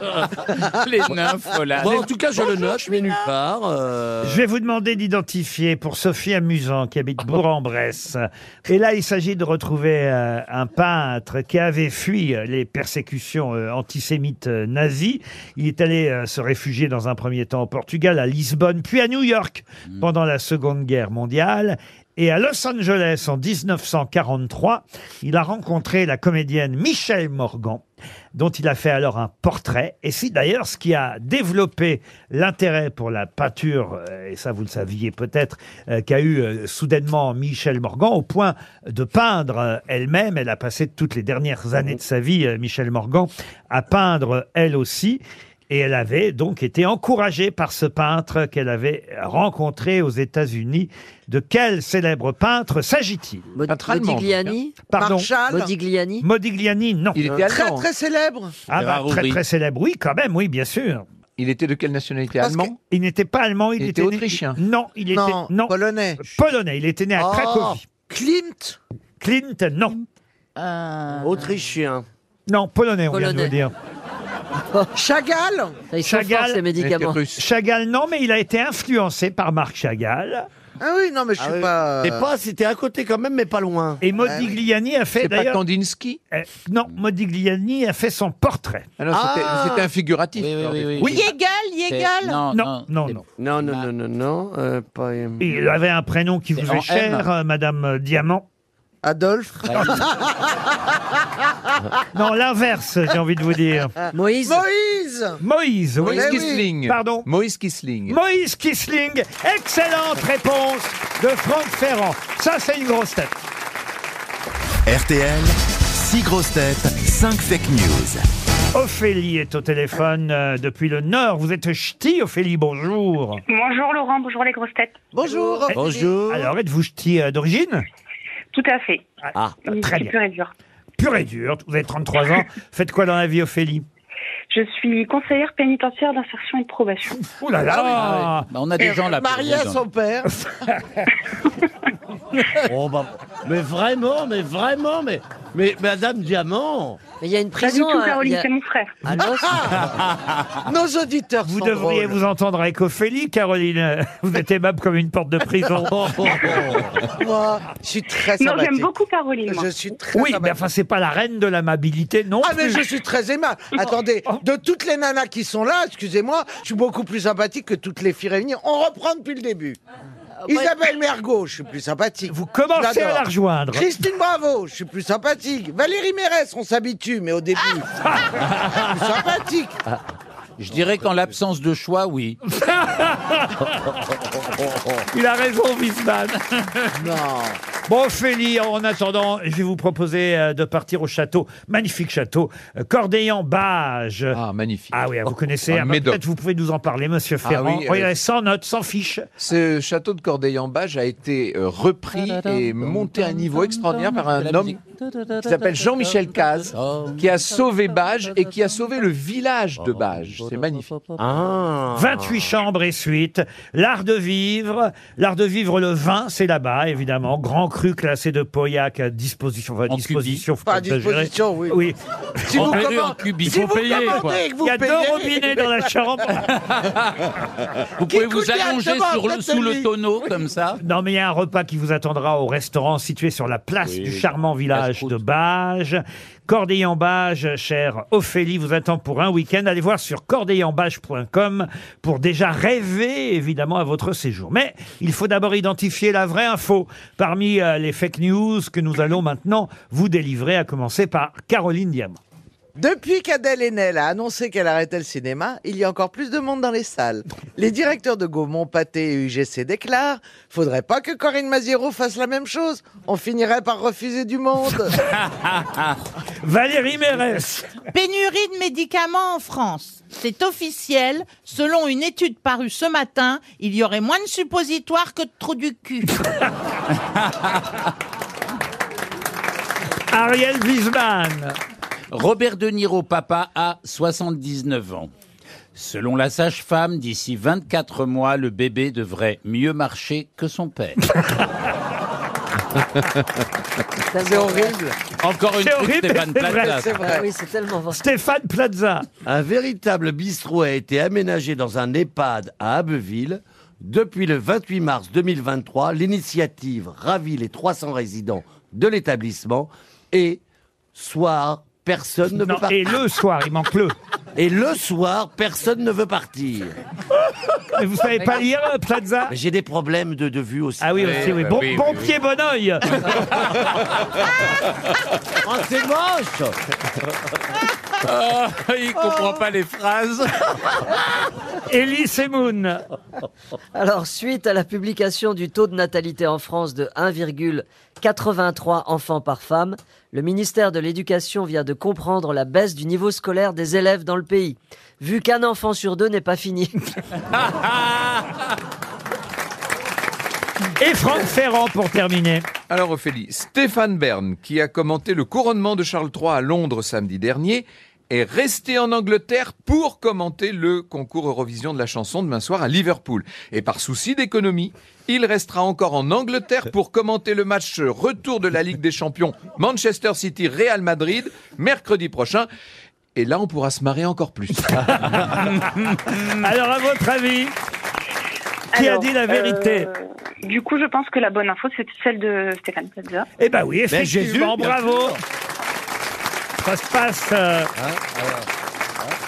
dit.
Les nympholas.
Bon, en tout cas, je le note, mais nulle part. euh,
Je vais vous demander d'identifier pour Sophie Amusant qui habite Bourg-en-Bresse. Et là, il s'agit de retrouver euh, un peintre qui avait fui euh, les persécutions euh, antisémites euh, nazies. Il est allé euh, se réfugier dans un premier temps au Portugal, à Lisbonne, puis à New York pendant la Seconde Guerre mondiale. Et à Los Angeles, en 1943, il a rencontré la comédienne Michelle Morgan, dont il a fait alors un portrait. Et c'est d'ailleurs ce qui a développé l'intérêt pour la peinture, euh, et ça vous le saviez peut-être, euh, qu'a eu euh, soudainement Michel Morgan, au point de peindre euh, elle-même. Elle a passé toutes les dernières années de sa vie, euh, Michel Morgan, à peindre euh, elle aussi. Et elle avait donc été encouragée par ce peintre qu'elle avait rencontré aux États-Unis. De quel célèbre peintre s'agit-il
Mod-
Peintre allemand,
Modigliani
Pardon.
Marshall, Euh,
Modigliani
Modigliani, non.
Il était
très
allemand.
très célèbre.
Ah bah,
Gérard
très
Roubry.
très célèbre, oui, quand même, oui, bien sûr.
Il était de quelle nationalité
Parce que-
Allemand
Il n'était pas allemand, il,
Il était
né-
autrichien.
Non, il était
Non,
non
polonais.
polonais. Il était né à
Oh.
Cracovie.
Klimt.
Clint, non,
Euh,
Autrichien.
non polonais, on vient
Polonais.
de le dire.
Chagall.
Ça, Ils sont
Chagall.
forts, ces
Il était
médicaments.
russe.
Chagall, non, mais il a été influencé par Marc Chagall.
Ah oui, non, mais je suis
Ah oui.
pas.
T'es pas, c'était à côté quand même, mais pas loin.
Et Modigliani a fait
C'est pas
d'ailleurs.
Kandinsky
euh, non, Modigliani a fait son portrait.
Ah non, c'était-
Ah
c'était un figuratif.
Oui, oui, oui. oui.
Yegel,
C'est-
Yegel.
Non,
Non,
non.
non,
C'est-
non.
Non, non, non, non, non. euh, pas...
Il avait un prénom qui vous
Mm. en
est cher,
M.
euh, Madame euh, Diamant. Ah,
Adolphe.
Non, l'inverse, j'ai envie de vous dire.
Moïse
Moïse.
Moïse, oui.
Moïse
oui.
Kisling.
Pardon.
Moïse Kisling.
Moïse Kisling, excellente réponse de Franck Ferrand. Ça, c'est une grosse tête.
RTL, 6 grosses têtes, 5 fake news.
Ophélie est au téléphone euh, depuis le Nord. Vous êtes ch'ti, Ophélie, bonjour.
Bonjour Laurent, bonjour les grosses têtes.
Bonjour.
Bonjour.
Alors, êtes-vous ch'ti euh, d'origine
Tout à fait.
Ah.
Ah, Très
Je suis
bien.
pure et dure.
Pur et dur, vous avez 33 ans. Faites quoi dans la vie, Ophélie
Je suis conseillère pénitentiaire d'insertion et de probation.
Oh là là
Bah, on a des gens là. pour
Marié à
raison.
son père.
Oh, bah, mais vraiment, mais vraiment, mais, mais Madame Diamant.
Mais il y a Ah une
Pas du tout, Caroline, c'est mon frère.
Nos auditeurs
Vous
sont
devriez
drôles.
vous entendre avec Ophélie, Caroline. Vous êtes aimable comme une porte de prison.
Oh. Moi, je suis très
Non, j'aime
sympathique.
beaucoup Caroline. moi.
Je suis très
oui, mais
sympathique.
enfin, c'est pas la reine de l'amabilité, non
Ah mais
plus. Oh.
je suis très aimable. Attendez, de toutes les nanas qui sont là, excusez-moi, je suis beaucoup plus sympathique que toutes les filles réunies. On reprend depuis le début. Isabelle Mergot, je suis plus sympathique. Vous
commencez à la rejoindre.
Christine Bravo, je suis plus sympathique. Valérie Mérès, on s'habitue, mais au début, je suis plus sympathique.
Ah. Je dirais qu'en l'absence de choix, oui.
Il a raison, Wiesmann.
Non.
Bon, Ophélie, en attendant, je vais vous proposer euh, de partir au château, magnifique château, euh, Cordeillan-Bage. Ah, magnifique. Ah oui, ah, vous connaissez.
Ah,
ah, bah,
Médoc.
Peut-être vous pouvez nous en parler, monsieur
Ah
Ferrand.
oui, euh,
Regardez, sans notes, sans fiches.
Ce château de Corday-en-Bage a été euh, repris et monté à un niveau extraordinaire par un homme qui s'appelle Jean-Michel Caz, qui a sauvé Bage et qui a sauvé le village de Bage. C'est magnifique.
28 chambres et suites, l'art de vivre, l'art de vivre le vin, c'est là-bas évidemment, grand cru classé de Pauillac à disposition, enfin, disposition, faut
Pas à
exagérer.
disposition, oui.
Oui.
Si vous Rendu en commandez- cubie. si
Faut
vous
payer,
commandez
quoi.
et que vous
Il y a
payez.
deux robinets dans la chambre.
Vous pouvez vous
coûte
allonger
directement
sur
en
le,
tête
sous
de
le
lit.
tonneau, comme ça.
Non, mais il y a un repas qui vous attendra au restaurant situé sur la place
Oui,
du charmant village de Bage. Cordeillan-Bage, chère Ophélie, vous attend pour un week-end. Allez voir sur cordeillanbage.com pour déjà rêver, évidemment, à votre séjour. Mais il faut d'abord identifier la vraie info parmi euh, les fake news que nous allons maintenant vous délivrer, à commencer par Caroline Diamant.
Depuis qu'Adèle Haenel a annoncé qu'elle arrêtait le cinéma, il y a encore plus de monde dans les salles. Les directeurs de Gaumont, Pathé et UGC déclarent « Faudrait pas que Corinne Maziero fasse la même chose. On finirait par refuser du monde.
Valérie Mérès.
Pénurie de médicaments en France. C'est officiel. Selon une étude parue ce matin, il y aurait moins de suppositoires que de trous du cul.
Ariel Wiesmann.
Robert De Niro, papa, a 79 ans. Selon la sage-femme, d'ici 24 mois, le bébé devrait mieux marcher que son père.
C'est horrible.
Encore une
C'est
truc,
horrible,
Stéphane
mais c'est vrai,
Plaza.
c'est vrai.
Ah oui, c'est tellement vrai.
Stéphane Plaza.
Un véritable bistrot a été aménagé dans un EHPAD à Abbeville. Depuis le 28 mars 2023, l'initiative ravit les 300 résidents de l'établissement et soir, personne ne
Non,
veut partir.
et le soir, il manque le.
Et le soir, personne ne veut partir.
Mais vous savez pas lire, euh, Plaza
Mais J'ai des problèmes de, de vue aussi.
Ah oui, aussi, oui. Bon, bon pied, bon oeil.
Oh, c'est moche
Ah, il comprend pas les phrases.
Elie Moon.
Alors, suite à la publication du taux de natalité en France de 1,83 enfants par femme, le ministère de l'Éducation vient de comprendre la baisse du niveau scolaire des élèves dans le pays, vu qu'un enfant sur deux n'est pas fini.
Et Franck Ferrand pour terminer.
Alors Ophélie, Stéphane Bern, qui a commenté le couronnement de Charles III à Londres samedi dernier, est resté en Angleterre pour commenter le concours Eurovision de la chanson demain soir à Liverpool. Et par souci d'économie, il restera encore en Angleterre pour commenter le match retour de la Ligue des Champions Manchester City-Real Madrid mercredi prochain. Et là, on pourra se marrer encore plus.
Alors, à votre avis, qui
Alors,
a dit la vérité
euh, Du coup, je pense que la bonne info, c'est celle de Stéphane Plaza.
Eh ben oui,
Ben, Jésus,
effectivement,
bien
bravo.
sûr.
Ça se passe. euh,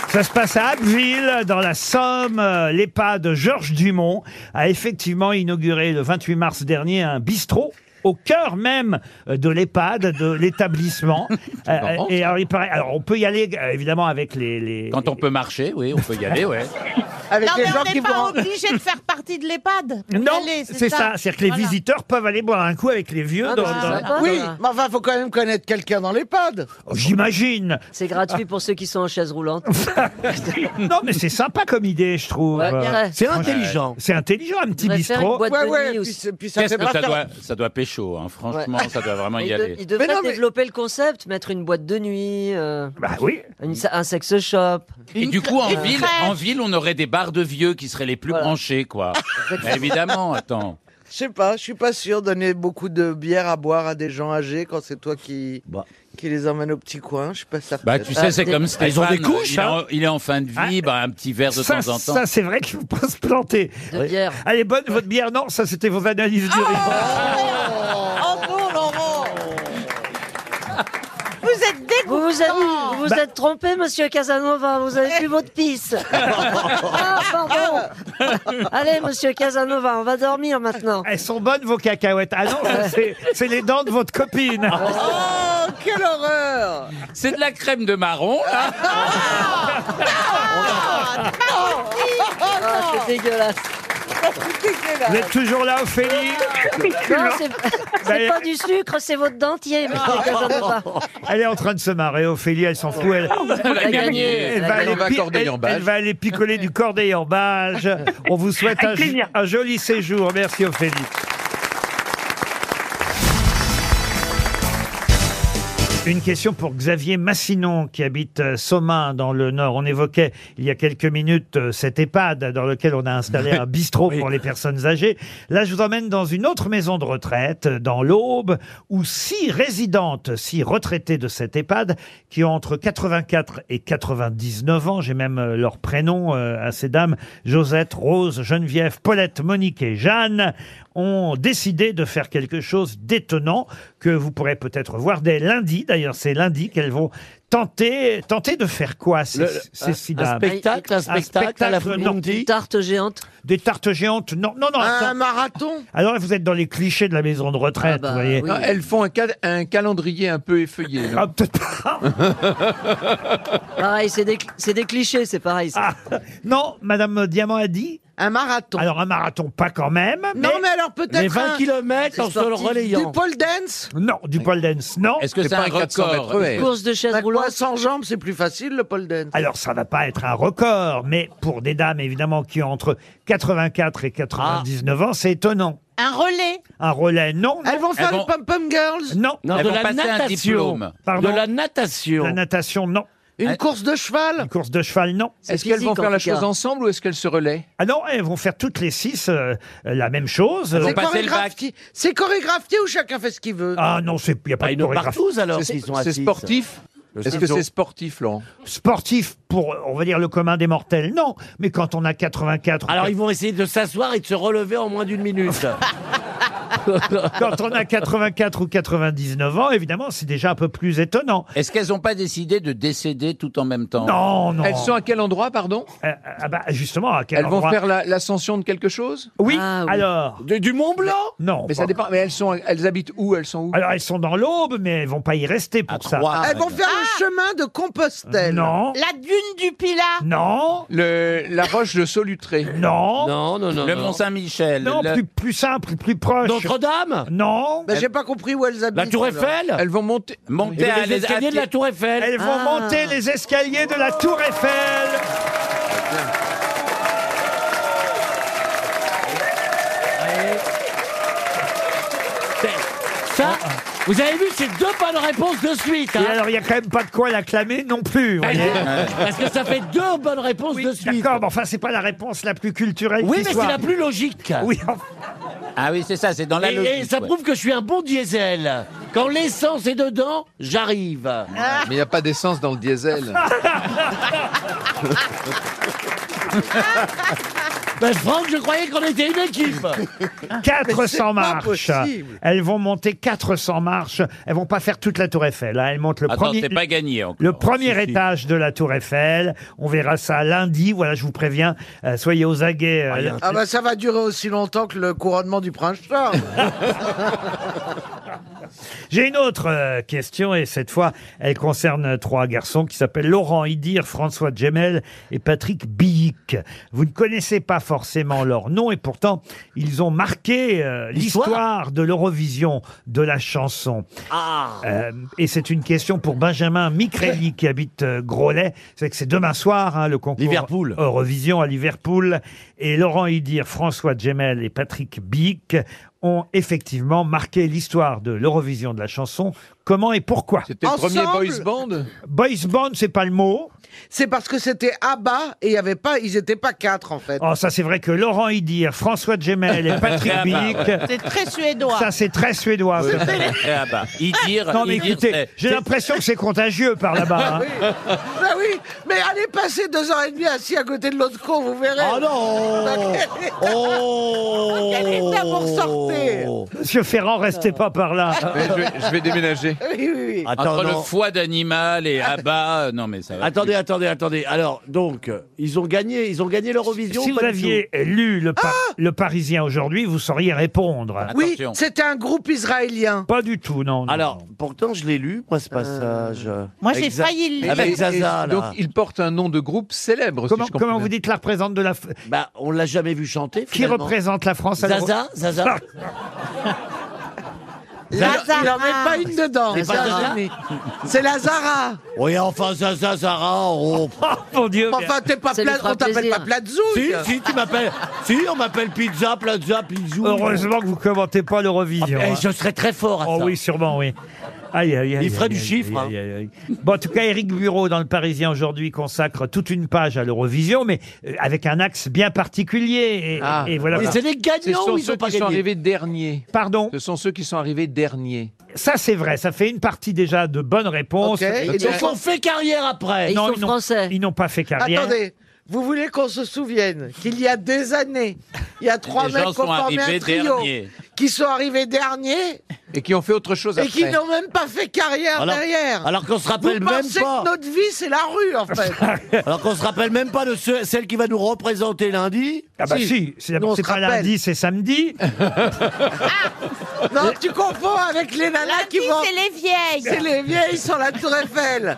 Ça se passe à Abbeville, dans la Somme. Euh, L'EHPAD Georges Dumont a effectivement inauguré le 28 mars dernier un bistrot au cœur même euh, de l'EHPAD, de l'établissement. Euh,
marrant,
et alors, il paraît- alors, on peut y aller euh, évidemment avec les... les-
Quand on peut marcher, oui, on peut y aller, ouais.
Avec
non,
les
mais
gens
on
qui
n'est
vont...
pas obligé de faire partie de l'EHPAD. Vous
Non,
y allez,
c'est ça. C'est-à-dire que les
Voilà.
visiteurs peuvent aller boire un coup avec les vieux.
Ah,
dans-
bah, c'est
dans-
sympa.
Oui,
ça.
mais enfin, faut quand même connaître quelqu'un dans l'EHPAD.
Oh, J'imagine.
C'est gratuit pour ceux qui sont en chaise roulante.
Non, mais c'est sympa comme idée, je trouve.
Ouais, c'est vrai.
C'est intelligent.
C'est intelligent, un petit
Devrait faire une
bistrot.
boîte
Ouais,
de
ouais,
nuit
puis,
aussi.
c'est- puis ça
Qu'est-ce
fait
que
pas
ça
faire-
doit, ça doit pécho, hein. franchement, ça doit vraiment y
Il, de-
aller.
il devrait
Mais non, mais-
développer le concept, mettre une boîte de nuit, euh,
Bah oui.
une sa- un sex shop.
Et
Une
du coup, en
crêpe.
ville, en ville, on aurait des bars de vieux qui seraient les plus
Voilà.
branchés, quoi. Mais évidemment, attends.
Je sais pas, je suis pas sûr. Donner beaucoup de bière à boire à des gens âgés quand c'est toi qui, qui les emmène au petit coin, je suis pas certain.
Bah, tu sais, c'est comme
ça. Ah,
Ah,
Stéphane. il, est
hein.
en, il est en fin de vie, bah, un petit verre de
ça,
temps en temps.
ça, c'est vrai que je vous pense planter. Oui. Elle est bonne, votre bière Non, ça, c'était vos analyses du riz.
Oh non, Laurent
Vous êtes dégoûtant Vous vous êtes, vous vous
Bah-
êtes trompé, monsieur Casanova, vous avez bu votre pisse Ah, pardon Allez, monsieur Casanova, on va dormir maintenant.
Elles sont bonnes, vos cacahuètes. Ah non, ça, c'est- c'est les dents de votre copine.
Oh, quelle horreur
C'est de la crème de marron, là.
Ah, c'est dégueulasse
Vous êtes toujours Bah, là, Ophélie
Non, c'est c'est pas du sucre, c'est votre dentier, monsieur
Ah.
Casanova.
Elle est en train de se marrer, Ophélie, elle s'en fout. Elle,
Elle a gagné.
Elle
Elle
va, aller
va
pi-
cordeiller
elle-
en bâche.
elle va aller picoler du cordeil en bâche. On vous souhaite un,
Avec plaisir.
un joli séjour. Merci, Ophélie. Une question pour Xavier Massinon qui habite euh, Somain dans le Nord. On évoquait il y a quelques minutes euh, cet EHPAD dans lequel on a installé un bistrot pour les personnes âgées. Là, je vous emmène dans une autre maison de retraite euh, dans l'Aube où six résidentes, six retraitées de cet EHPAD qui ont entre 84 et 99 ans, j'ai même euh, leur prénom euh, à ces dames, Josette, Rose, Geneviève, Paulette, Monique et Jeanne, ont décidé de faire quelque chose d'étonnant que vous pourrez peut-être voir dès lundi. D'ailleurs, c'est lundi qu'elles vont tenter, tenter de faire quoi ces,
Le-
ces
un-
six
un
dames
spectacle, un spectacle à la
spectacle,
Fondue
non.
Des
tartes géantes
Des tartes géantes, non, non, non.
Un
attends.
marathon
Alors là, vous êtes dans les clichés de la maison de retraite, vous
Ah
voyez.
Non, ah, elles font un, cal- un calendrier un peu effeuillé. non
Ah, peut-être pas.
Pareil, c'est des, c'est des clichés, c'est pareil. ça.
Ah, Non, Madame Diamant a dit.
Un marathon.
Alors un marathon, pas quand même.
Non, mais alors peut-être
Les
un-
kilomètres
C'est sportif. Du pole dance
Non, du pole dance, non.
Est-ce que C'est c'est pas un un 400 record mètres, ouais. Une course
de chaise
roulante sans jambes, c'est plus facile le pole dance.
Alors, ça va pas être un record, mais pour des dames, évidemment, qui ont entre 84 et
Ah.
99 ans, c'est étonnant.
Un relais
Un relais, non.
Elles vont faire les pom-pom girls
Non.
Non, de la natation.
Pardon.
De la natation.
La natation, non.
Une course de cheval
Une course de cheval, non.
Est-ce qu'elles vont faire la chose ensemble ou est-ce qu'elles se relaient
Ah non, elles vont faire toutes les six euh, euh, la même chose.
C'est chorégraphié. C'est chorégraphié ou chacun fait ce qu'il veut
Ah non, il n'y a pas de chorégraphie.
C'est c'est sportif Est-ce que c'est sportif, Laurent
Sportif pour, on va dire, le commun des mortels, non. Mais quand on a 84...
Alors ils vont essayer de s'asseoir et de se relever en moins d'une minute.
Quand on a 84 ou 99 ans, évidemment, c'est déjà un peu plus étonnant.
Est-ce qu'elles n'ont pas décidé de décéder tout en même temps
Non, non.
Elles sont à quel endroit, pardon
Euh, ah bah, justement, à quel
Elles vont
endroit
faire la- l'ascension de quelque chose
Oui,
Ah
Ah
alors...
du Mont Blanc
Non.
Mais ça dépend. Mais elles, sont, elles habitent où Elles sont où Ah,
Alors, elles sont dans l'aube, mais elles vont pas y rester pour ça.
Elles vont faire le chemin de Compostelle.
Ah, Non.
La dune du Pilat
Non.
Le, la roche de Solutré.
Non.
Non, non, non.
Le
non.
Mont-Saint-Michel.
Non,
le-
plus, plus simple, plus proche.
Notre-Dame
Non.
Bah, J'ai pas compris où elles habitent.
La Tour
alors.
Eiffel
Elles vont monter.
Monter
Les
à les-
escaliers
à-
de la Tour Eiffel
Elles vont
Ah.
monter les escaliers de la Tour Eiffel.
Ça, vous avez vu, c'est deux bonnes réponses de suite. hein.
Ah. Et alors, il n'y a quand même pas de quoi l'acclamer non plus. vous voyez.
Parce que ça fait deux bonnes réponses de suite.
D'accord, mais enfin, c'est pas la réponse la plus culturelle
Oui,
qui
mais
soit.
c'est la plus logique.
Oui, enfin,
Ah oui, c'est ça, c'est dans la
Et-
logique.
et, ça
ouais.
prouve que je suis un bon diesel. Quand l'essence est dedans, j'arrive.
Mais il n'y a pas d'essence dans le diesel.
Ben, Franck, je croyais qu'on était une équipe.
400
Mais Ah, c'est pas
marches.
possible.
Elles vont monter 400 marches. Elles vont pas faire toute la Tour Eiffel. hein. Elles montent le
Attends,
premier.
t'es pas gagné encore.
Le premier étage de la Tour Eiffel, on verra ça lundi. Voilà, je vous préviens, euh, soyez aux aguets. euh, là-
Ah bah ça va durer aussi longtemps que le couronnement du prince Charles.
J'ai une autre euh, question et cette fois, elle concerne euh, trois garçons qui s'appellent Laurent Idir, François Gemel et Patrick Billic. Vous ne connaissez pas forcément leur nom et pourtant, ils ont marqué euh, l'histoire de l'Eurovision de la chanson.
Ah.
Euh, et c'est une question pour Benjamin Micrelli qui habite euh, Groslay. C'est que c'est demain soir hein, le concours
Liverpool.
Eurovision à Liverpool. Et Laurent Idir, François Gemel et Patrick Bic ont effectivement marqué l'histoire de l'Eurovision de la chanson Comment et pourquoi C'était
le premier Ensemble boys band
Boys band, c'est pas le mot.
C'est parce que c'était Abba et il y avait pas, ils n'étaient pas quatre en fait.
Oh, ça c'est vrai que Laurent Idir, François Gemel et Patrick
Ah bah,
Bic.
ouais.
C'est très suédois.
Ça c'est très suédois.
Oui.
c'est vrai.
Eh, ah bah, il tire,
non mais
il tire,
écoutez,
c'est-
j'ai
c'est-
l'impression que c'est contagieux par là-bas. hein.
Bah oui, mais allez passer deux heures et demie assis à côté de l'autre con, vous verrez.
Ah,
Oh non
Oh
Quel état vous ressortez
Monsieur Ferrand, restez pas par là.
Mais je vais- je vais déménager.
Oui, oui, oui.
non.
Entre le foie d'animal et Abba, euh, non mais ça va.
Attendez, attendez, attendez. Alors, donc, euh, ils ont gagné, ils ont gagné l'Eurovision.
Si
pas
vous
du
aviez
tout
lu le, Par- le Parisien aujourd'hui, vous sauriez répondre.
Ah Oui, c'était un groupe israélien.
Pas du tout, non.
Alors, pourtant, je l'ai lu, moi, ce passage.
Euh,
Moi, j'ai
Avec Za-
failli le lire.
Avec
Et-
Zaza,
et
là.
Donc il porte un nom de groupe célèbre.
Comment,
si je comprends
comment
bien.
vous dites la représente de la F-
Bah, on l'a jamais vu chanter.
qui
finalement.
représente la France à l'Euro-
Zaza, Zaza.
Lazara. Il n'en met pas une dedans.
C'est pas
un
Zaza
génie. C'est Lazara.
Oui, enfin, Zaza, Zara, oh.
Mon Dieu. mais-
Enfin, t'es pas
Ça lui
pla-
fera
on t'appelle
plaisir.
pas Platzou.
Si, si, tu m'appelles. Si, on m'appelle Pizza, Plaza, Pizzou.
Heureusement que vous commentez pas l'Eurovision.
Eh,
hein.
je serais très fort à
Oh
ça.
oui, sûrement, oui. Aïe, aïe, aïe,
Il ferait
aïe,
du
aïe,
chiffre, hein.
aïe, aïe, aïe. Bon, en tout cas, Éric Bureau, dans le Parisien aujourd'hui, consacre toute une page à l'Eurovision, mais euh, avec un axe bien particulier. Et,
Ah.
et voilà.
Mais c'est les
Ce
gagnants
sont
ou ils
ceux
ont pas
qui sont
gagné
arrivés derniers.
Pardon,
Ce sont ceux qui sont arrivés derniers.
ça c'est vrai, ça fait une partie déjà de bonnes réponses. Euh,
Ok, et
Et donc,
donc-
on fait carrière après.
Et ils
Non,
sont
ils n'ont-
français.
Ils n'ont pas fait carrière.
Attendez, vous voulez qu'on se souvienne qu'il y a des années, il y a trois
Les
mecs
gens
qui ont
sont
formé un
arrivés
trio,
derniers.
qui sont arrivés derniers
Et qui ont fait autre chose
et
après.
qui n'ont même pas fait carrière
Alors,
derrière.
alors qu'on se
vous
rappelle même
pensez
pas.
que notre vie, c'est la rue, en fait.
Alors qu'on se rappelle même pas de ce- celle qui va nous représenter lundi.
Ah bah si,
Si.
c'est
Nous, on
c'est
se
pas
rappelle.
lundi, c'est samedi.
non, tu confonds avec les nanas
Lundi,
qui vont...
c'est les vieilles.
C'est les vieilles sur la Tour Eiffel.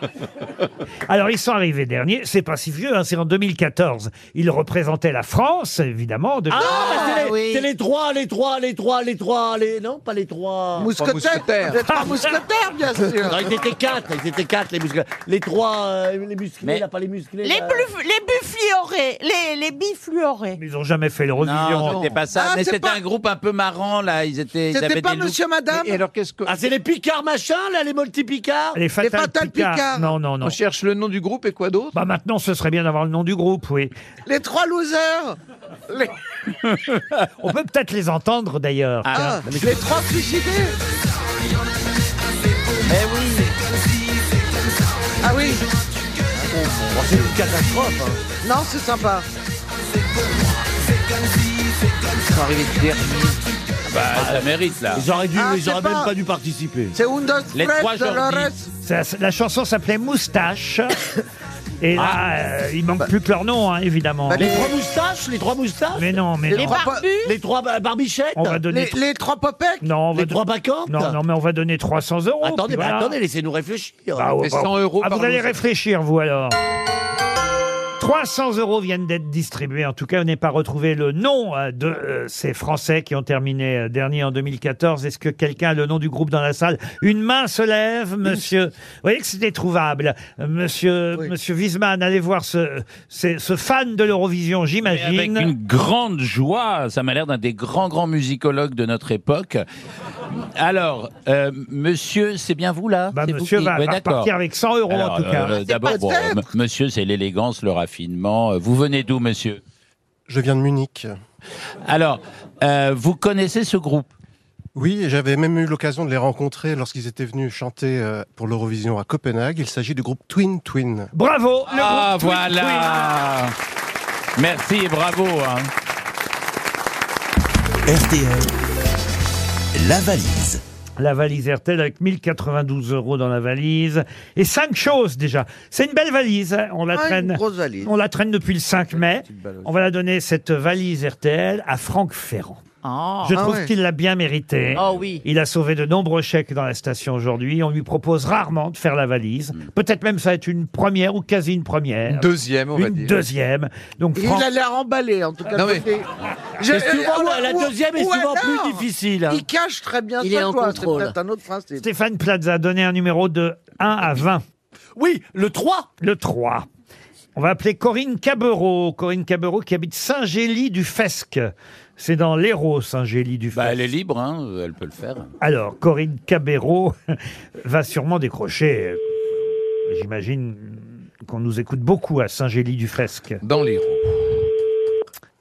Alors ils sont arrivés derniers, c'est pas si vieux, hein, c'est en 2014. Ils représentaient la France, évidemment. de-
Ah, bah, c'est les,
oui.
c'est les trois, les trois, les trois, les trois, les non, pas les trois.
Mousquetaires.
mousquetaires.
Les trois mousquetaires, bien sûr.
Non, ils étaient quatre, ils étaient quatre les musclés. Les trois, euh, les musclés,
Mais-
là, pas les musclés.
Les,
là.
blu- les bufluorés. Les, les bifluorés.
Ils n'ont jamais fait l'Eurovision.
Non, c'était pas ça.
Ah,
mais
c'est
c'était
pas-
un groupe un peu marrant là. Ils étaient. Ils
C'était
avaient
pas
des looks-
monsieur, madame
Et alors qu'est-ce qu'on
Ah, c'est les picards machin, là, les multipicards
Les Fatal,
Fatal
Picard.
Picard.
Non, non, non.
on cherche le nom du groupe et quoi d'autre
Bah maintenant, ce serait bien d'avoir le nom du groupe, oui.
Les trois losers. Les,
On peut peut-être les entendre d'ailleurs.
Ah, les trois suicidés.
Eh oui,
Ah oui,
Bon, Oh, c'est une catastrophe. hein.
non, c'est sympa.
Ils sont arrivés derniers.
Bah, ça mérite là.
Ah, Ils auraient dû,
Ah,
ils
c'est
auraient
pas-
même pas dû participer.
C'est un dos
Les
tres
trois
Dolores.
Ça, la chanson s'appelait Moustache. Et là, euh, il manque plus que leur nom, hein, évidemment.
Bah,
Ah. Les trois moustaches, les trois moustaches,
Mais non, mais
les
non.
trois
barbus.
po-
les trois ba- barbichettes,
On va donner.
Les, les trois popecs.
Non, on va
les
don-
trois bacchantes.
non, non, mais on va donner 300 euros.
attendez,
puis
bah,
voilà.
attendez, laissez-nous réfléchir.
Oh, Bah, ouais,
fait
bah,
100 euros
Ah,
par
vous allez
douzaine.
réfléchir, vous alors. 300 euros viennent d'être distribués. En tout cas, on n'est pas retrouvé le nom euh, de euh, ces Français qui ont terminé euh, dernier en 2014. Est-ce que quelqu'un a le nom du groupe dans la salle Une main se lève, monsieur. Vous voyez que c'était trouvable. Euh, Monsieur, monsieur Wiesmann, allez voir ce, ce, ce fan de l'Eurovision,
Mais Avec
j'imagine.
une grande joie, ça m'a l'air d'un des grands grands musicologues de notre époque. Alors, euh, monsieur, c'est bien vous là
Bah,
C'est vous
monsieur
qui-
va,
ouais,
va
d'accord.
partir avec 100 euros,
Alors,
en tout cas.
euh, D'abord, bon,
peut-être.
m- monsieur, c'est l'élégance, le raffinement. Euh, Vous venez d'où, monsieur
Je viens de Munich.
Alors, euh, vous connaissez ce groupe
Oui, et j'avais même eu l'occasion de les rencontrer lorsqu'ils étaient venus chanter euh, pour l'Eurovision à Copenhague. Il s'agit du groupe Twin Twin.
Bravo le
Ah,
groupe Twin
voilà Merci et bravo. hein.
RTL, la valise.
La valise RTL avec 1092 euros dans la valise et cinq choses déjà. C'est une belle valise, hein. on la
Ah,
traîne.
une grosse valise.
On la traîne depuis le 5 mai. On va la donner cette valise RTL à Franck Ferrand.
Oh.
Je
ah
trouve
ouais.
qu'il l'a bien mérité.
Oh oui.
Il a sauvé de nombreux chèques dans la station aujourd'hui. On lui propose rarement de faire la valise.
Hmm.
Peut-être même ça va être une première ou quasi une première.
Deuxième, on va
une
dire.
deuxième. Donc
Il
Franck-
a l'air emballé, en tout cas.
Non,
je
mais-
dis. Je- euh, oh
C'est souvent,
ou-
la- la
ou-
deuxième est
ou
souvent plus
alors,
difficile, hein.
Il cache très bien
Il
sa
est en
joie,
contrôle.
C'est peut-être un autre principe.
Stéphane Plaza a donné un numéro de 1 à 20.
Oui, le 3
Le 3. On va appeler Corinne Cabereau. Corinne Cabereau qui habite Saint-Gély du Fesque. C'est dans l'Hérault, Saint-Gély du Fesque.
Bah, elle est libre, hein, elle peut le faire.
Alors, Corinne Cabereau va sûrement décrocher. euh, J'imagine qu'on nous écoute beaucoup à Saint-Gély du Fesque.
Dans l'Hérault.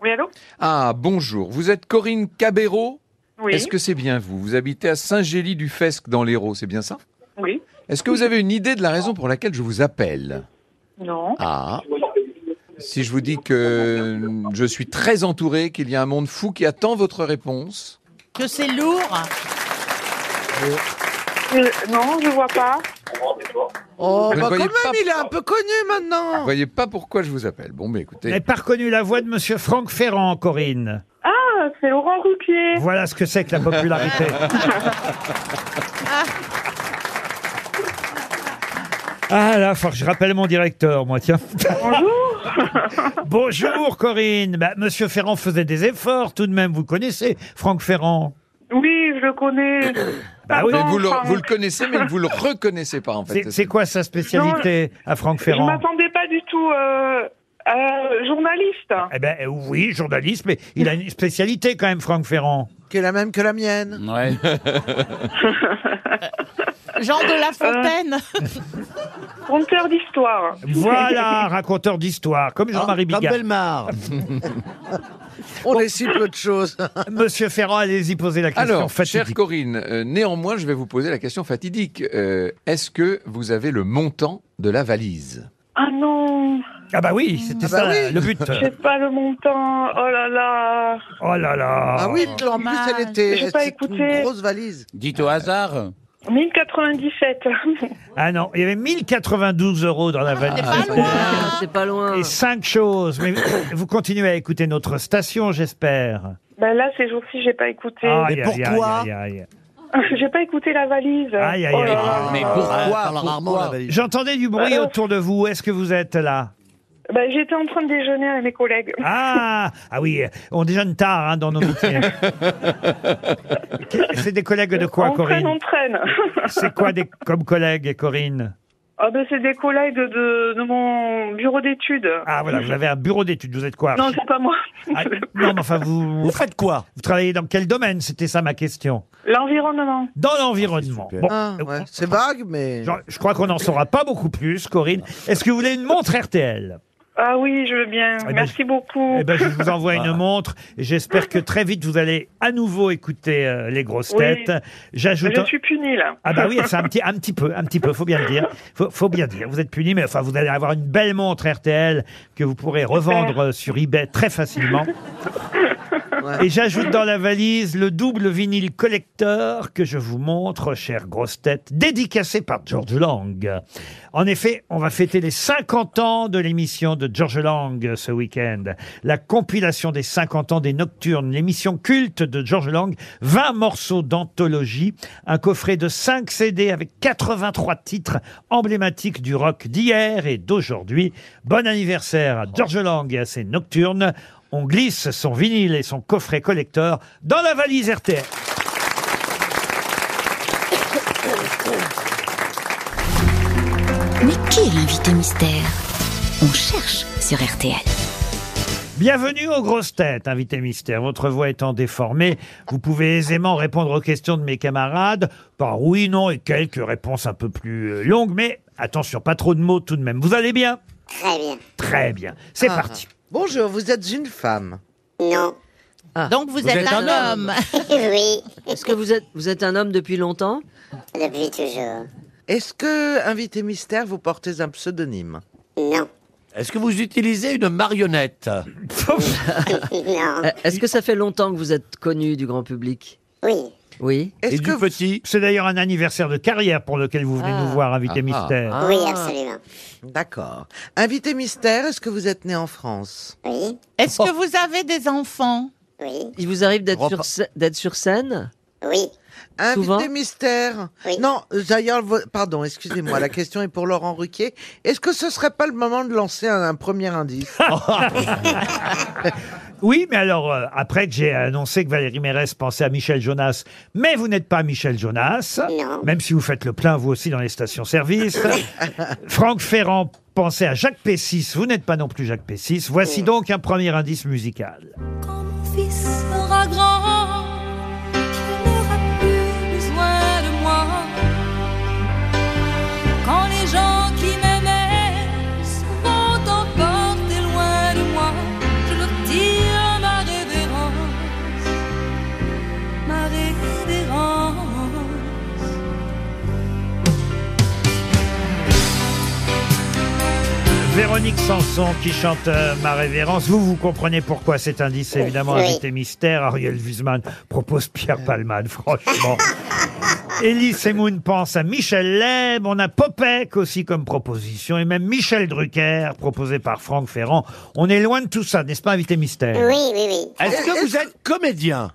Oui, allô
Ah, bonjour. Vous êtes Corinne Cabero
Oui.
Est-ce que c'est bien vous Vous habitez à Saint-Gély-du-Fesque dans l'Hérault, c'est bien ça
Oui.
Est-ce que vous avez une idée de la raison pour laquelle je vous appelle
Non.
Ah. Si je vous dis que je suis très entouré, qu'il y a un monde fou qui attend votre réponse.
Que c'est lourd.
non, je vois pas.
Oh,
Vous ne
bah quand
voyez
même,
pas-
il est un peu connu
Vous
maintenant.
voyez pas pourquoi je vous appelle. Bon, mais
Vous
écoutez.
n'avez pas reconnu la voix de Monsieur Franck Ferrand, Corinne.
Ah, c'est Laurent Ruquier.
Voilà ce que c'est que la popularité. Ah là, faut que je rappelle mon directeur, moi, tiens. Bonjour. Bonjour, Corinne. Bah, Monsieur Ferrand faisait des efforts, tout de même. Vous le connaissez, Franck Ferrand.
Oui, je le connais.
Bah oui.
Mais vous, le,
Franck.
vous le connaissez, mais vous ne le reconnaissez pas, en fait.
C'est- C'est quoi sa spécialité à Franck
Je
Ferrand
m'attendais pas du tout euh, euh, journaliste.
Eh ben euh, oui, journaliste, mais il a une spécialité quand même, Franck Ferrand.
Qui est la même que la mienne.
Ouais.
Jean de La Fontaine.
Euh, Conteur d'histoire.
Voilà, raconteur d'histoire, comme Jean-Marie
Comme
Bigard.
Belmar.
Ah, On est si peu de choses.
Monsieur Ferrand, allez-y poser la question.
Alors,
fatidique.
chère Corinne, euh, néanmoins, je vais vous poser la question fatidique. Euh, Est-ce que vous avez le montant de la valise
Ah non,
Ah bah oui, c'était
Ah bah
ça
oui.
le but.
j'ai pas le montant. Oh là là.
Oh là là.
Ah oui, en plus,
Dommage.
elle était
J'ai pas
c'est
écouté.
une grosse valise.
Dites au hasard.
1097.
Ah non, il y avait 1092 euros dans la valise.
pas loin.
Ah, C'est pas loin.
Et cinq choses. Mais vous continuez à écouter notre station, j'espère.
ben là, ces jours-ci, j'ai pas écouté.
Aïe,
mais
aïe, aïe,
pourquoi
aïe, aïe.
J'ai pas écouté la valise.
Aïe, aïe,
Oh là
aïe.
là. Ah,
Mais pourquoi,
parle rarement,
pourquoi
la valise.
J'entendais du bruit
Alors
autour de vous. Où Est-ce que vous êtes là
Ben, j'étais en train de déjeuner avec mes collègues.
Ah, ah oui, on déjeune tard hein, dans nos métiers. C'est des collègues de quoi,
on traîne, on
Corinne
traîne.
C'est quoi des, comme collègues, Corinne
Ah ben, c'est des collègues de, de mon bureau d'études.
Ah voilà, vous avez un bureau d'études. Vous êtes quoi
Non, c'est pas moi.
Ah, non, mais enfin, vous,
Vous faites quoi
vous travaillez dans quel domaine C'était ça ma question.
L'environnement.
Dans l'environnement. Bon,
Ah,
euh,
ouais. C'est vague, mais.
Genre, je crois qu'on n'en saura pas beaucoup plus, Corinne. Est-ce que vous voulez une montre RTL
Ah oui, je veux bien.
ben,
Merci beaucoup.
Eh ben, je vous envoie
Ah.
une montre. et J'espère que très vite vous allez à nouveau écouter euh, les grosses
Oui.
têtes. J'ajoute.
je
un-
suis punie, là.
Ah bah oui, c'est un petit, un petit peu, un petit peu, faut bien le dire. Faut, faut bien dire. Vous êtes puni, mais enfin, vous allez avoir une belle montre RTL que vous pourrez revendre euh, sur eBay très facilement. Et j'ajoute dans la valise le double vinyle collector que je vous montre, chère grosse tête, dédicacé par George Lang. En effet, on va fêter les 50 ans de l'émission de George Lang euh, ce week-end. La compilation des 50 ans des Nocturnes, l'émission culte de George Lang, 20 morceaux d'anthologie, un coffret de 5 CD avec 83 titres emblématiques du rock d'hier et d'aujourd'hui. Bon anniversaire à George Lang et à ses Nocturnes. On glisse son vinyle et son coffret collector dans la valise RTL.
Mais qui est l'invité mystère On cherche sur RTL.
Bienvenue aux grosses têtes, invité mystère. Votre voix étant déformée, vous pouvez aisément répondre aux questions de mes camarades par oui, non et quelques réponses un peu plus euh, longues, mais attention, pas trop de mots tout de même. Vous allez bien
Très bien.
Très bien. C'est
Ah.
parti.
Bonjour, vous êtes une femme.
Non.
Ah.
Donc vous, êtes, un, homme.
Oui,
Est-ce que vous êtes, vous êtes un homme depuis longtemps
depuis toujours.
Est-ce que, invité mystère, vous portez un pseudonyme
Non.
Est-ce que vous utilisez une marionnette
non.
Euh, Est-ce que ça fait longtemps que vous êtes connu du grand public
Oui.
Oui.
Et
Est-ce
du
vous-
petit
C'est d'ailleurs un anniversaire de carrière pour lequel vous venez
Ah.
nous voir, invité
Ah, ah,
mystère.
Oui, absolument.
D'accord. Invité mystère, est-ce que vous êtes né en France
Oui,
Est-ce que vous avez des enfants
oui,
Il vous arrive d'être
Repas.
sur, scè- d'être sur scène
oui.
Invité
Souvent.
mystère.
Oui.
Non, d'ailleurs, vo- pardon, excusez-moi, la question est pour Laurent Ruquier.
Ah.
Est-ce que ce serait pas le moment de lancer un, un premier indice
Oui, mais alors, euh, après que j'ai annoncé que Valérie Mérès pensait à Michel Jonas, mais vous n'êtes pas Michel Jonas, même si vous faites le plein, vous aussi, dans les stations-service. Franck Ferrand pensait à Jacques Pessis, vous n'êtes pas non plus Jacques Pessis. Voici donc un premier indice musical.
Mon fils sera grand, qu'il n'aura plus besoin de moi. Quand les gens qui m'aimaient se vont emporter loin de moi, je leur tire ma révérence, ma révérence.
Véronique Sanson qui chante euh, Ma révérence. Vous, vous comprenez pourquoi cet indice est évidemment
Oui.
invité mystère. Ariel Wiesman propose
Euh.
Pierre Palman, franchement. Elie Semoun pense à Michel Leb, on a Popek aussi comme proposition, et même Michel Drucker, proposé par Franck Ferrand. On est loin de tout ça, n'est-ce pas, invité mystère
Oui, oui, oui.
Est-ce que vous êtes comédien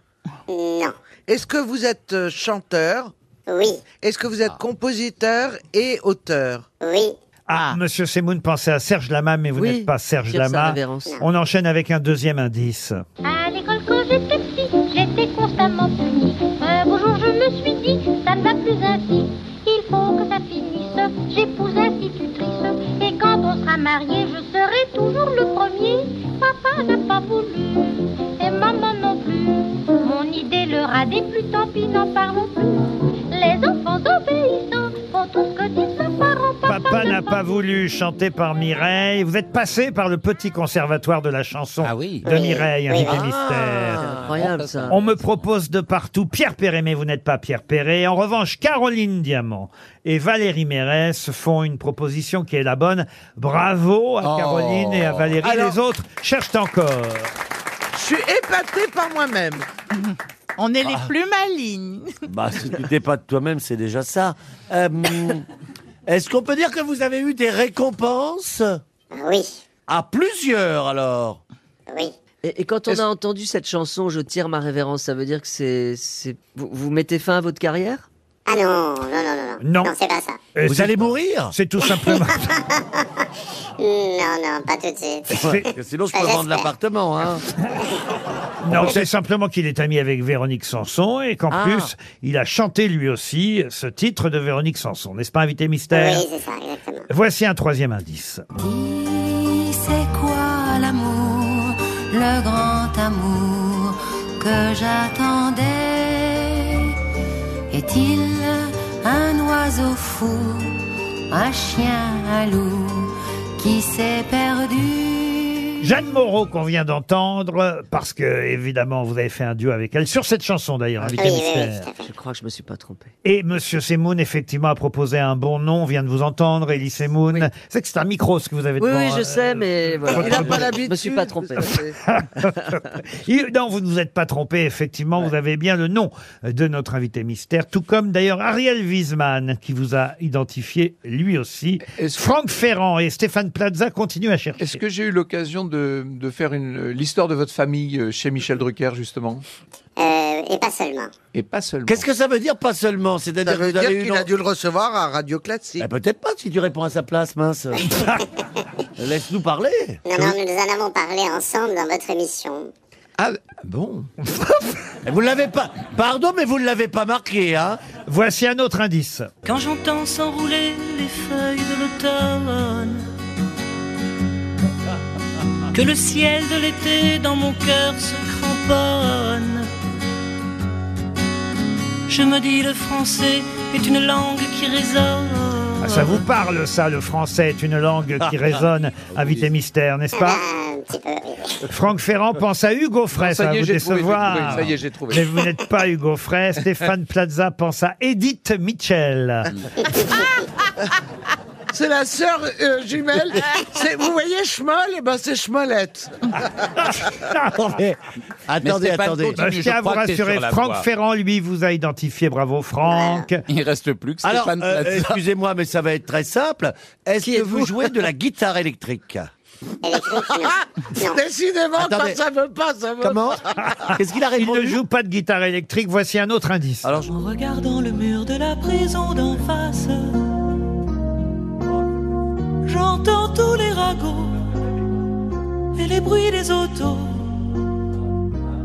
Non.
Est-ce que vous êtes euh, chanteur
Oui.
Est-ce que vous
Ah.
êtes compositeur et auteur
Oui.
Ah, Monsieur Semoun pensait à Serge Lama, mais vous
Oui,
n'êtes pas Serge
sur sa
Lama.
révérence.
On enchaîne avec un deuxième indice.
À l'école quand j'étais petit, j'étais constamment punie. Un beau jour je me suis dit, ça ne va plus ainsi. Il faut que ça finisse, j'épouse un institutrice. Et quand on sera mariés, je serai toujours le premier. Papa n'a pas voulu, et maman non plus. Mon idée leur a déplu, tant pis, n'en parlons plus. Les enfants obéissants font tout ce que disent leurs parents.
Papa n'a pas voulu chanter par Mireille. Vous êtes passé par le petit conservatoire de la chanson de Mireille,
Oui.
invité
Ah,
mystère.
c'est incroyable, ça.
On me propose de partout Pierre Perret, mais vous n'êtes pas Pierre Perret. En revanche, Caroline Diamant et Valérie Mérès font une proposition qui est la bonne. Bravo à Caroline et à Valérie.
Alors-
Les autres cherchent encore.
Je suis épaté par moi-même.
On est les
Ah.
plus malignes.
Bah, si tu t'es pas de toi-même, c'est déjà ça. Euh, hum, Est-ce qu'on peut dire que vous avez eu des récompenses
Oui.
À plusieurs, alors
Oui.
Et, et quand on
Est-ce-
a entendu cette chanson, Je tire ma révérence, ça veut dire que c'est, c'est- vous, vous mettez fin à votre carrière
Ah non, non, non, non.
Non.
c'est pas ça.
Et c'est-
mourir
C'est tout simplement.
Non, non, pas tout de suite.
Sinon, je
Ça
peux vendre
j'espère.
l'appartement. Hein.
Non, c'est simplement qu'il est ami avec Véronique Sanson et qu'en
Ah.
plus, il a chanté lui aussi ce titre de Véronique Sanson. N'est-ce pas, invité mystère
Oui, c'est ça, exactement.
Voici un troisième indice.
Dis, c'est quoi l'amour, le grand amour que j'attendais Est-il un oiseau fou, un chien, un loup qui s'est perdu
Jeanne Moreau qu'on vient d'entendre, parce que évidemment vous avez fait un duo avec elle, sur cette chanson d'ailleurs, invité mystère.
Je crois que je me suis pas trompé.
Et Monsieur Semoun, effectivement, a proposé un bon nom, vient de vous entendre, Elie Semoun. C'est que c'est un micro ce que vous avez
Oui,
devant.
oui, je
euh,
sais, mais voilà.
Il a pas
Je me suis pas trompé.
Il- non, vous ne vous êtes pas trompé, effectivement, vous avez bien le nom de notre invité mystère, tout comme d'ailleurs Ariel Wiesman qui vous a identifié lui aussi. Franck Ferrand et Stéphane Plaza continuent à chercher.
Est-ce que j'ai eu l'occasion de, de faire une- euh, l'histoire de votre famille euh, chez Michel Drucker, justement
Euh, et pas seulement.
Et pas seulement.
Qu'est-ce que ça veut dire, pas seulement C'est-à-dire
Ça
que
veut
vous avez
dire
eu
qu'il
une-
a dû le recevoir à Radio Classique.
Eh, Peut-être pas si tu réponds à sa place, mince. Laisse-nous parler.
Non, non, nous en avons parlé ensemble dans votre émission.
Ah bon
Vous l'avez pas. Pardon, mais vous ne l'avez pas marqué, hein
Voici un autre indice.
Ah.
Quand j'entends s'enrouler les feuilles de l'automne, que le ciel de l'été dans mon cœur se cramponne, je me dis le français est une langue qui résonne.
Ah, Ça vous parle, ça, le français est une langue qui résonne, invité mystère, n'est-ce pas Franck Ferrand pense à Hugo Frey,
ça
ça, va
y est,
vous
j'ai trouvé, j'ai
décevoir.
trouvé, ça y est, j'ai trouvé.
Mais vous n'êtes pas Hugo Frey. Stéphane Plaza pense à Edith Mitchell.
C'est la sœur euh, jumelle. C'est- Vous voyez Schmoll Eh ben c'est Schmollette.
Oh, Attendez,
Stéphane
attendez.
continue,
Bah, je tiens à
je
vous
crois que t'es
rassurer,
sur la
Franck
voie.
Ferrand, lui, vous a identifié. Bravo, Franck.
Il reste plus que
Ah,
Alors,
Stéphane
euh,
Plaza.
excusez-moi, mais ça va être très simple. Est-ce que vous
êtes-vous
jouez de la guitare électrique
Ah. Décidément,
Attendez.
quand ça veut pas, ça veut
Comment
Ah,
pas.
Qu'est-ce qu'il a
Il ne joue pas de guitare électrique. Voici un autre indice.
Alors,
En regardant le mur de la prison d'en face, j'entends tous les ragots et les bruits des autos.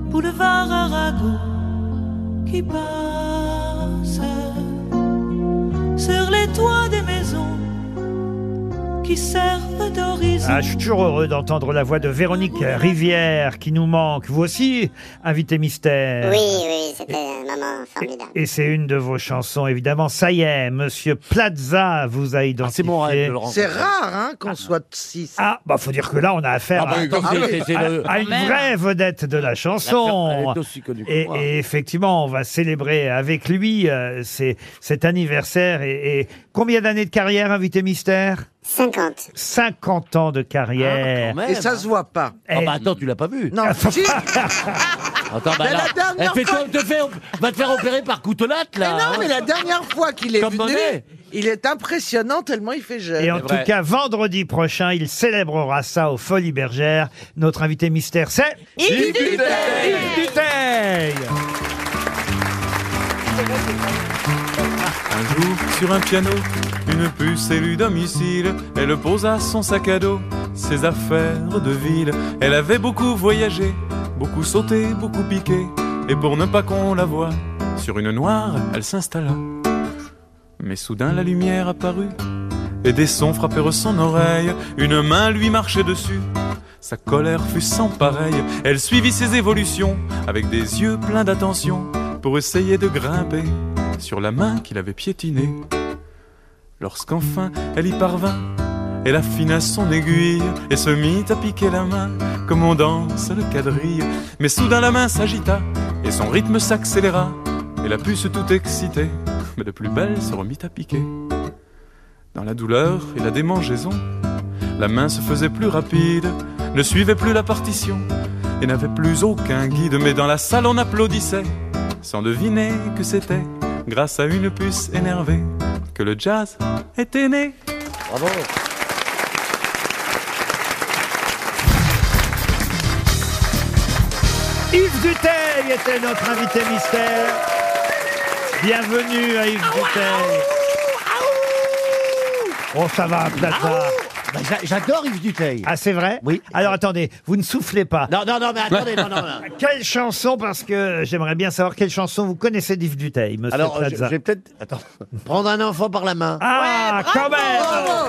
boulevard Arago qui passe sur les toits des maisons qui servent d'horizon.
Ah, je suis toujours heureux d'entendre la voix de Véronique Rivière qui nous manque. Vous aussi, invité mystère.
Oui, oui, c'était un moment formidable.
Et c'est une de vos chansons, évidemment. Ça y est, Monsieur Plaza vous a identifié. c'est mon rêve
Ah, C'est rare hein, qu'on soit 6.
Ah, bah faut dire que là, on a affaire
Ah bah,
à,
comme
à-
c'est- c'est
à-
le-
à une
Quand même.
vraie vedette de la
Elle
chanson.
est aussi connue que
et,
moi.
et effectivement, on va célébrer avec lui euh, ces- cet anniversaire. Et, et combien d'années de carrière, invité mystère
50.
50 ans de
Ah,
carrière.
Et ça se voit pas.
Eh,
Ah, bah,
Ah,
attends, tu l'as pas vu.
Non, si.
Attends, bah
Ah, Mais
là,
la dernière
elle fait
fois-
toi, te faire- va te faire opérer par coutelate, là.
Mais non,
hein.
mais la dernière fois qu'il est
Comme
venu,
Monet.
il est impressionnant tellement il fait jeune.
Et en tout cas, vendredi prochain, il célébrera ça aux Folies Bergères. Notre invité mystère, c'est
Yves Duteil.
Yves Duteil.
Un jour, sur un piano, une puce élue domicile, elle posa son sac à dos, ses affaires de ville. Elle avait beaucoup voyagé, beaucoup sauté, beaucoup piqué, et pour ne pas qu'on la voie, sur une noire, elle s'installa. Mais soudain la lumière apparut, et des sons frappèrent son oreille, une main lui marchait dessus. Sa colère fut sans pareille, elle suivit ses évolutions, avec des yeux pleins d'attention, pour essayer de grimper sur la main qu'il avait piétinée. Lorsqu'enfin elle y parvint, elle affina son aiguille et se mit à piquer la main comme on danse le quadrille. Mais soudain la main s'agita et son rythme s'accéléra et la puce tout excitée, mais de plus belle se remit à piquer. Dans la douleur et la démangeaison, la main se faisait plus rapide, ne suivait plus la partition et n'avait plus aucun guide. Mais dans la salle on applaudissait sans deviner que c'était grâce à une puce énervée que le jazz était né. Bravo.
Yves Duteil était notre invité mystère. Bienvenue à Yves Duteil. Oh, ça va, Plaza.
Bah, J'adore Yves Duteil.
Ah, c'est vrai Oui. Alors attendez, vous ne soufflez pas.
Non, non, non, mais attendez, non, non, non.
Quelle chanson, parce que j'aimerais bien savoir quelle chanson vous connaissez d'Yves Duteil, monsieur
Alors, euh,
Plaza.
je- je vais peut-être. Attends. Prendre un enfant par la main.
Ah, quand même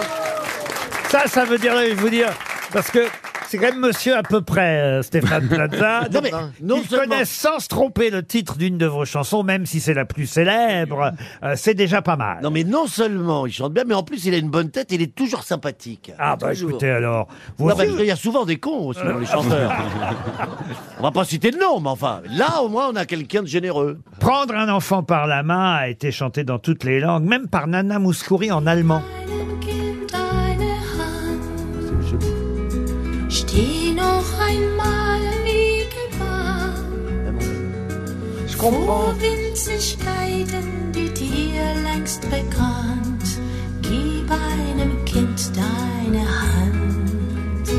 Ça, ça veut dire, je vais vous dire, parce que c'est quand même monsieur à peu près, euh, Stéphane Plaza.
Non, mais non
Ils
seulement-
connaissent sans se tromper le titre d'une de vos chansons, même si c'est la plus célèbre. Euh, c'est déjà pas mal.
Non, mais non seulement il chante bien, mais en plus il a une bonne tête, il est toujours sympathique.
Ah, bah
Toujours.
écoutez alors. vous
Non, bah,
aussi-
parce qu'il y a souvent des cons aussi dans les chanteurs. on va pas citer de nom, mais enfin, là au moins on a quelqu'un de généreux.
Prendre un enfant par la main a été chanté dans toutes les langues, même par Nana Mouskouri en allemand.
Gib deine Hand, steh noch einmal wie gewarnt. Vor Winzigkeiten, die dir längst bekannt, gib einem Kind deine Hand.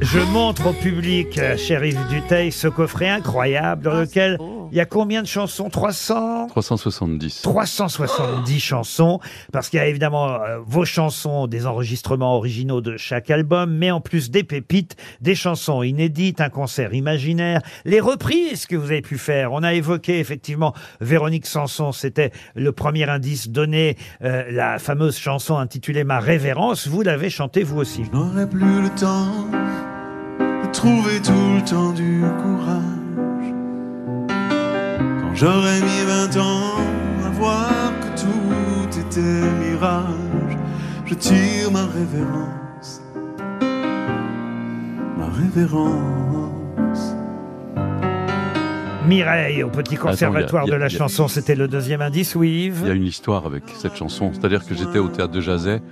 Je montre au public, euh, cher Yves Duteil, ce coffret incroyable dans
Ah,
lequel il y a combien de chansons 300
370.
370 chansons, parce qu'il y a évidemment euh, vos chansons, des enregistrements originaux de chaque album, mais en plus des pépites, des chansons inédites, un concert imaginaire, les reprises que vous avez pu faire. On a évoqué effectivement Véronique Sanson, c'était le premier indice donné, euh, la fameuse chanson intitulée Ma révérence, vous l'avez chantée vous aussi.
J'aurais plus le temps de trouver tout le temps du courage. Quand j'aurais mis 20 ans à voir que tout était mirage, je tire ma révérence, ma révérence.
Mireille au Petit
Attends,
Conservatoire
il y a-
de la
il y a-
chanson, c'était le deuxième indice, oui Yves
Il y a une histoire avec cette chanson. C'est-à-dire que j'étais au théâtre de Jazet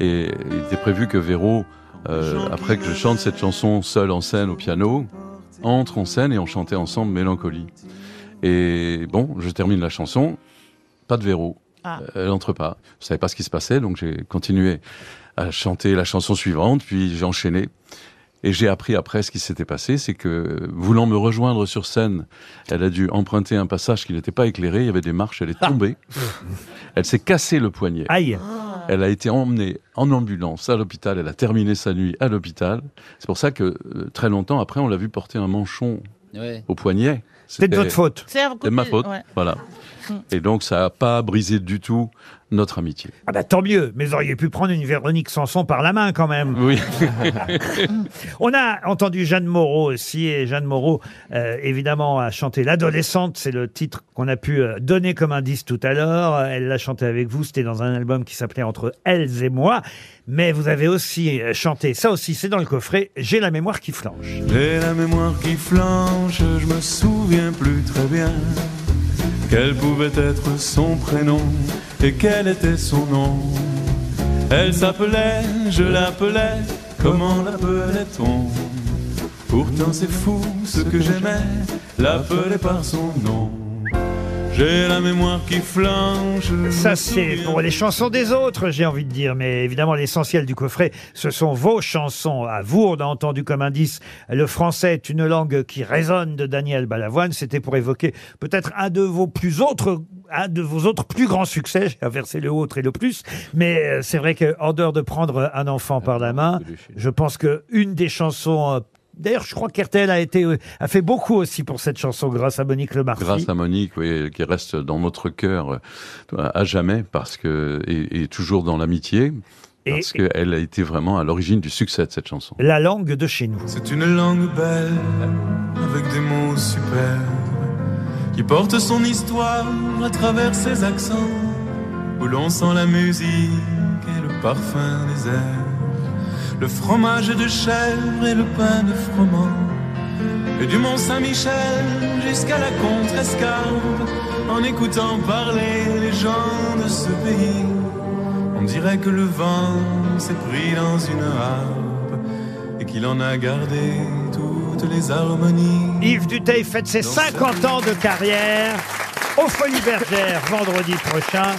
et il était prévu que Véro, euh, après que je chante cette chanson seule en scène au piano, entre en scène et on chantait ensemble Mélancolie. Et bon, je termine la chanson, pas de Véro.
Ah.
Euh, Elle entre pas. Je savais pas ce qui se passait, donc j'ai continué à chanter la chanson suivante, puis j'ai enchaîné. Et j'ai appris après ce qui s'était passé, c'est que voulant me rejoindre sur scène, elle a dû emprunter un passage qui n'était pas éclairé, il y avait des marches, elle est tombée. elle s'est cassé le poignet.
Aïe.
Elle a été emmenée en ambulance à l'hôpital, elle a terminé sa nuit à l'hôpital. C'est pour ça que euh, très longtemps après, on l'a vu porter un manchon
Ouais.
au poignet.
C'était de votre faute. C'est à vous
C'était ma
couper,
faute.
ouais.
Voilà.
Mm.
Et donc, ça n'a pas brisé du tout notre amitié.
Ah bah tant mieux, mais vous auriez pu prendre une Véronique Sanson par la main quand même.
Oui.
On a entendu Jeanne Moreau aussi, et Jeanne Moreau, euh, évidemment, a chanté L'adolescente, c'est le titre qu'on a pu euh, donner comme indice tout à l'heure. Euh, Elle l'a chanté avec vous, c'était dans un album qui s'appelait Entre elles et moi. Mais vous avez aussi euh, chanté, ça aussi c'est dans le coffret, J'ai la mémoire qui flanche.
J'ai la mémoire qui flanche, je me souviens plus très bien quel pouvait être son prénom et quel était son nom. Elle s'appelait, je l'appelais, comment l'appelait-on Pourtant c'est fou ce que j'aimais, l'appelait par son nom. J'ai la mémoire qui flanche. je
Ça,
me
c'est
souviens
pour les chansons des autres, j'ai envie de dire. Mais évidemment, l'essentiel du coffret, ce sont vos chansons. À vous, on a entendu comme indice le français est une langue qui résonne de Daniel Balavoine. C'était pour évoquer peut-être un de vos plus autres, un de vos autres plus grands succès. J'ai inversé le autre et le plus. Mais euh, c'est vrai qu'en dehors de prendre un enfant par la main, je pense que une des chansons euh, D'ailleurs, je crois qu'Hertel a été, euh, a fait beaucoup aussi pour cette chanson grâce à Monique Lemarcy.
Grâce à Monique, oui, qui reste dans notre cœur euh, à jamais, parce que et, et toujours dans l'amitié,
Et-
parce qu'elle a été vraiment à l'origine du succès de cette chanson.
La langue de chez nous.
C'est une langue belle, avec des mots superbes, qui porte son histoire à travers ses accents, où l'on sent la musique et le parfum des airs, le fromage de chèvre et le pain de froment, et du Mont Saint-Michel jusqu'à la contrescarpe, en écoutant parler les gens de ce pays, on dirait que le vent s'est pris dans une harpe et qu'il en E a gardé toutes les harmonies.
Yves Duteil fête ses 50 ans de carrière aux Folies Bergères vendredi prochain.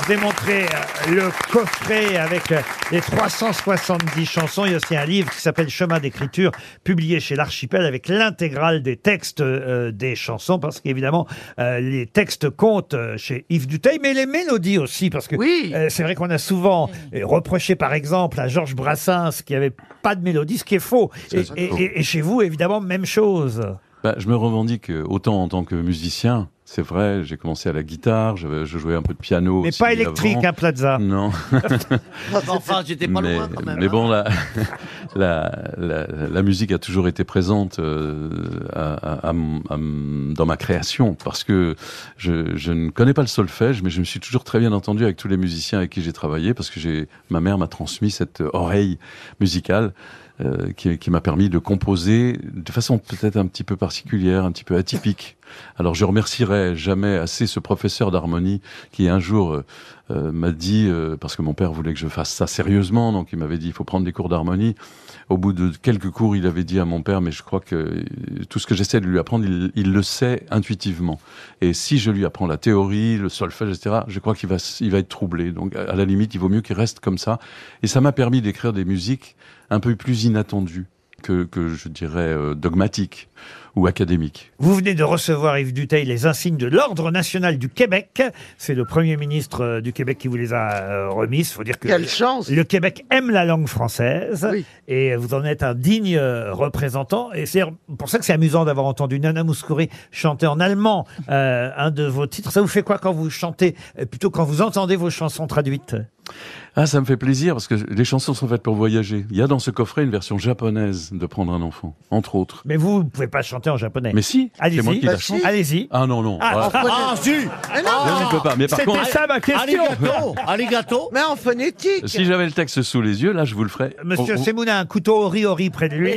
Je vous ai montré euh, le coffret avec euh, les 370 chansons. Il y a aussi un livre qui s'appelle Chemin d'écriture, publié chez l'Archipel avec l'intégrale des textes euh, des chansons, parce qu'évidemment, euh, les textes comptent euh, chez Yves Duteil, mais les mélodies aussi, parce que euh, c'est vrai qu'on a souvent euh, reproché, par exemple, à Georges Brassens qu'il n'y avait pas de mélodie, ce qui est faux. Et,
ça.
et- et- et chez vous, évidemment, même chose.
Bah, je me revendique euh, autant en tant que musicien. C'est vrai, j'ai commencé à la guitare, je, je jouais un peu de piano.
Mais
aussi
pas électrique,
avant.
hein, Plaza.
Non.
Enfin, j'étais pas
mais,
loin quand même.
mais
hein.
bon, la, la, la, la musique a toujours été présente euh, à- à- à m- à m- dans ma création parce que je, je ne connais pas le solfège, mais je me suis toujours très bien entendu avec tous les musiciens avec qui j'ai travaillé parce que j'ai ma mère m'a transmis cette oreille musicale. euh, qui, qui m'a permis de composer de façon peut-être un petit peu particulière, un petit peu atypique. Alors je remercierai jamais assez ce professeur d'harmonie qui un jour euh, euh, m'a dit, euh, parce que mon père voulait que je fasse ça sérieusement, donc il m'avait dit il faut prendre des cours d'harmonie. Au bout de quelques cours, il avait dit à mon père, mais je crois que euh, tout ce que j'essaie de lui apprendre, il, il le sait intuitivement. Et si je lui apprends la théorie, le solfège, etc., je crois qu'il va, s- il va être troublé. Donc à à la limite, il vaut mieux qu'il reste comme ça. Et ça m'a permis d'écrire des musiques un peu plus inattendues que, que je dirais euh, dogmatiques ou académiques.
Vous venez de recevoir, Yves Duteil, les insignes de l'Ordre national du Québec. C'est le Premier ministre euh, du Québec qui vous les a euh, remises. Faut dire que
Quelle chance
Le Québec aime la langue française
Oui.
et vous en êtes un digne euh, représentant. Et c'est pour ça que c'est amusant d'avoir entendu Nana Mouskouri chanter en allemand euh, un de vos titres. Ça vous fait quoi quand vous chantez, euh, plutôt quand vous entendez vos chansons traduites
Ah, ça me fait plaisir parce que les chansons sont faites pour voyager. Il y a dans ce coffret une version japonaise de Prendre un enfant, entre autres.
Mais vous, vous pouvez pas chanter en japonais.
Mais si, c'est
allez-y,
moi
Bah,
qui la chante.
allez-y.
Ah non, non.
Bah, Ah,
voilà.
Ah, si
Mais non
Je ne peux pas. Mais par contre,
Ah Alligato Alligato
Mais en phonétique
si j'avais le texte sous les yeux, là, je vous le ferais. Oh,
Monsieur
On- on-
Semouna a un couteau ori-ori près de lui.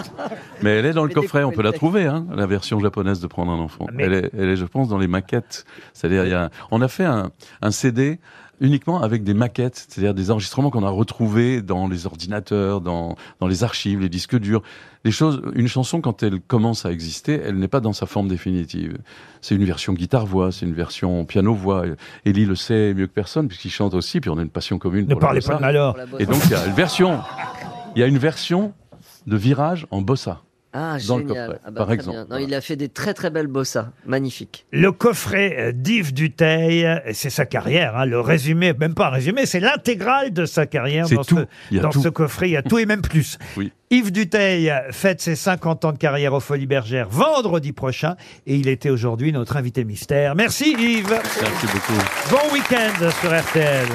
Mais elle est dans le
Mais
coffret, on
découpez
peut
le
la
texte.
trouver, hein, la version japonaise de Prendre un enfant.
Ah,
Elle, est, elle est, je pense, dans les maquettes. C'est-à-dire, il y a, on a fait un, un CD uniquement avec des maquettes, c'est-à-dire des enregistrements qu'on a retrouvés dans les ordinateurs, dans, dans les archives, les disques durs. Les choses, une chanson, quand elle commence à exister, elle n'est pas dans sa forme définitive. C'est une version guitare-voix, c'est une version piano-voix. Ellie le sait mieux que personne, puisqu'il chante aussi, puis on a une passion commune.
Ne
pour la
parlez pas
bossa.
de Malheur.
Et donc, il y a une version, il y a une version de virage en bossa.
Ah,
dans le
génial.
coffret,
Ah bah,
par
très
exemple.
bien. Non, il a fait des très très belles bossas. Magnifique.
Le coffret euh, d'Yves Duteil, euh, et c'est sa carrière, hein, le résumé, même pas un résumé, c'est l'intégrale de sa carrière.
C'est
dans
tout, il
Ce,
y a
dans
tout.
ce coffret, il y a tout et même plus.
Oui.
Yves Duteil fête ses 50 ans de carrière aux Folies Bergères vendredi prochain et il était aujourd'hui notre invité mystère. Merci Yves.
Merci beaucoup.
Bon week-end sur RTL.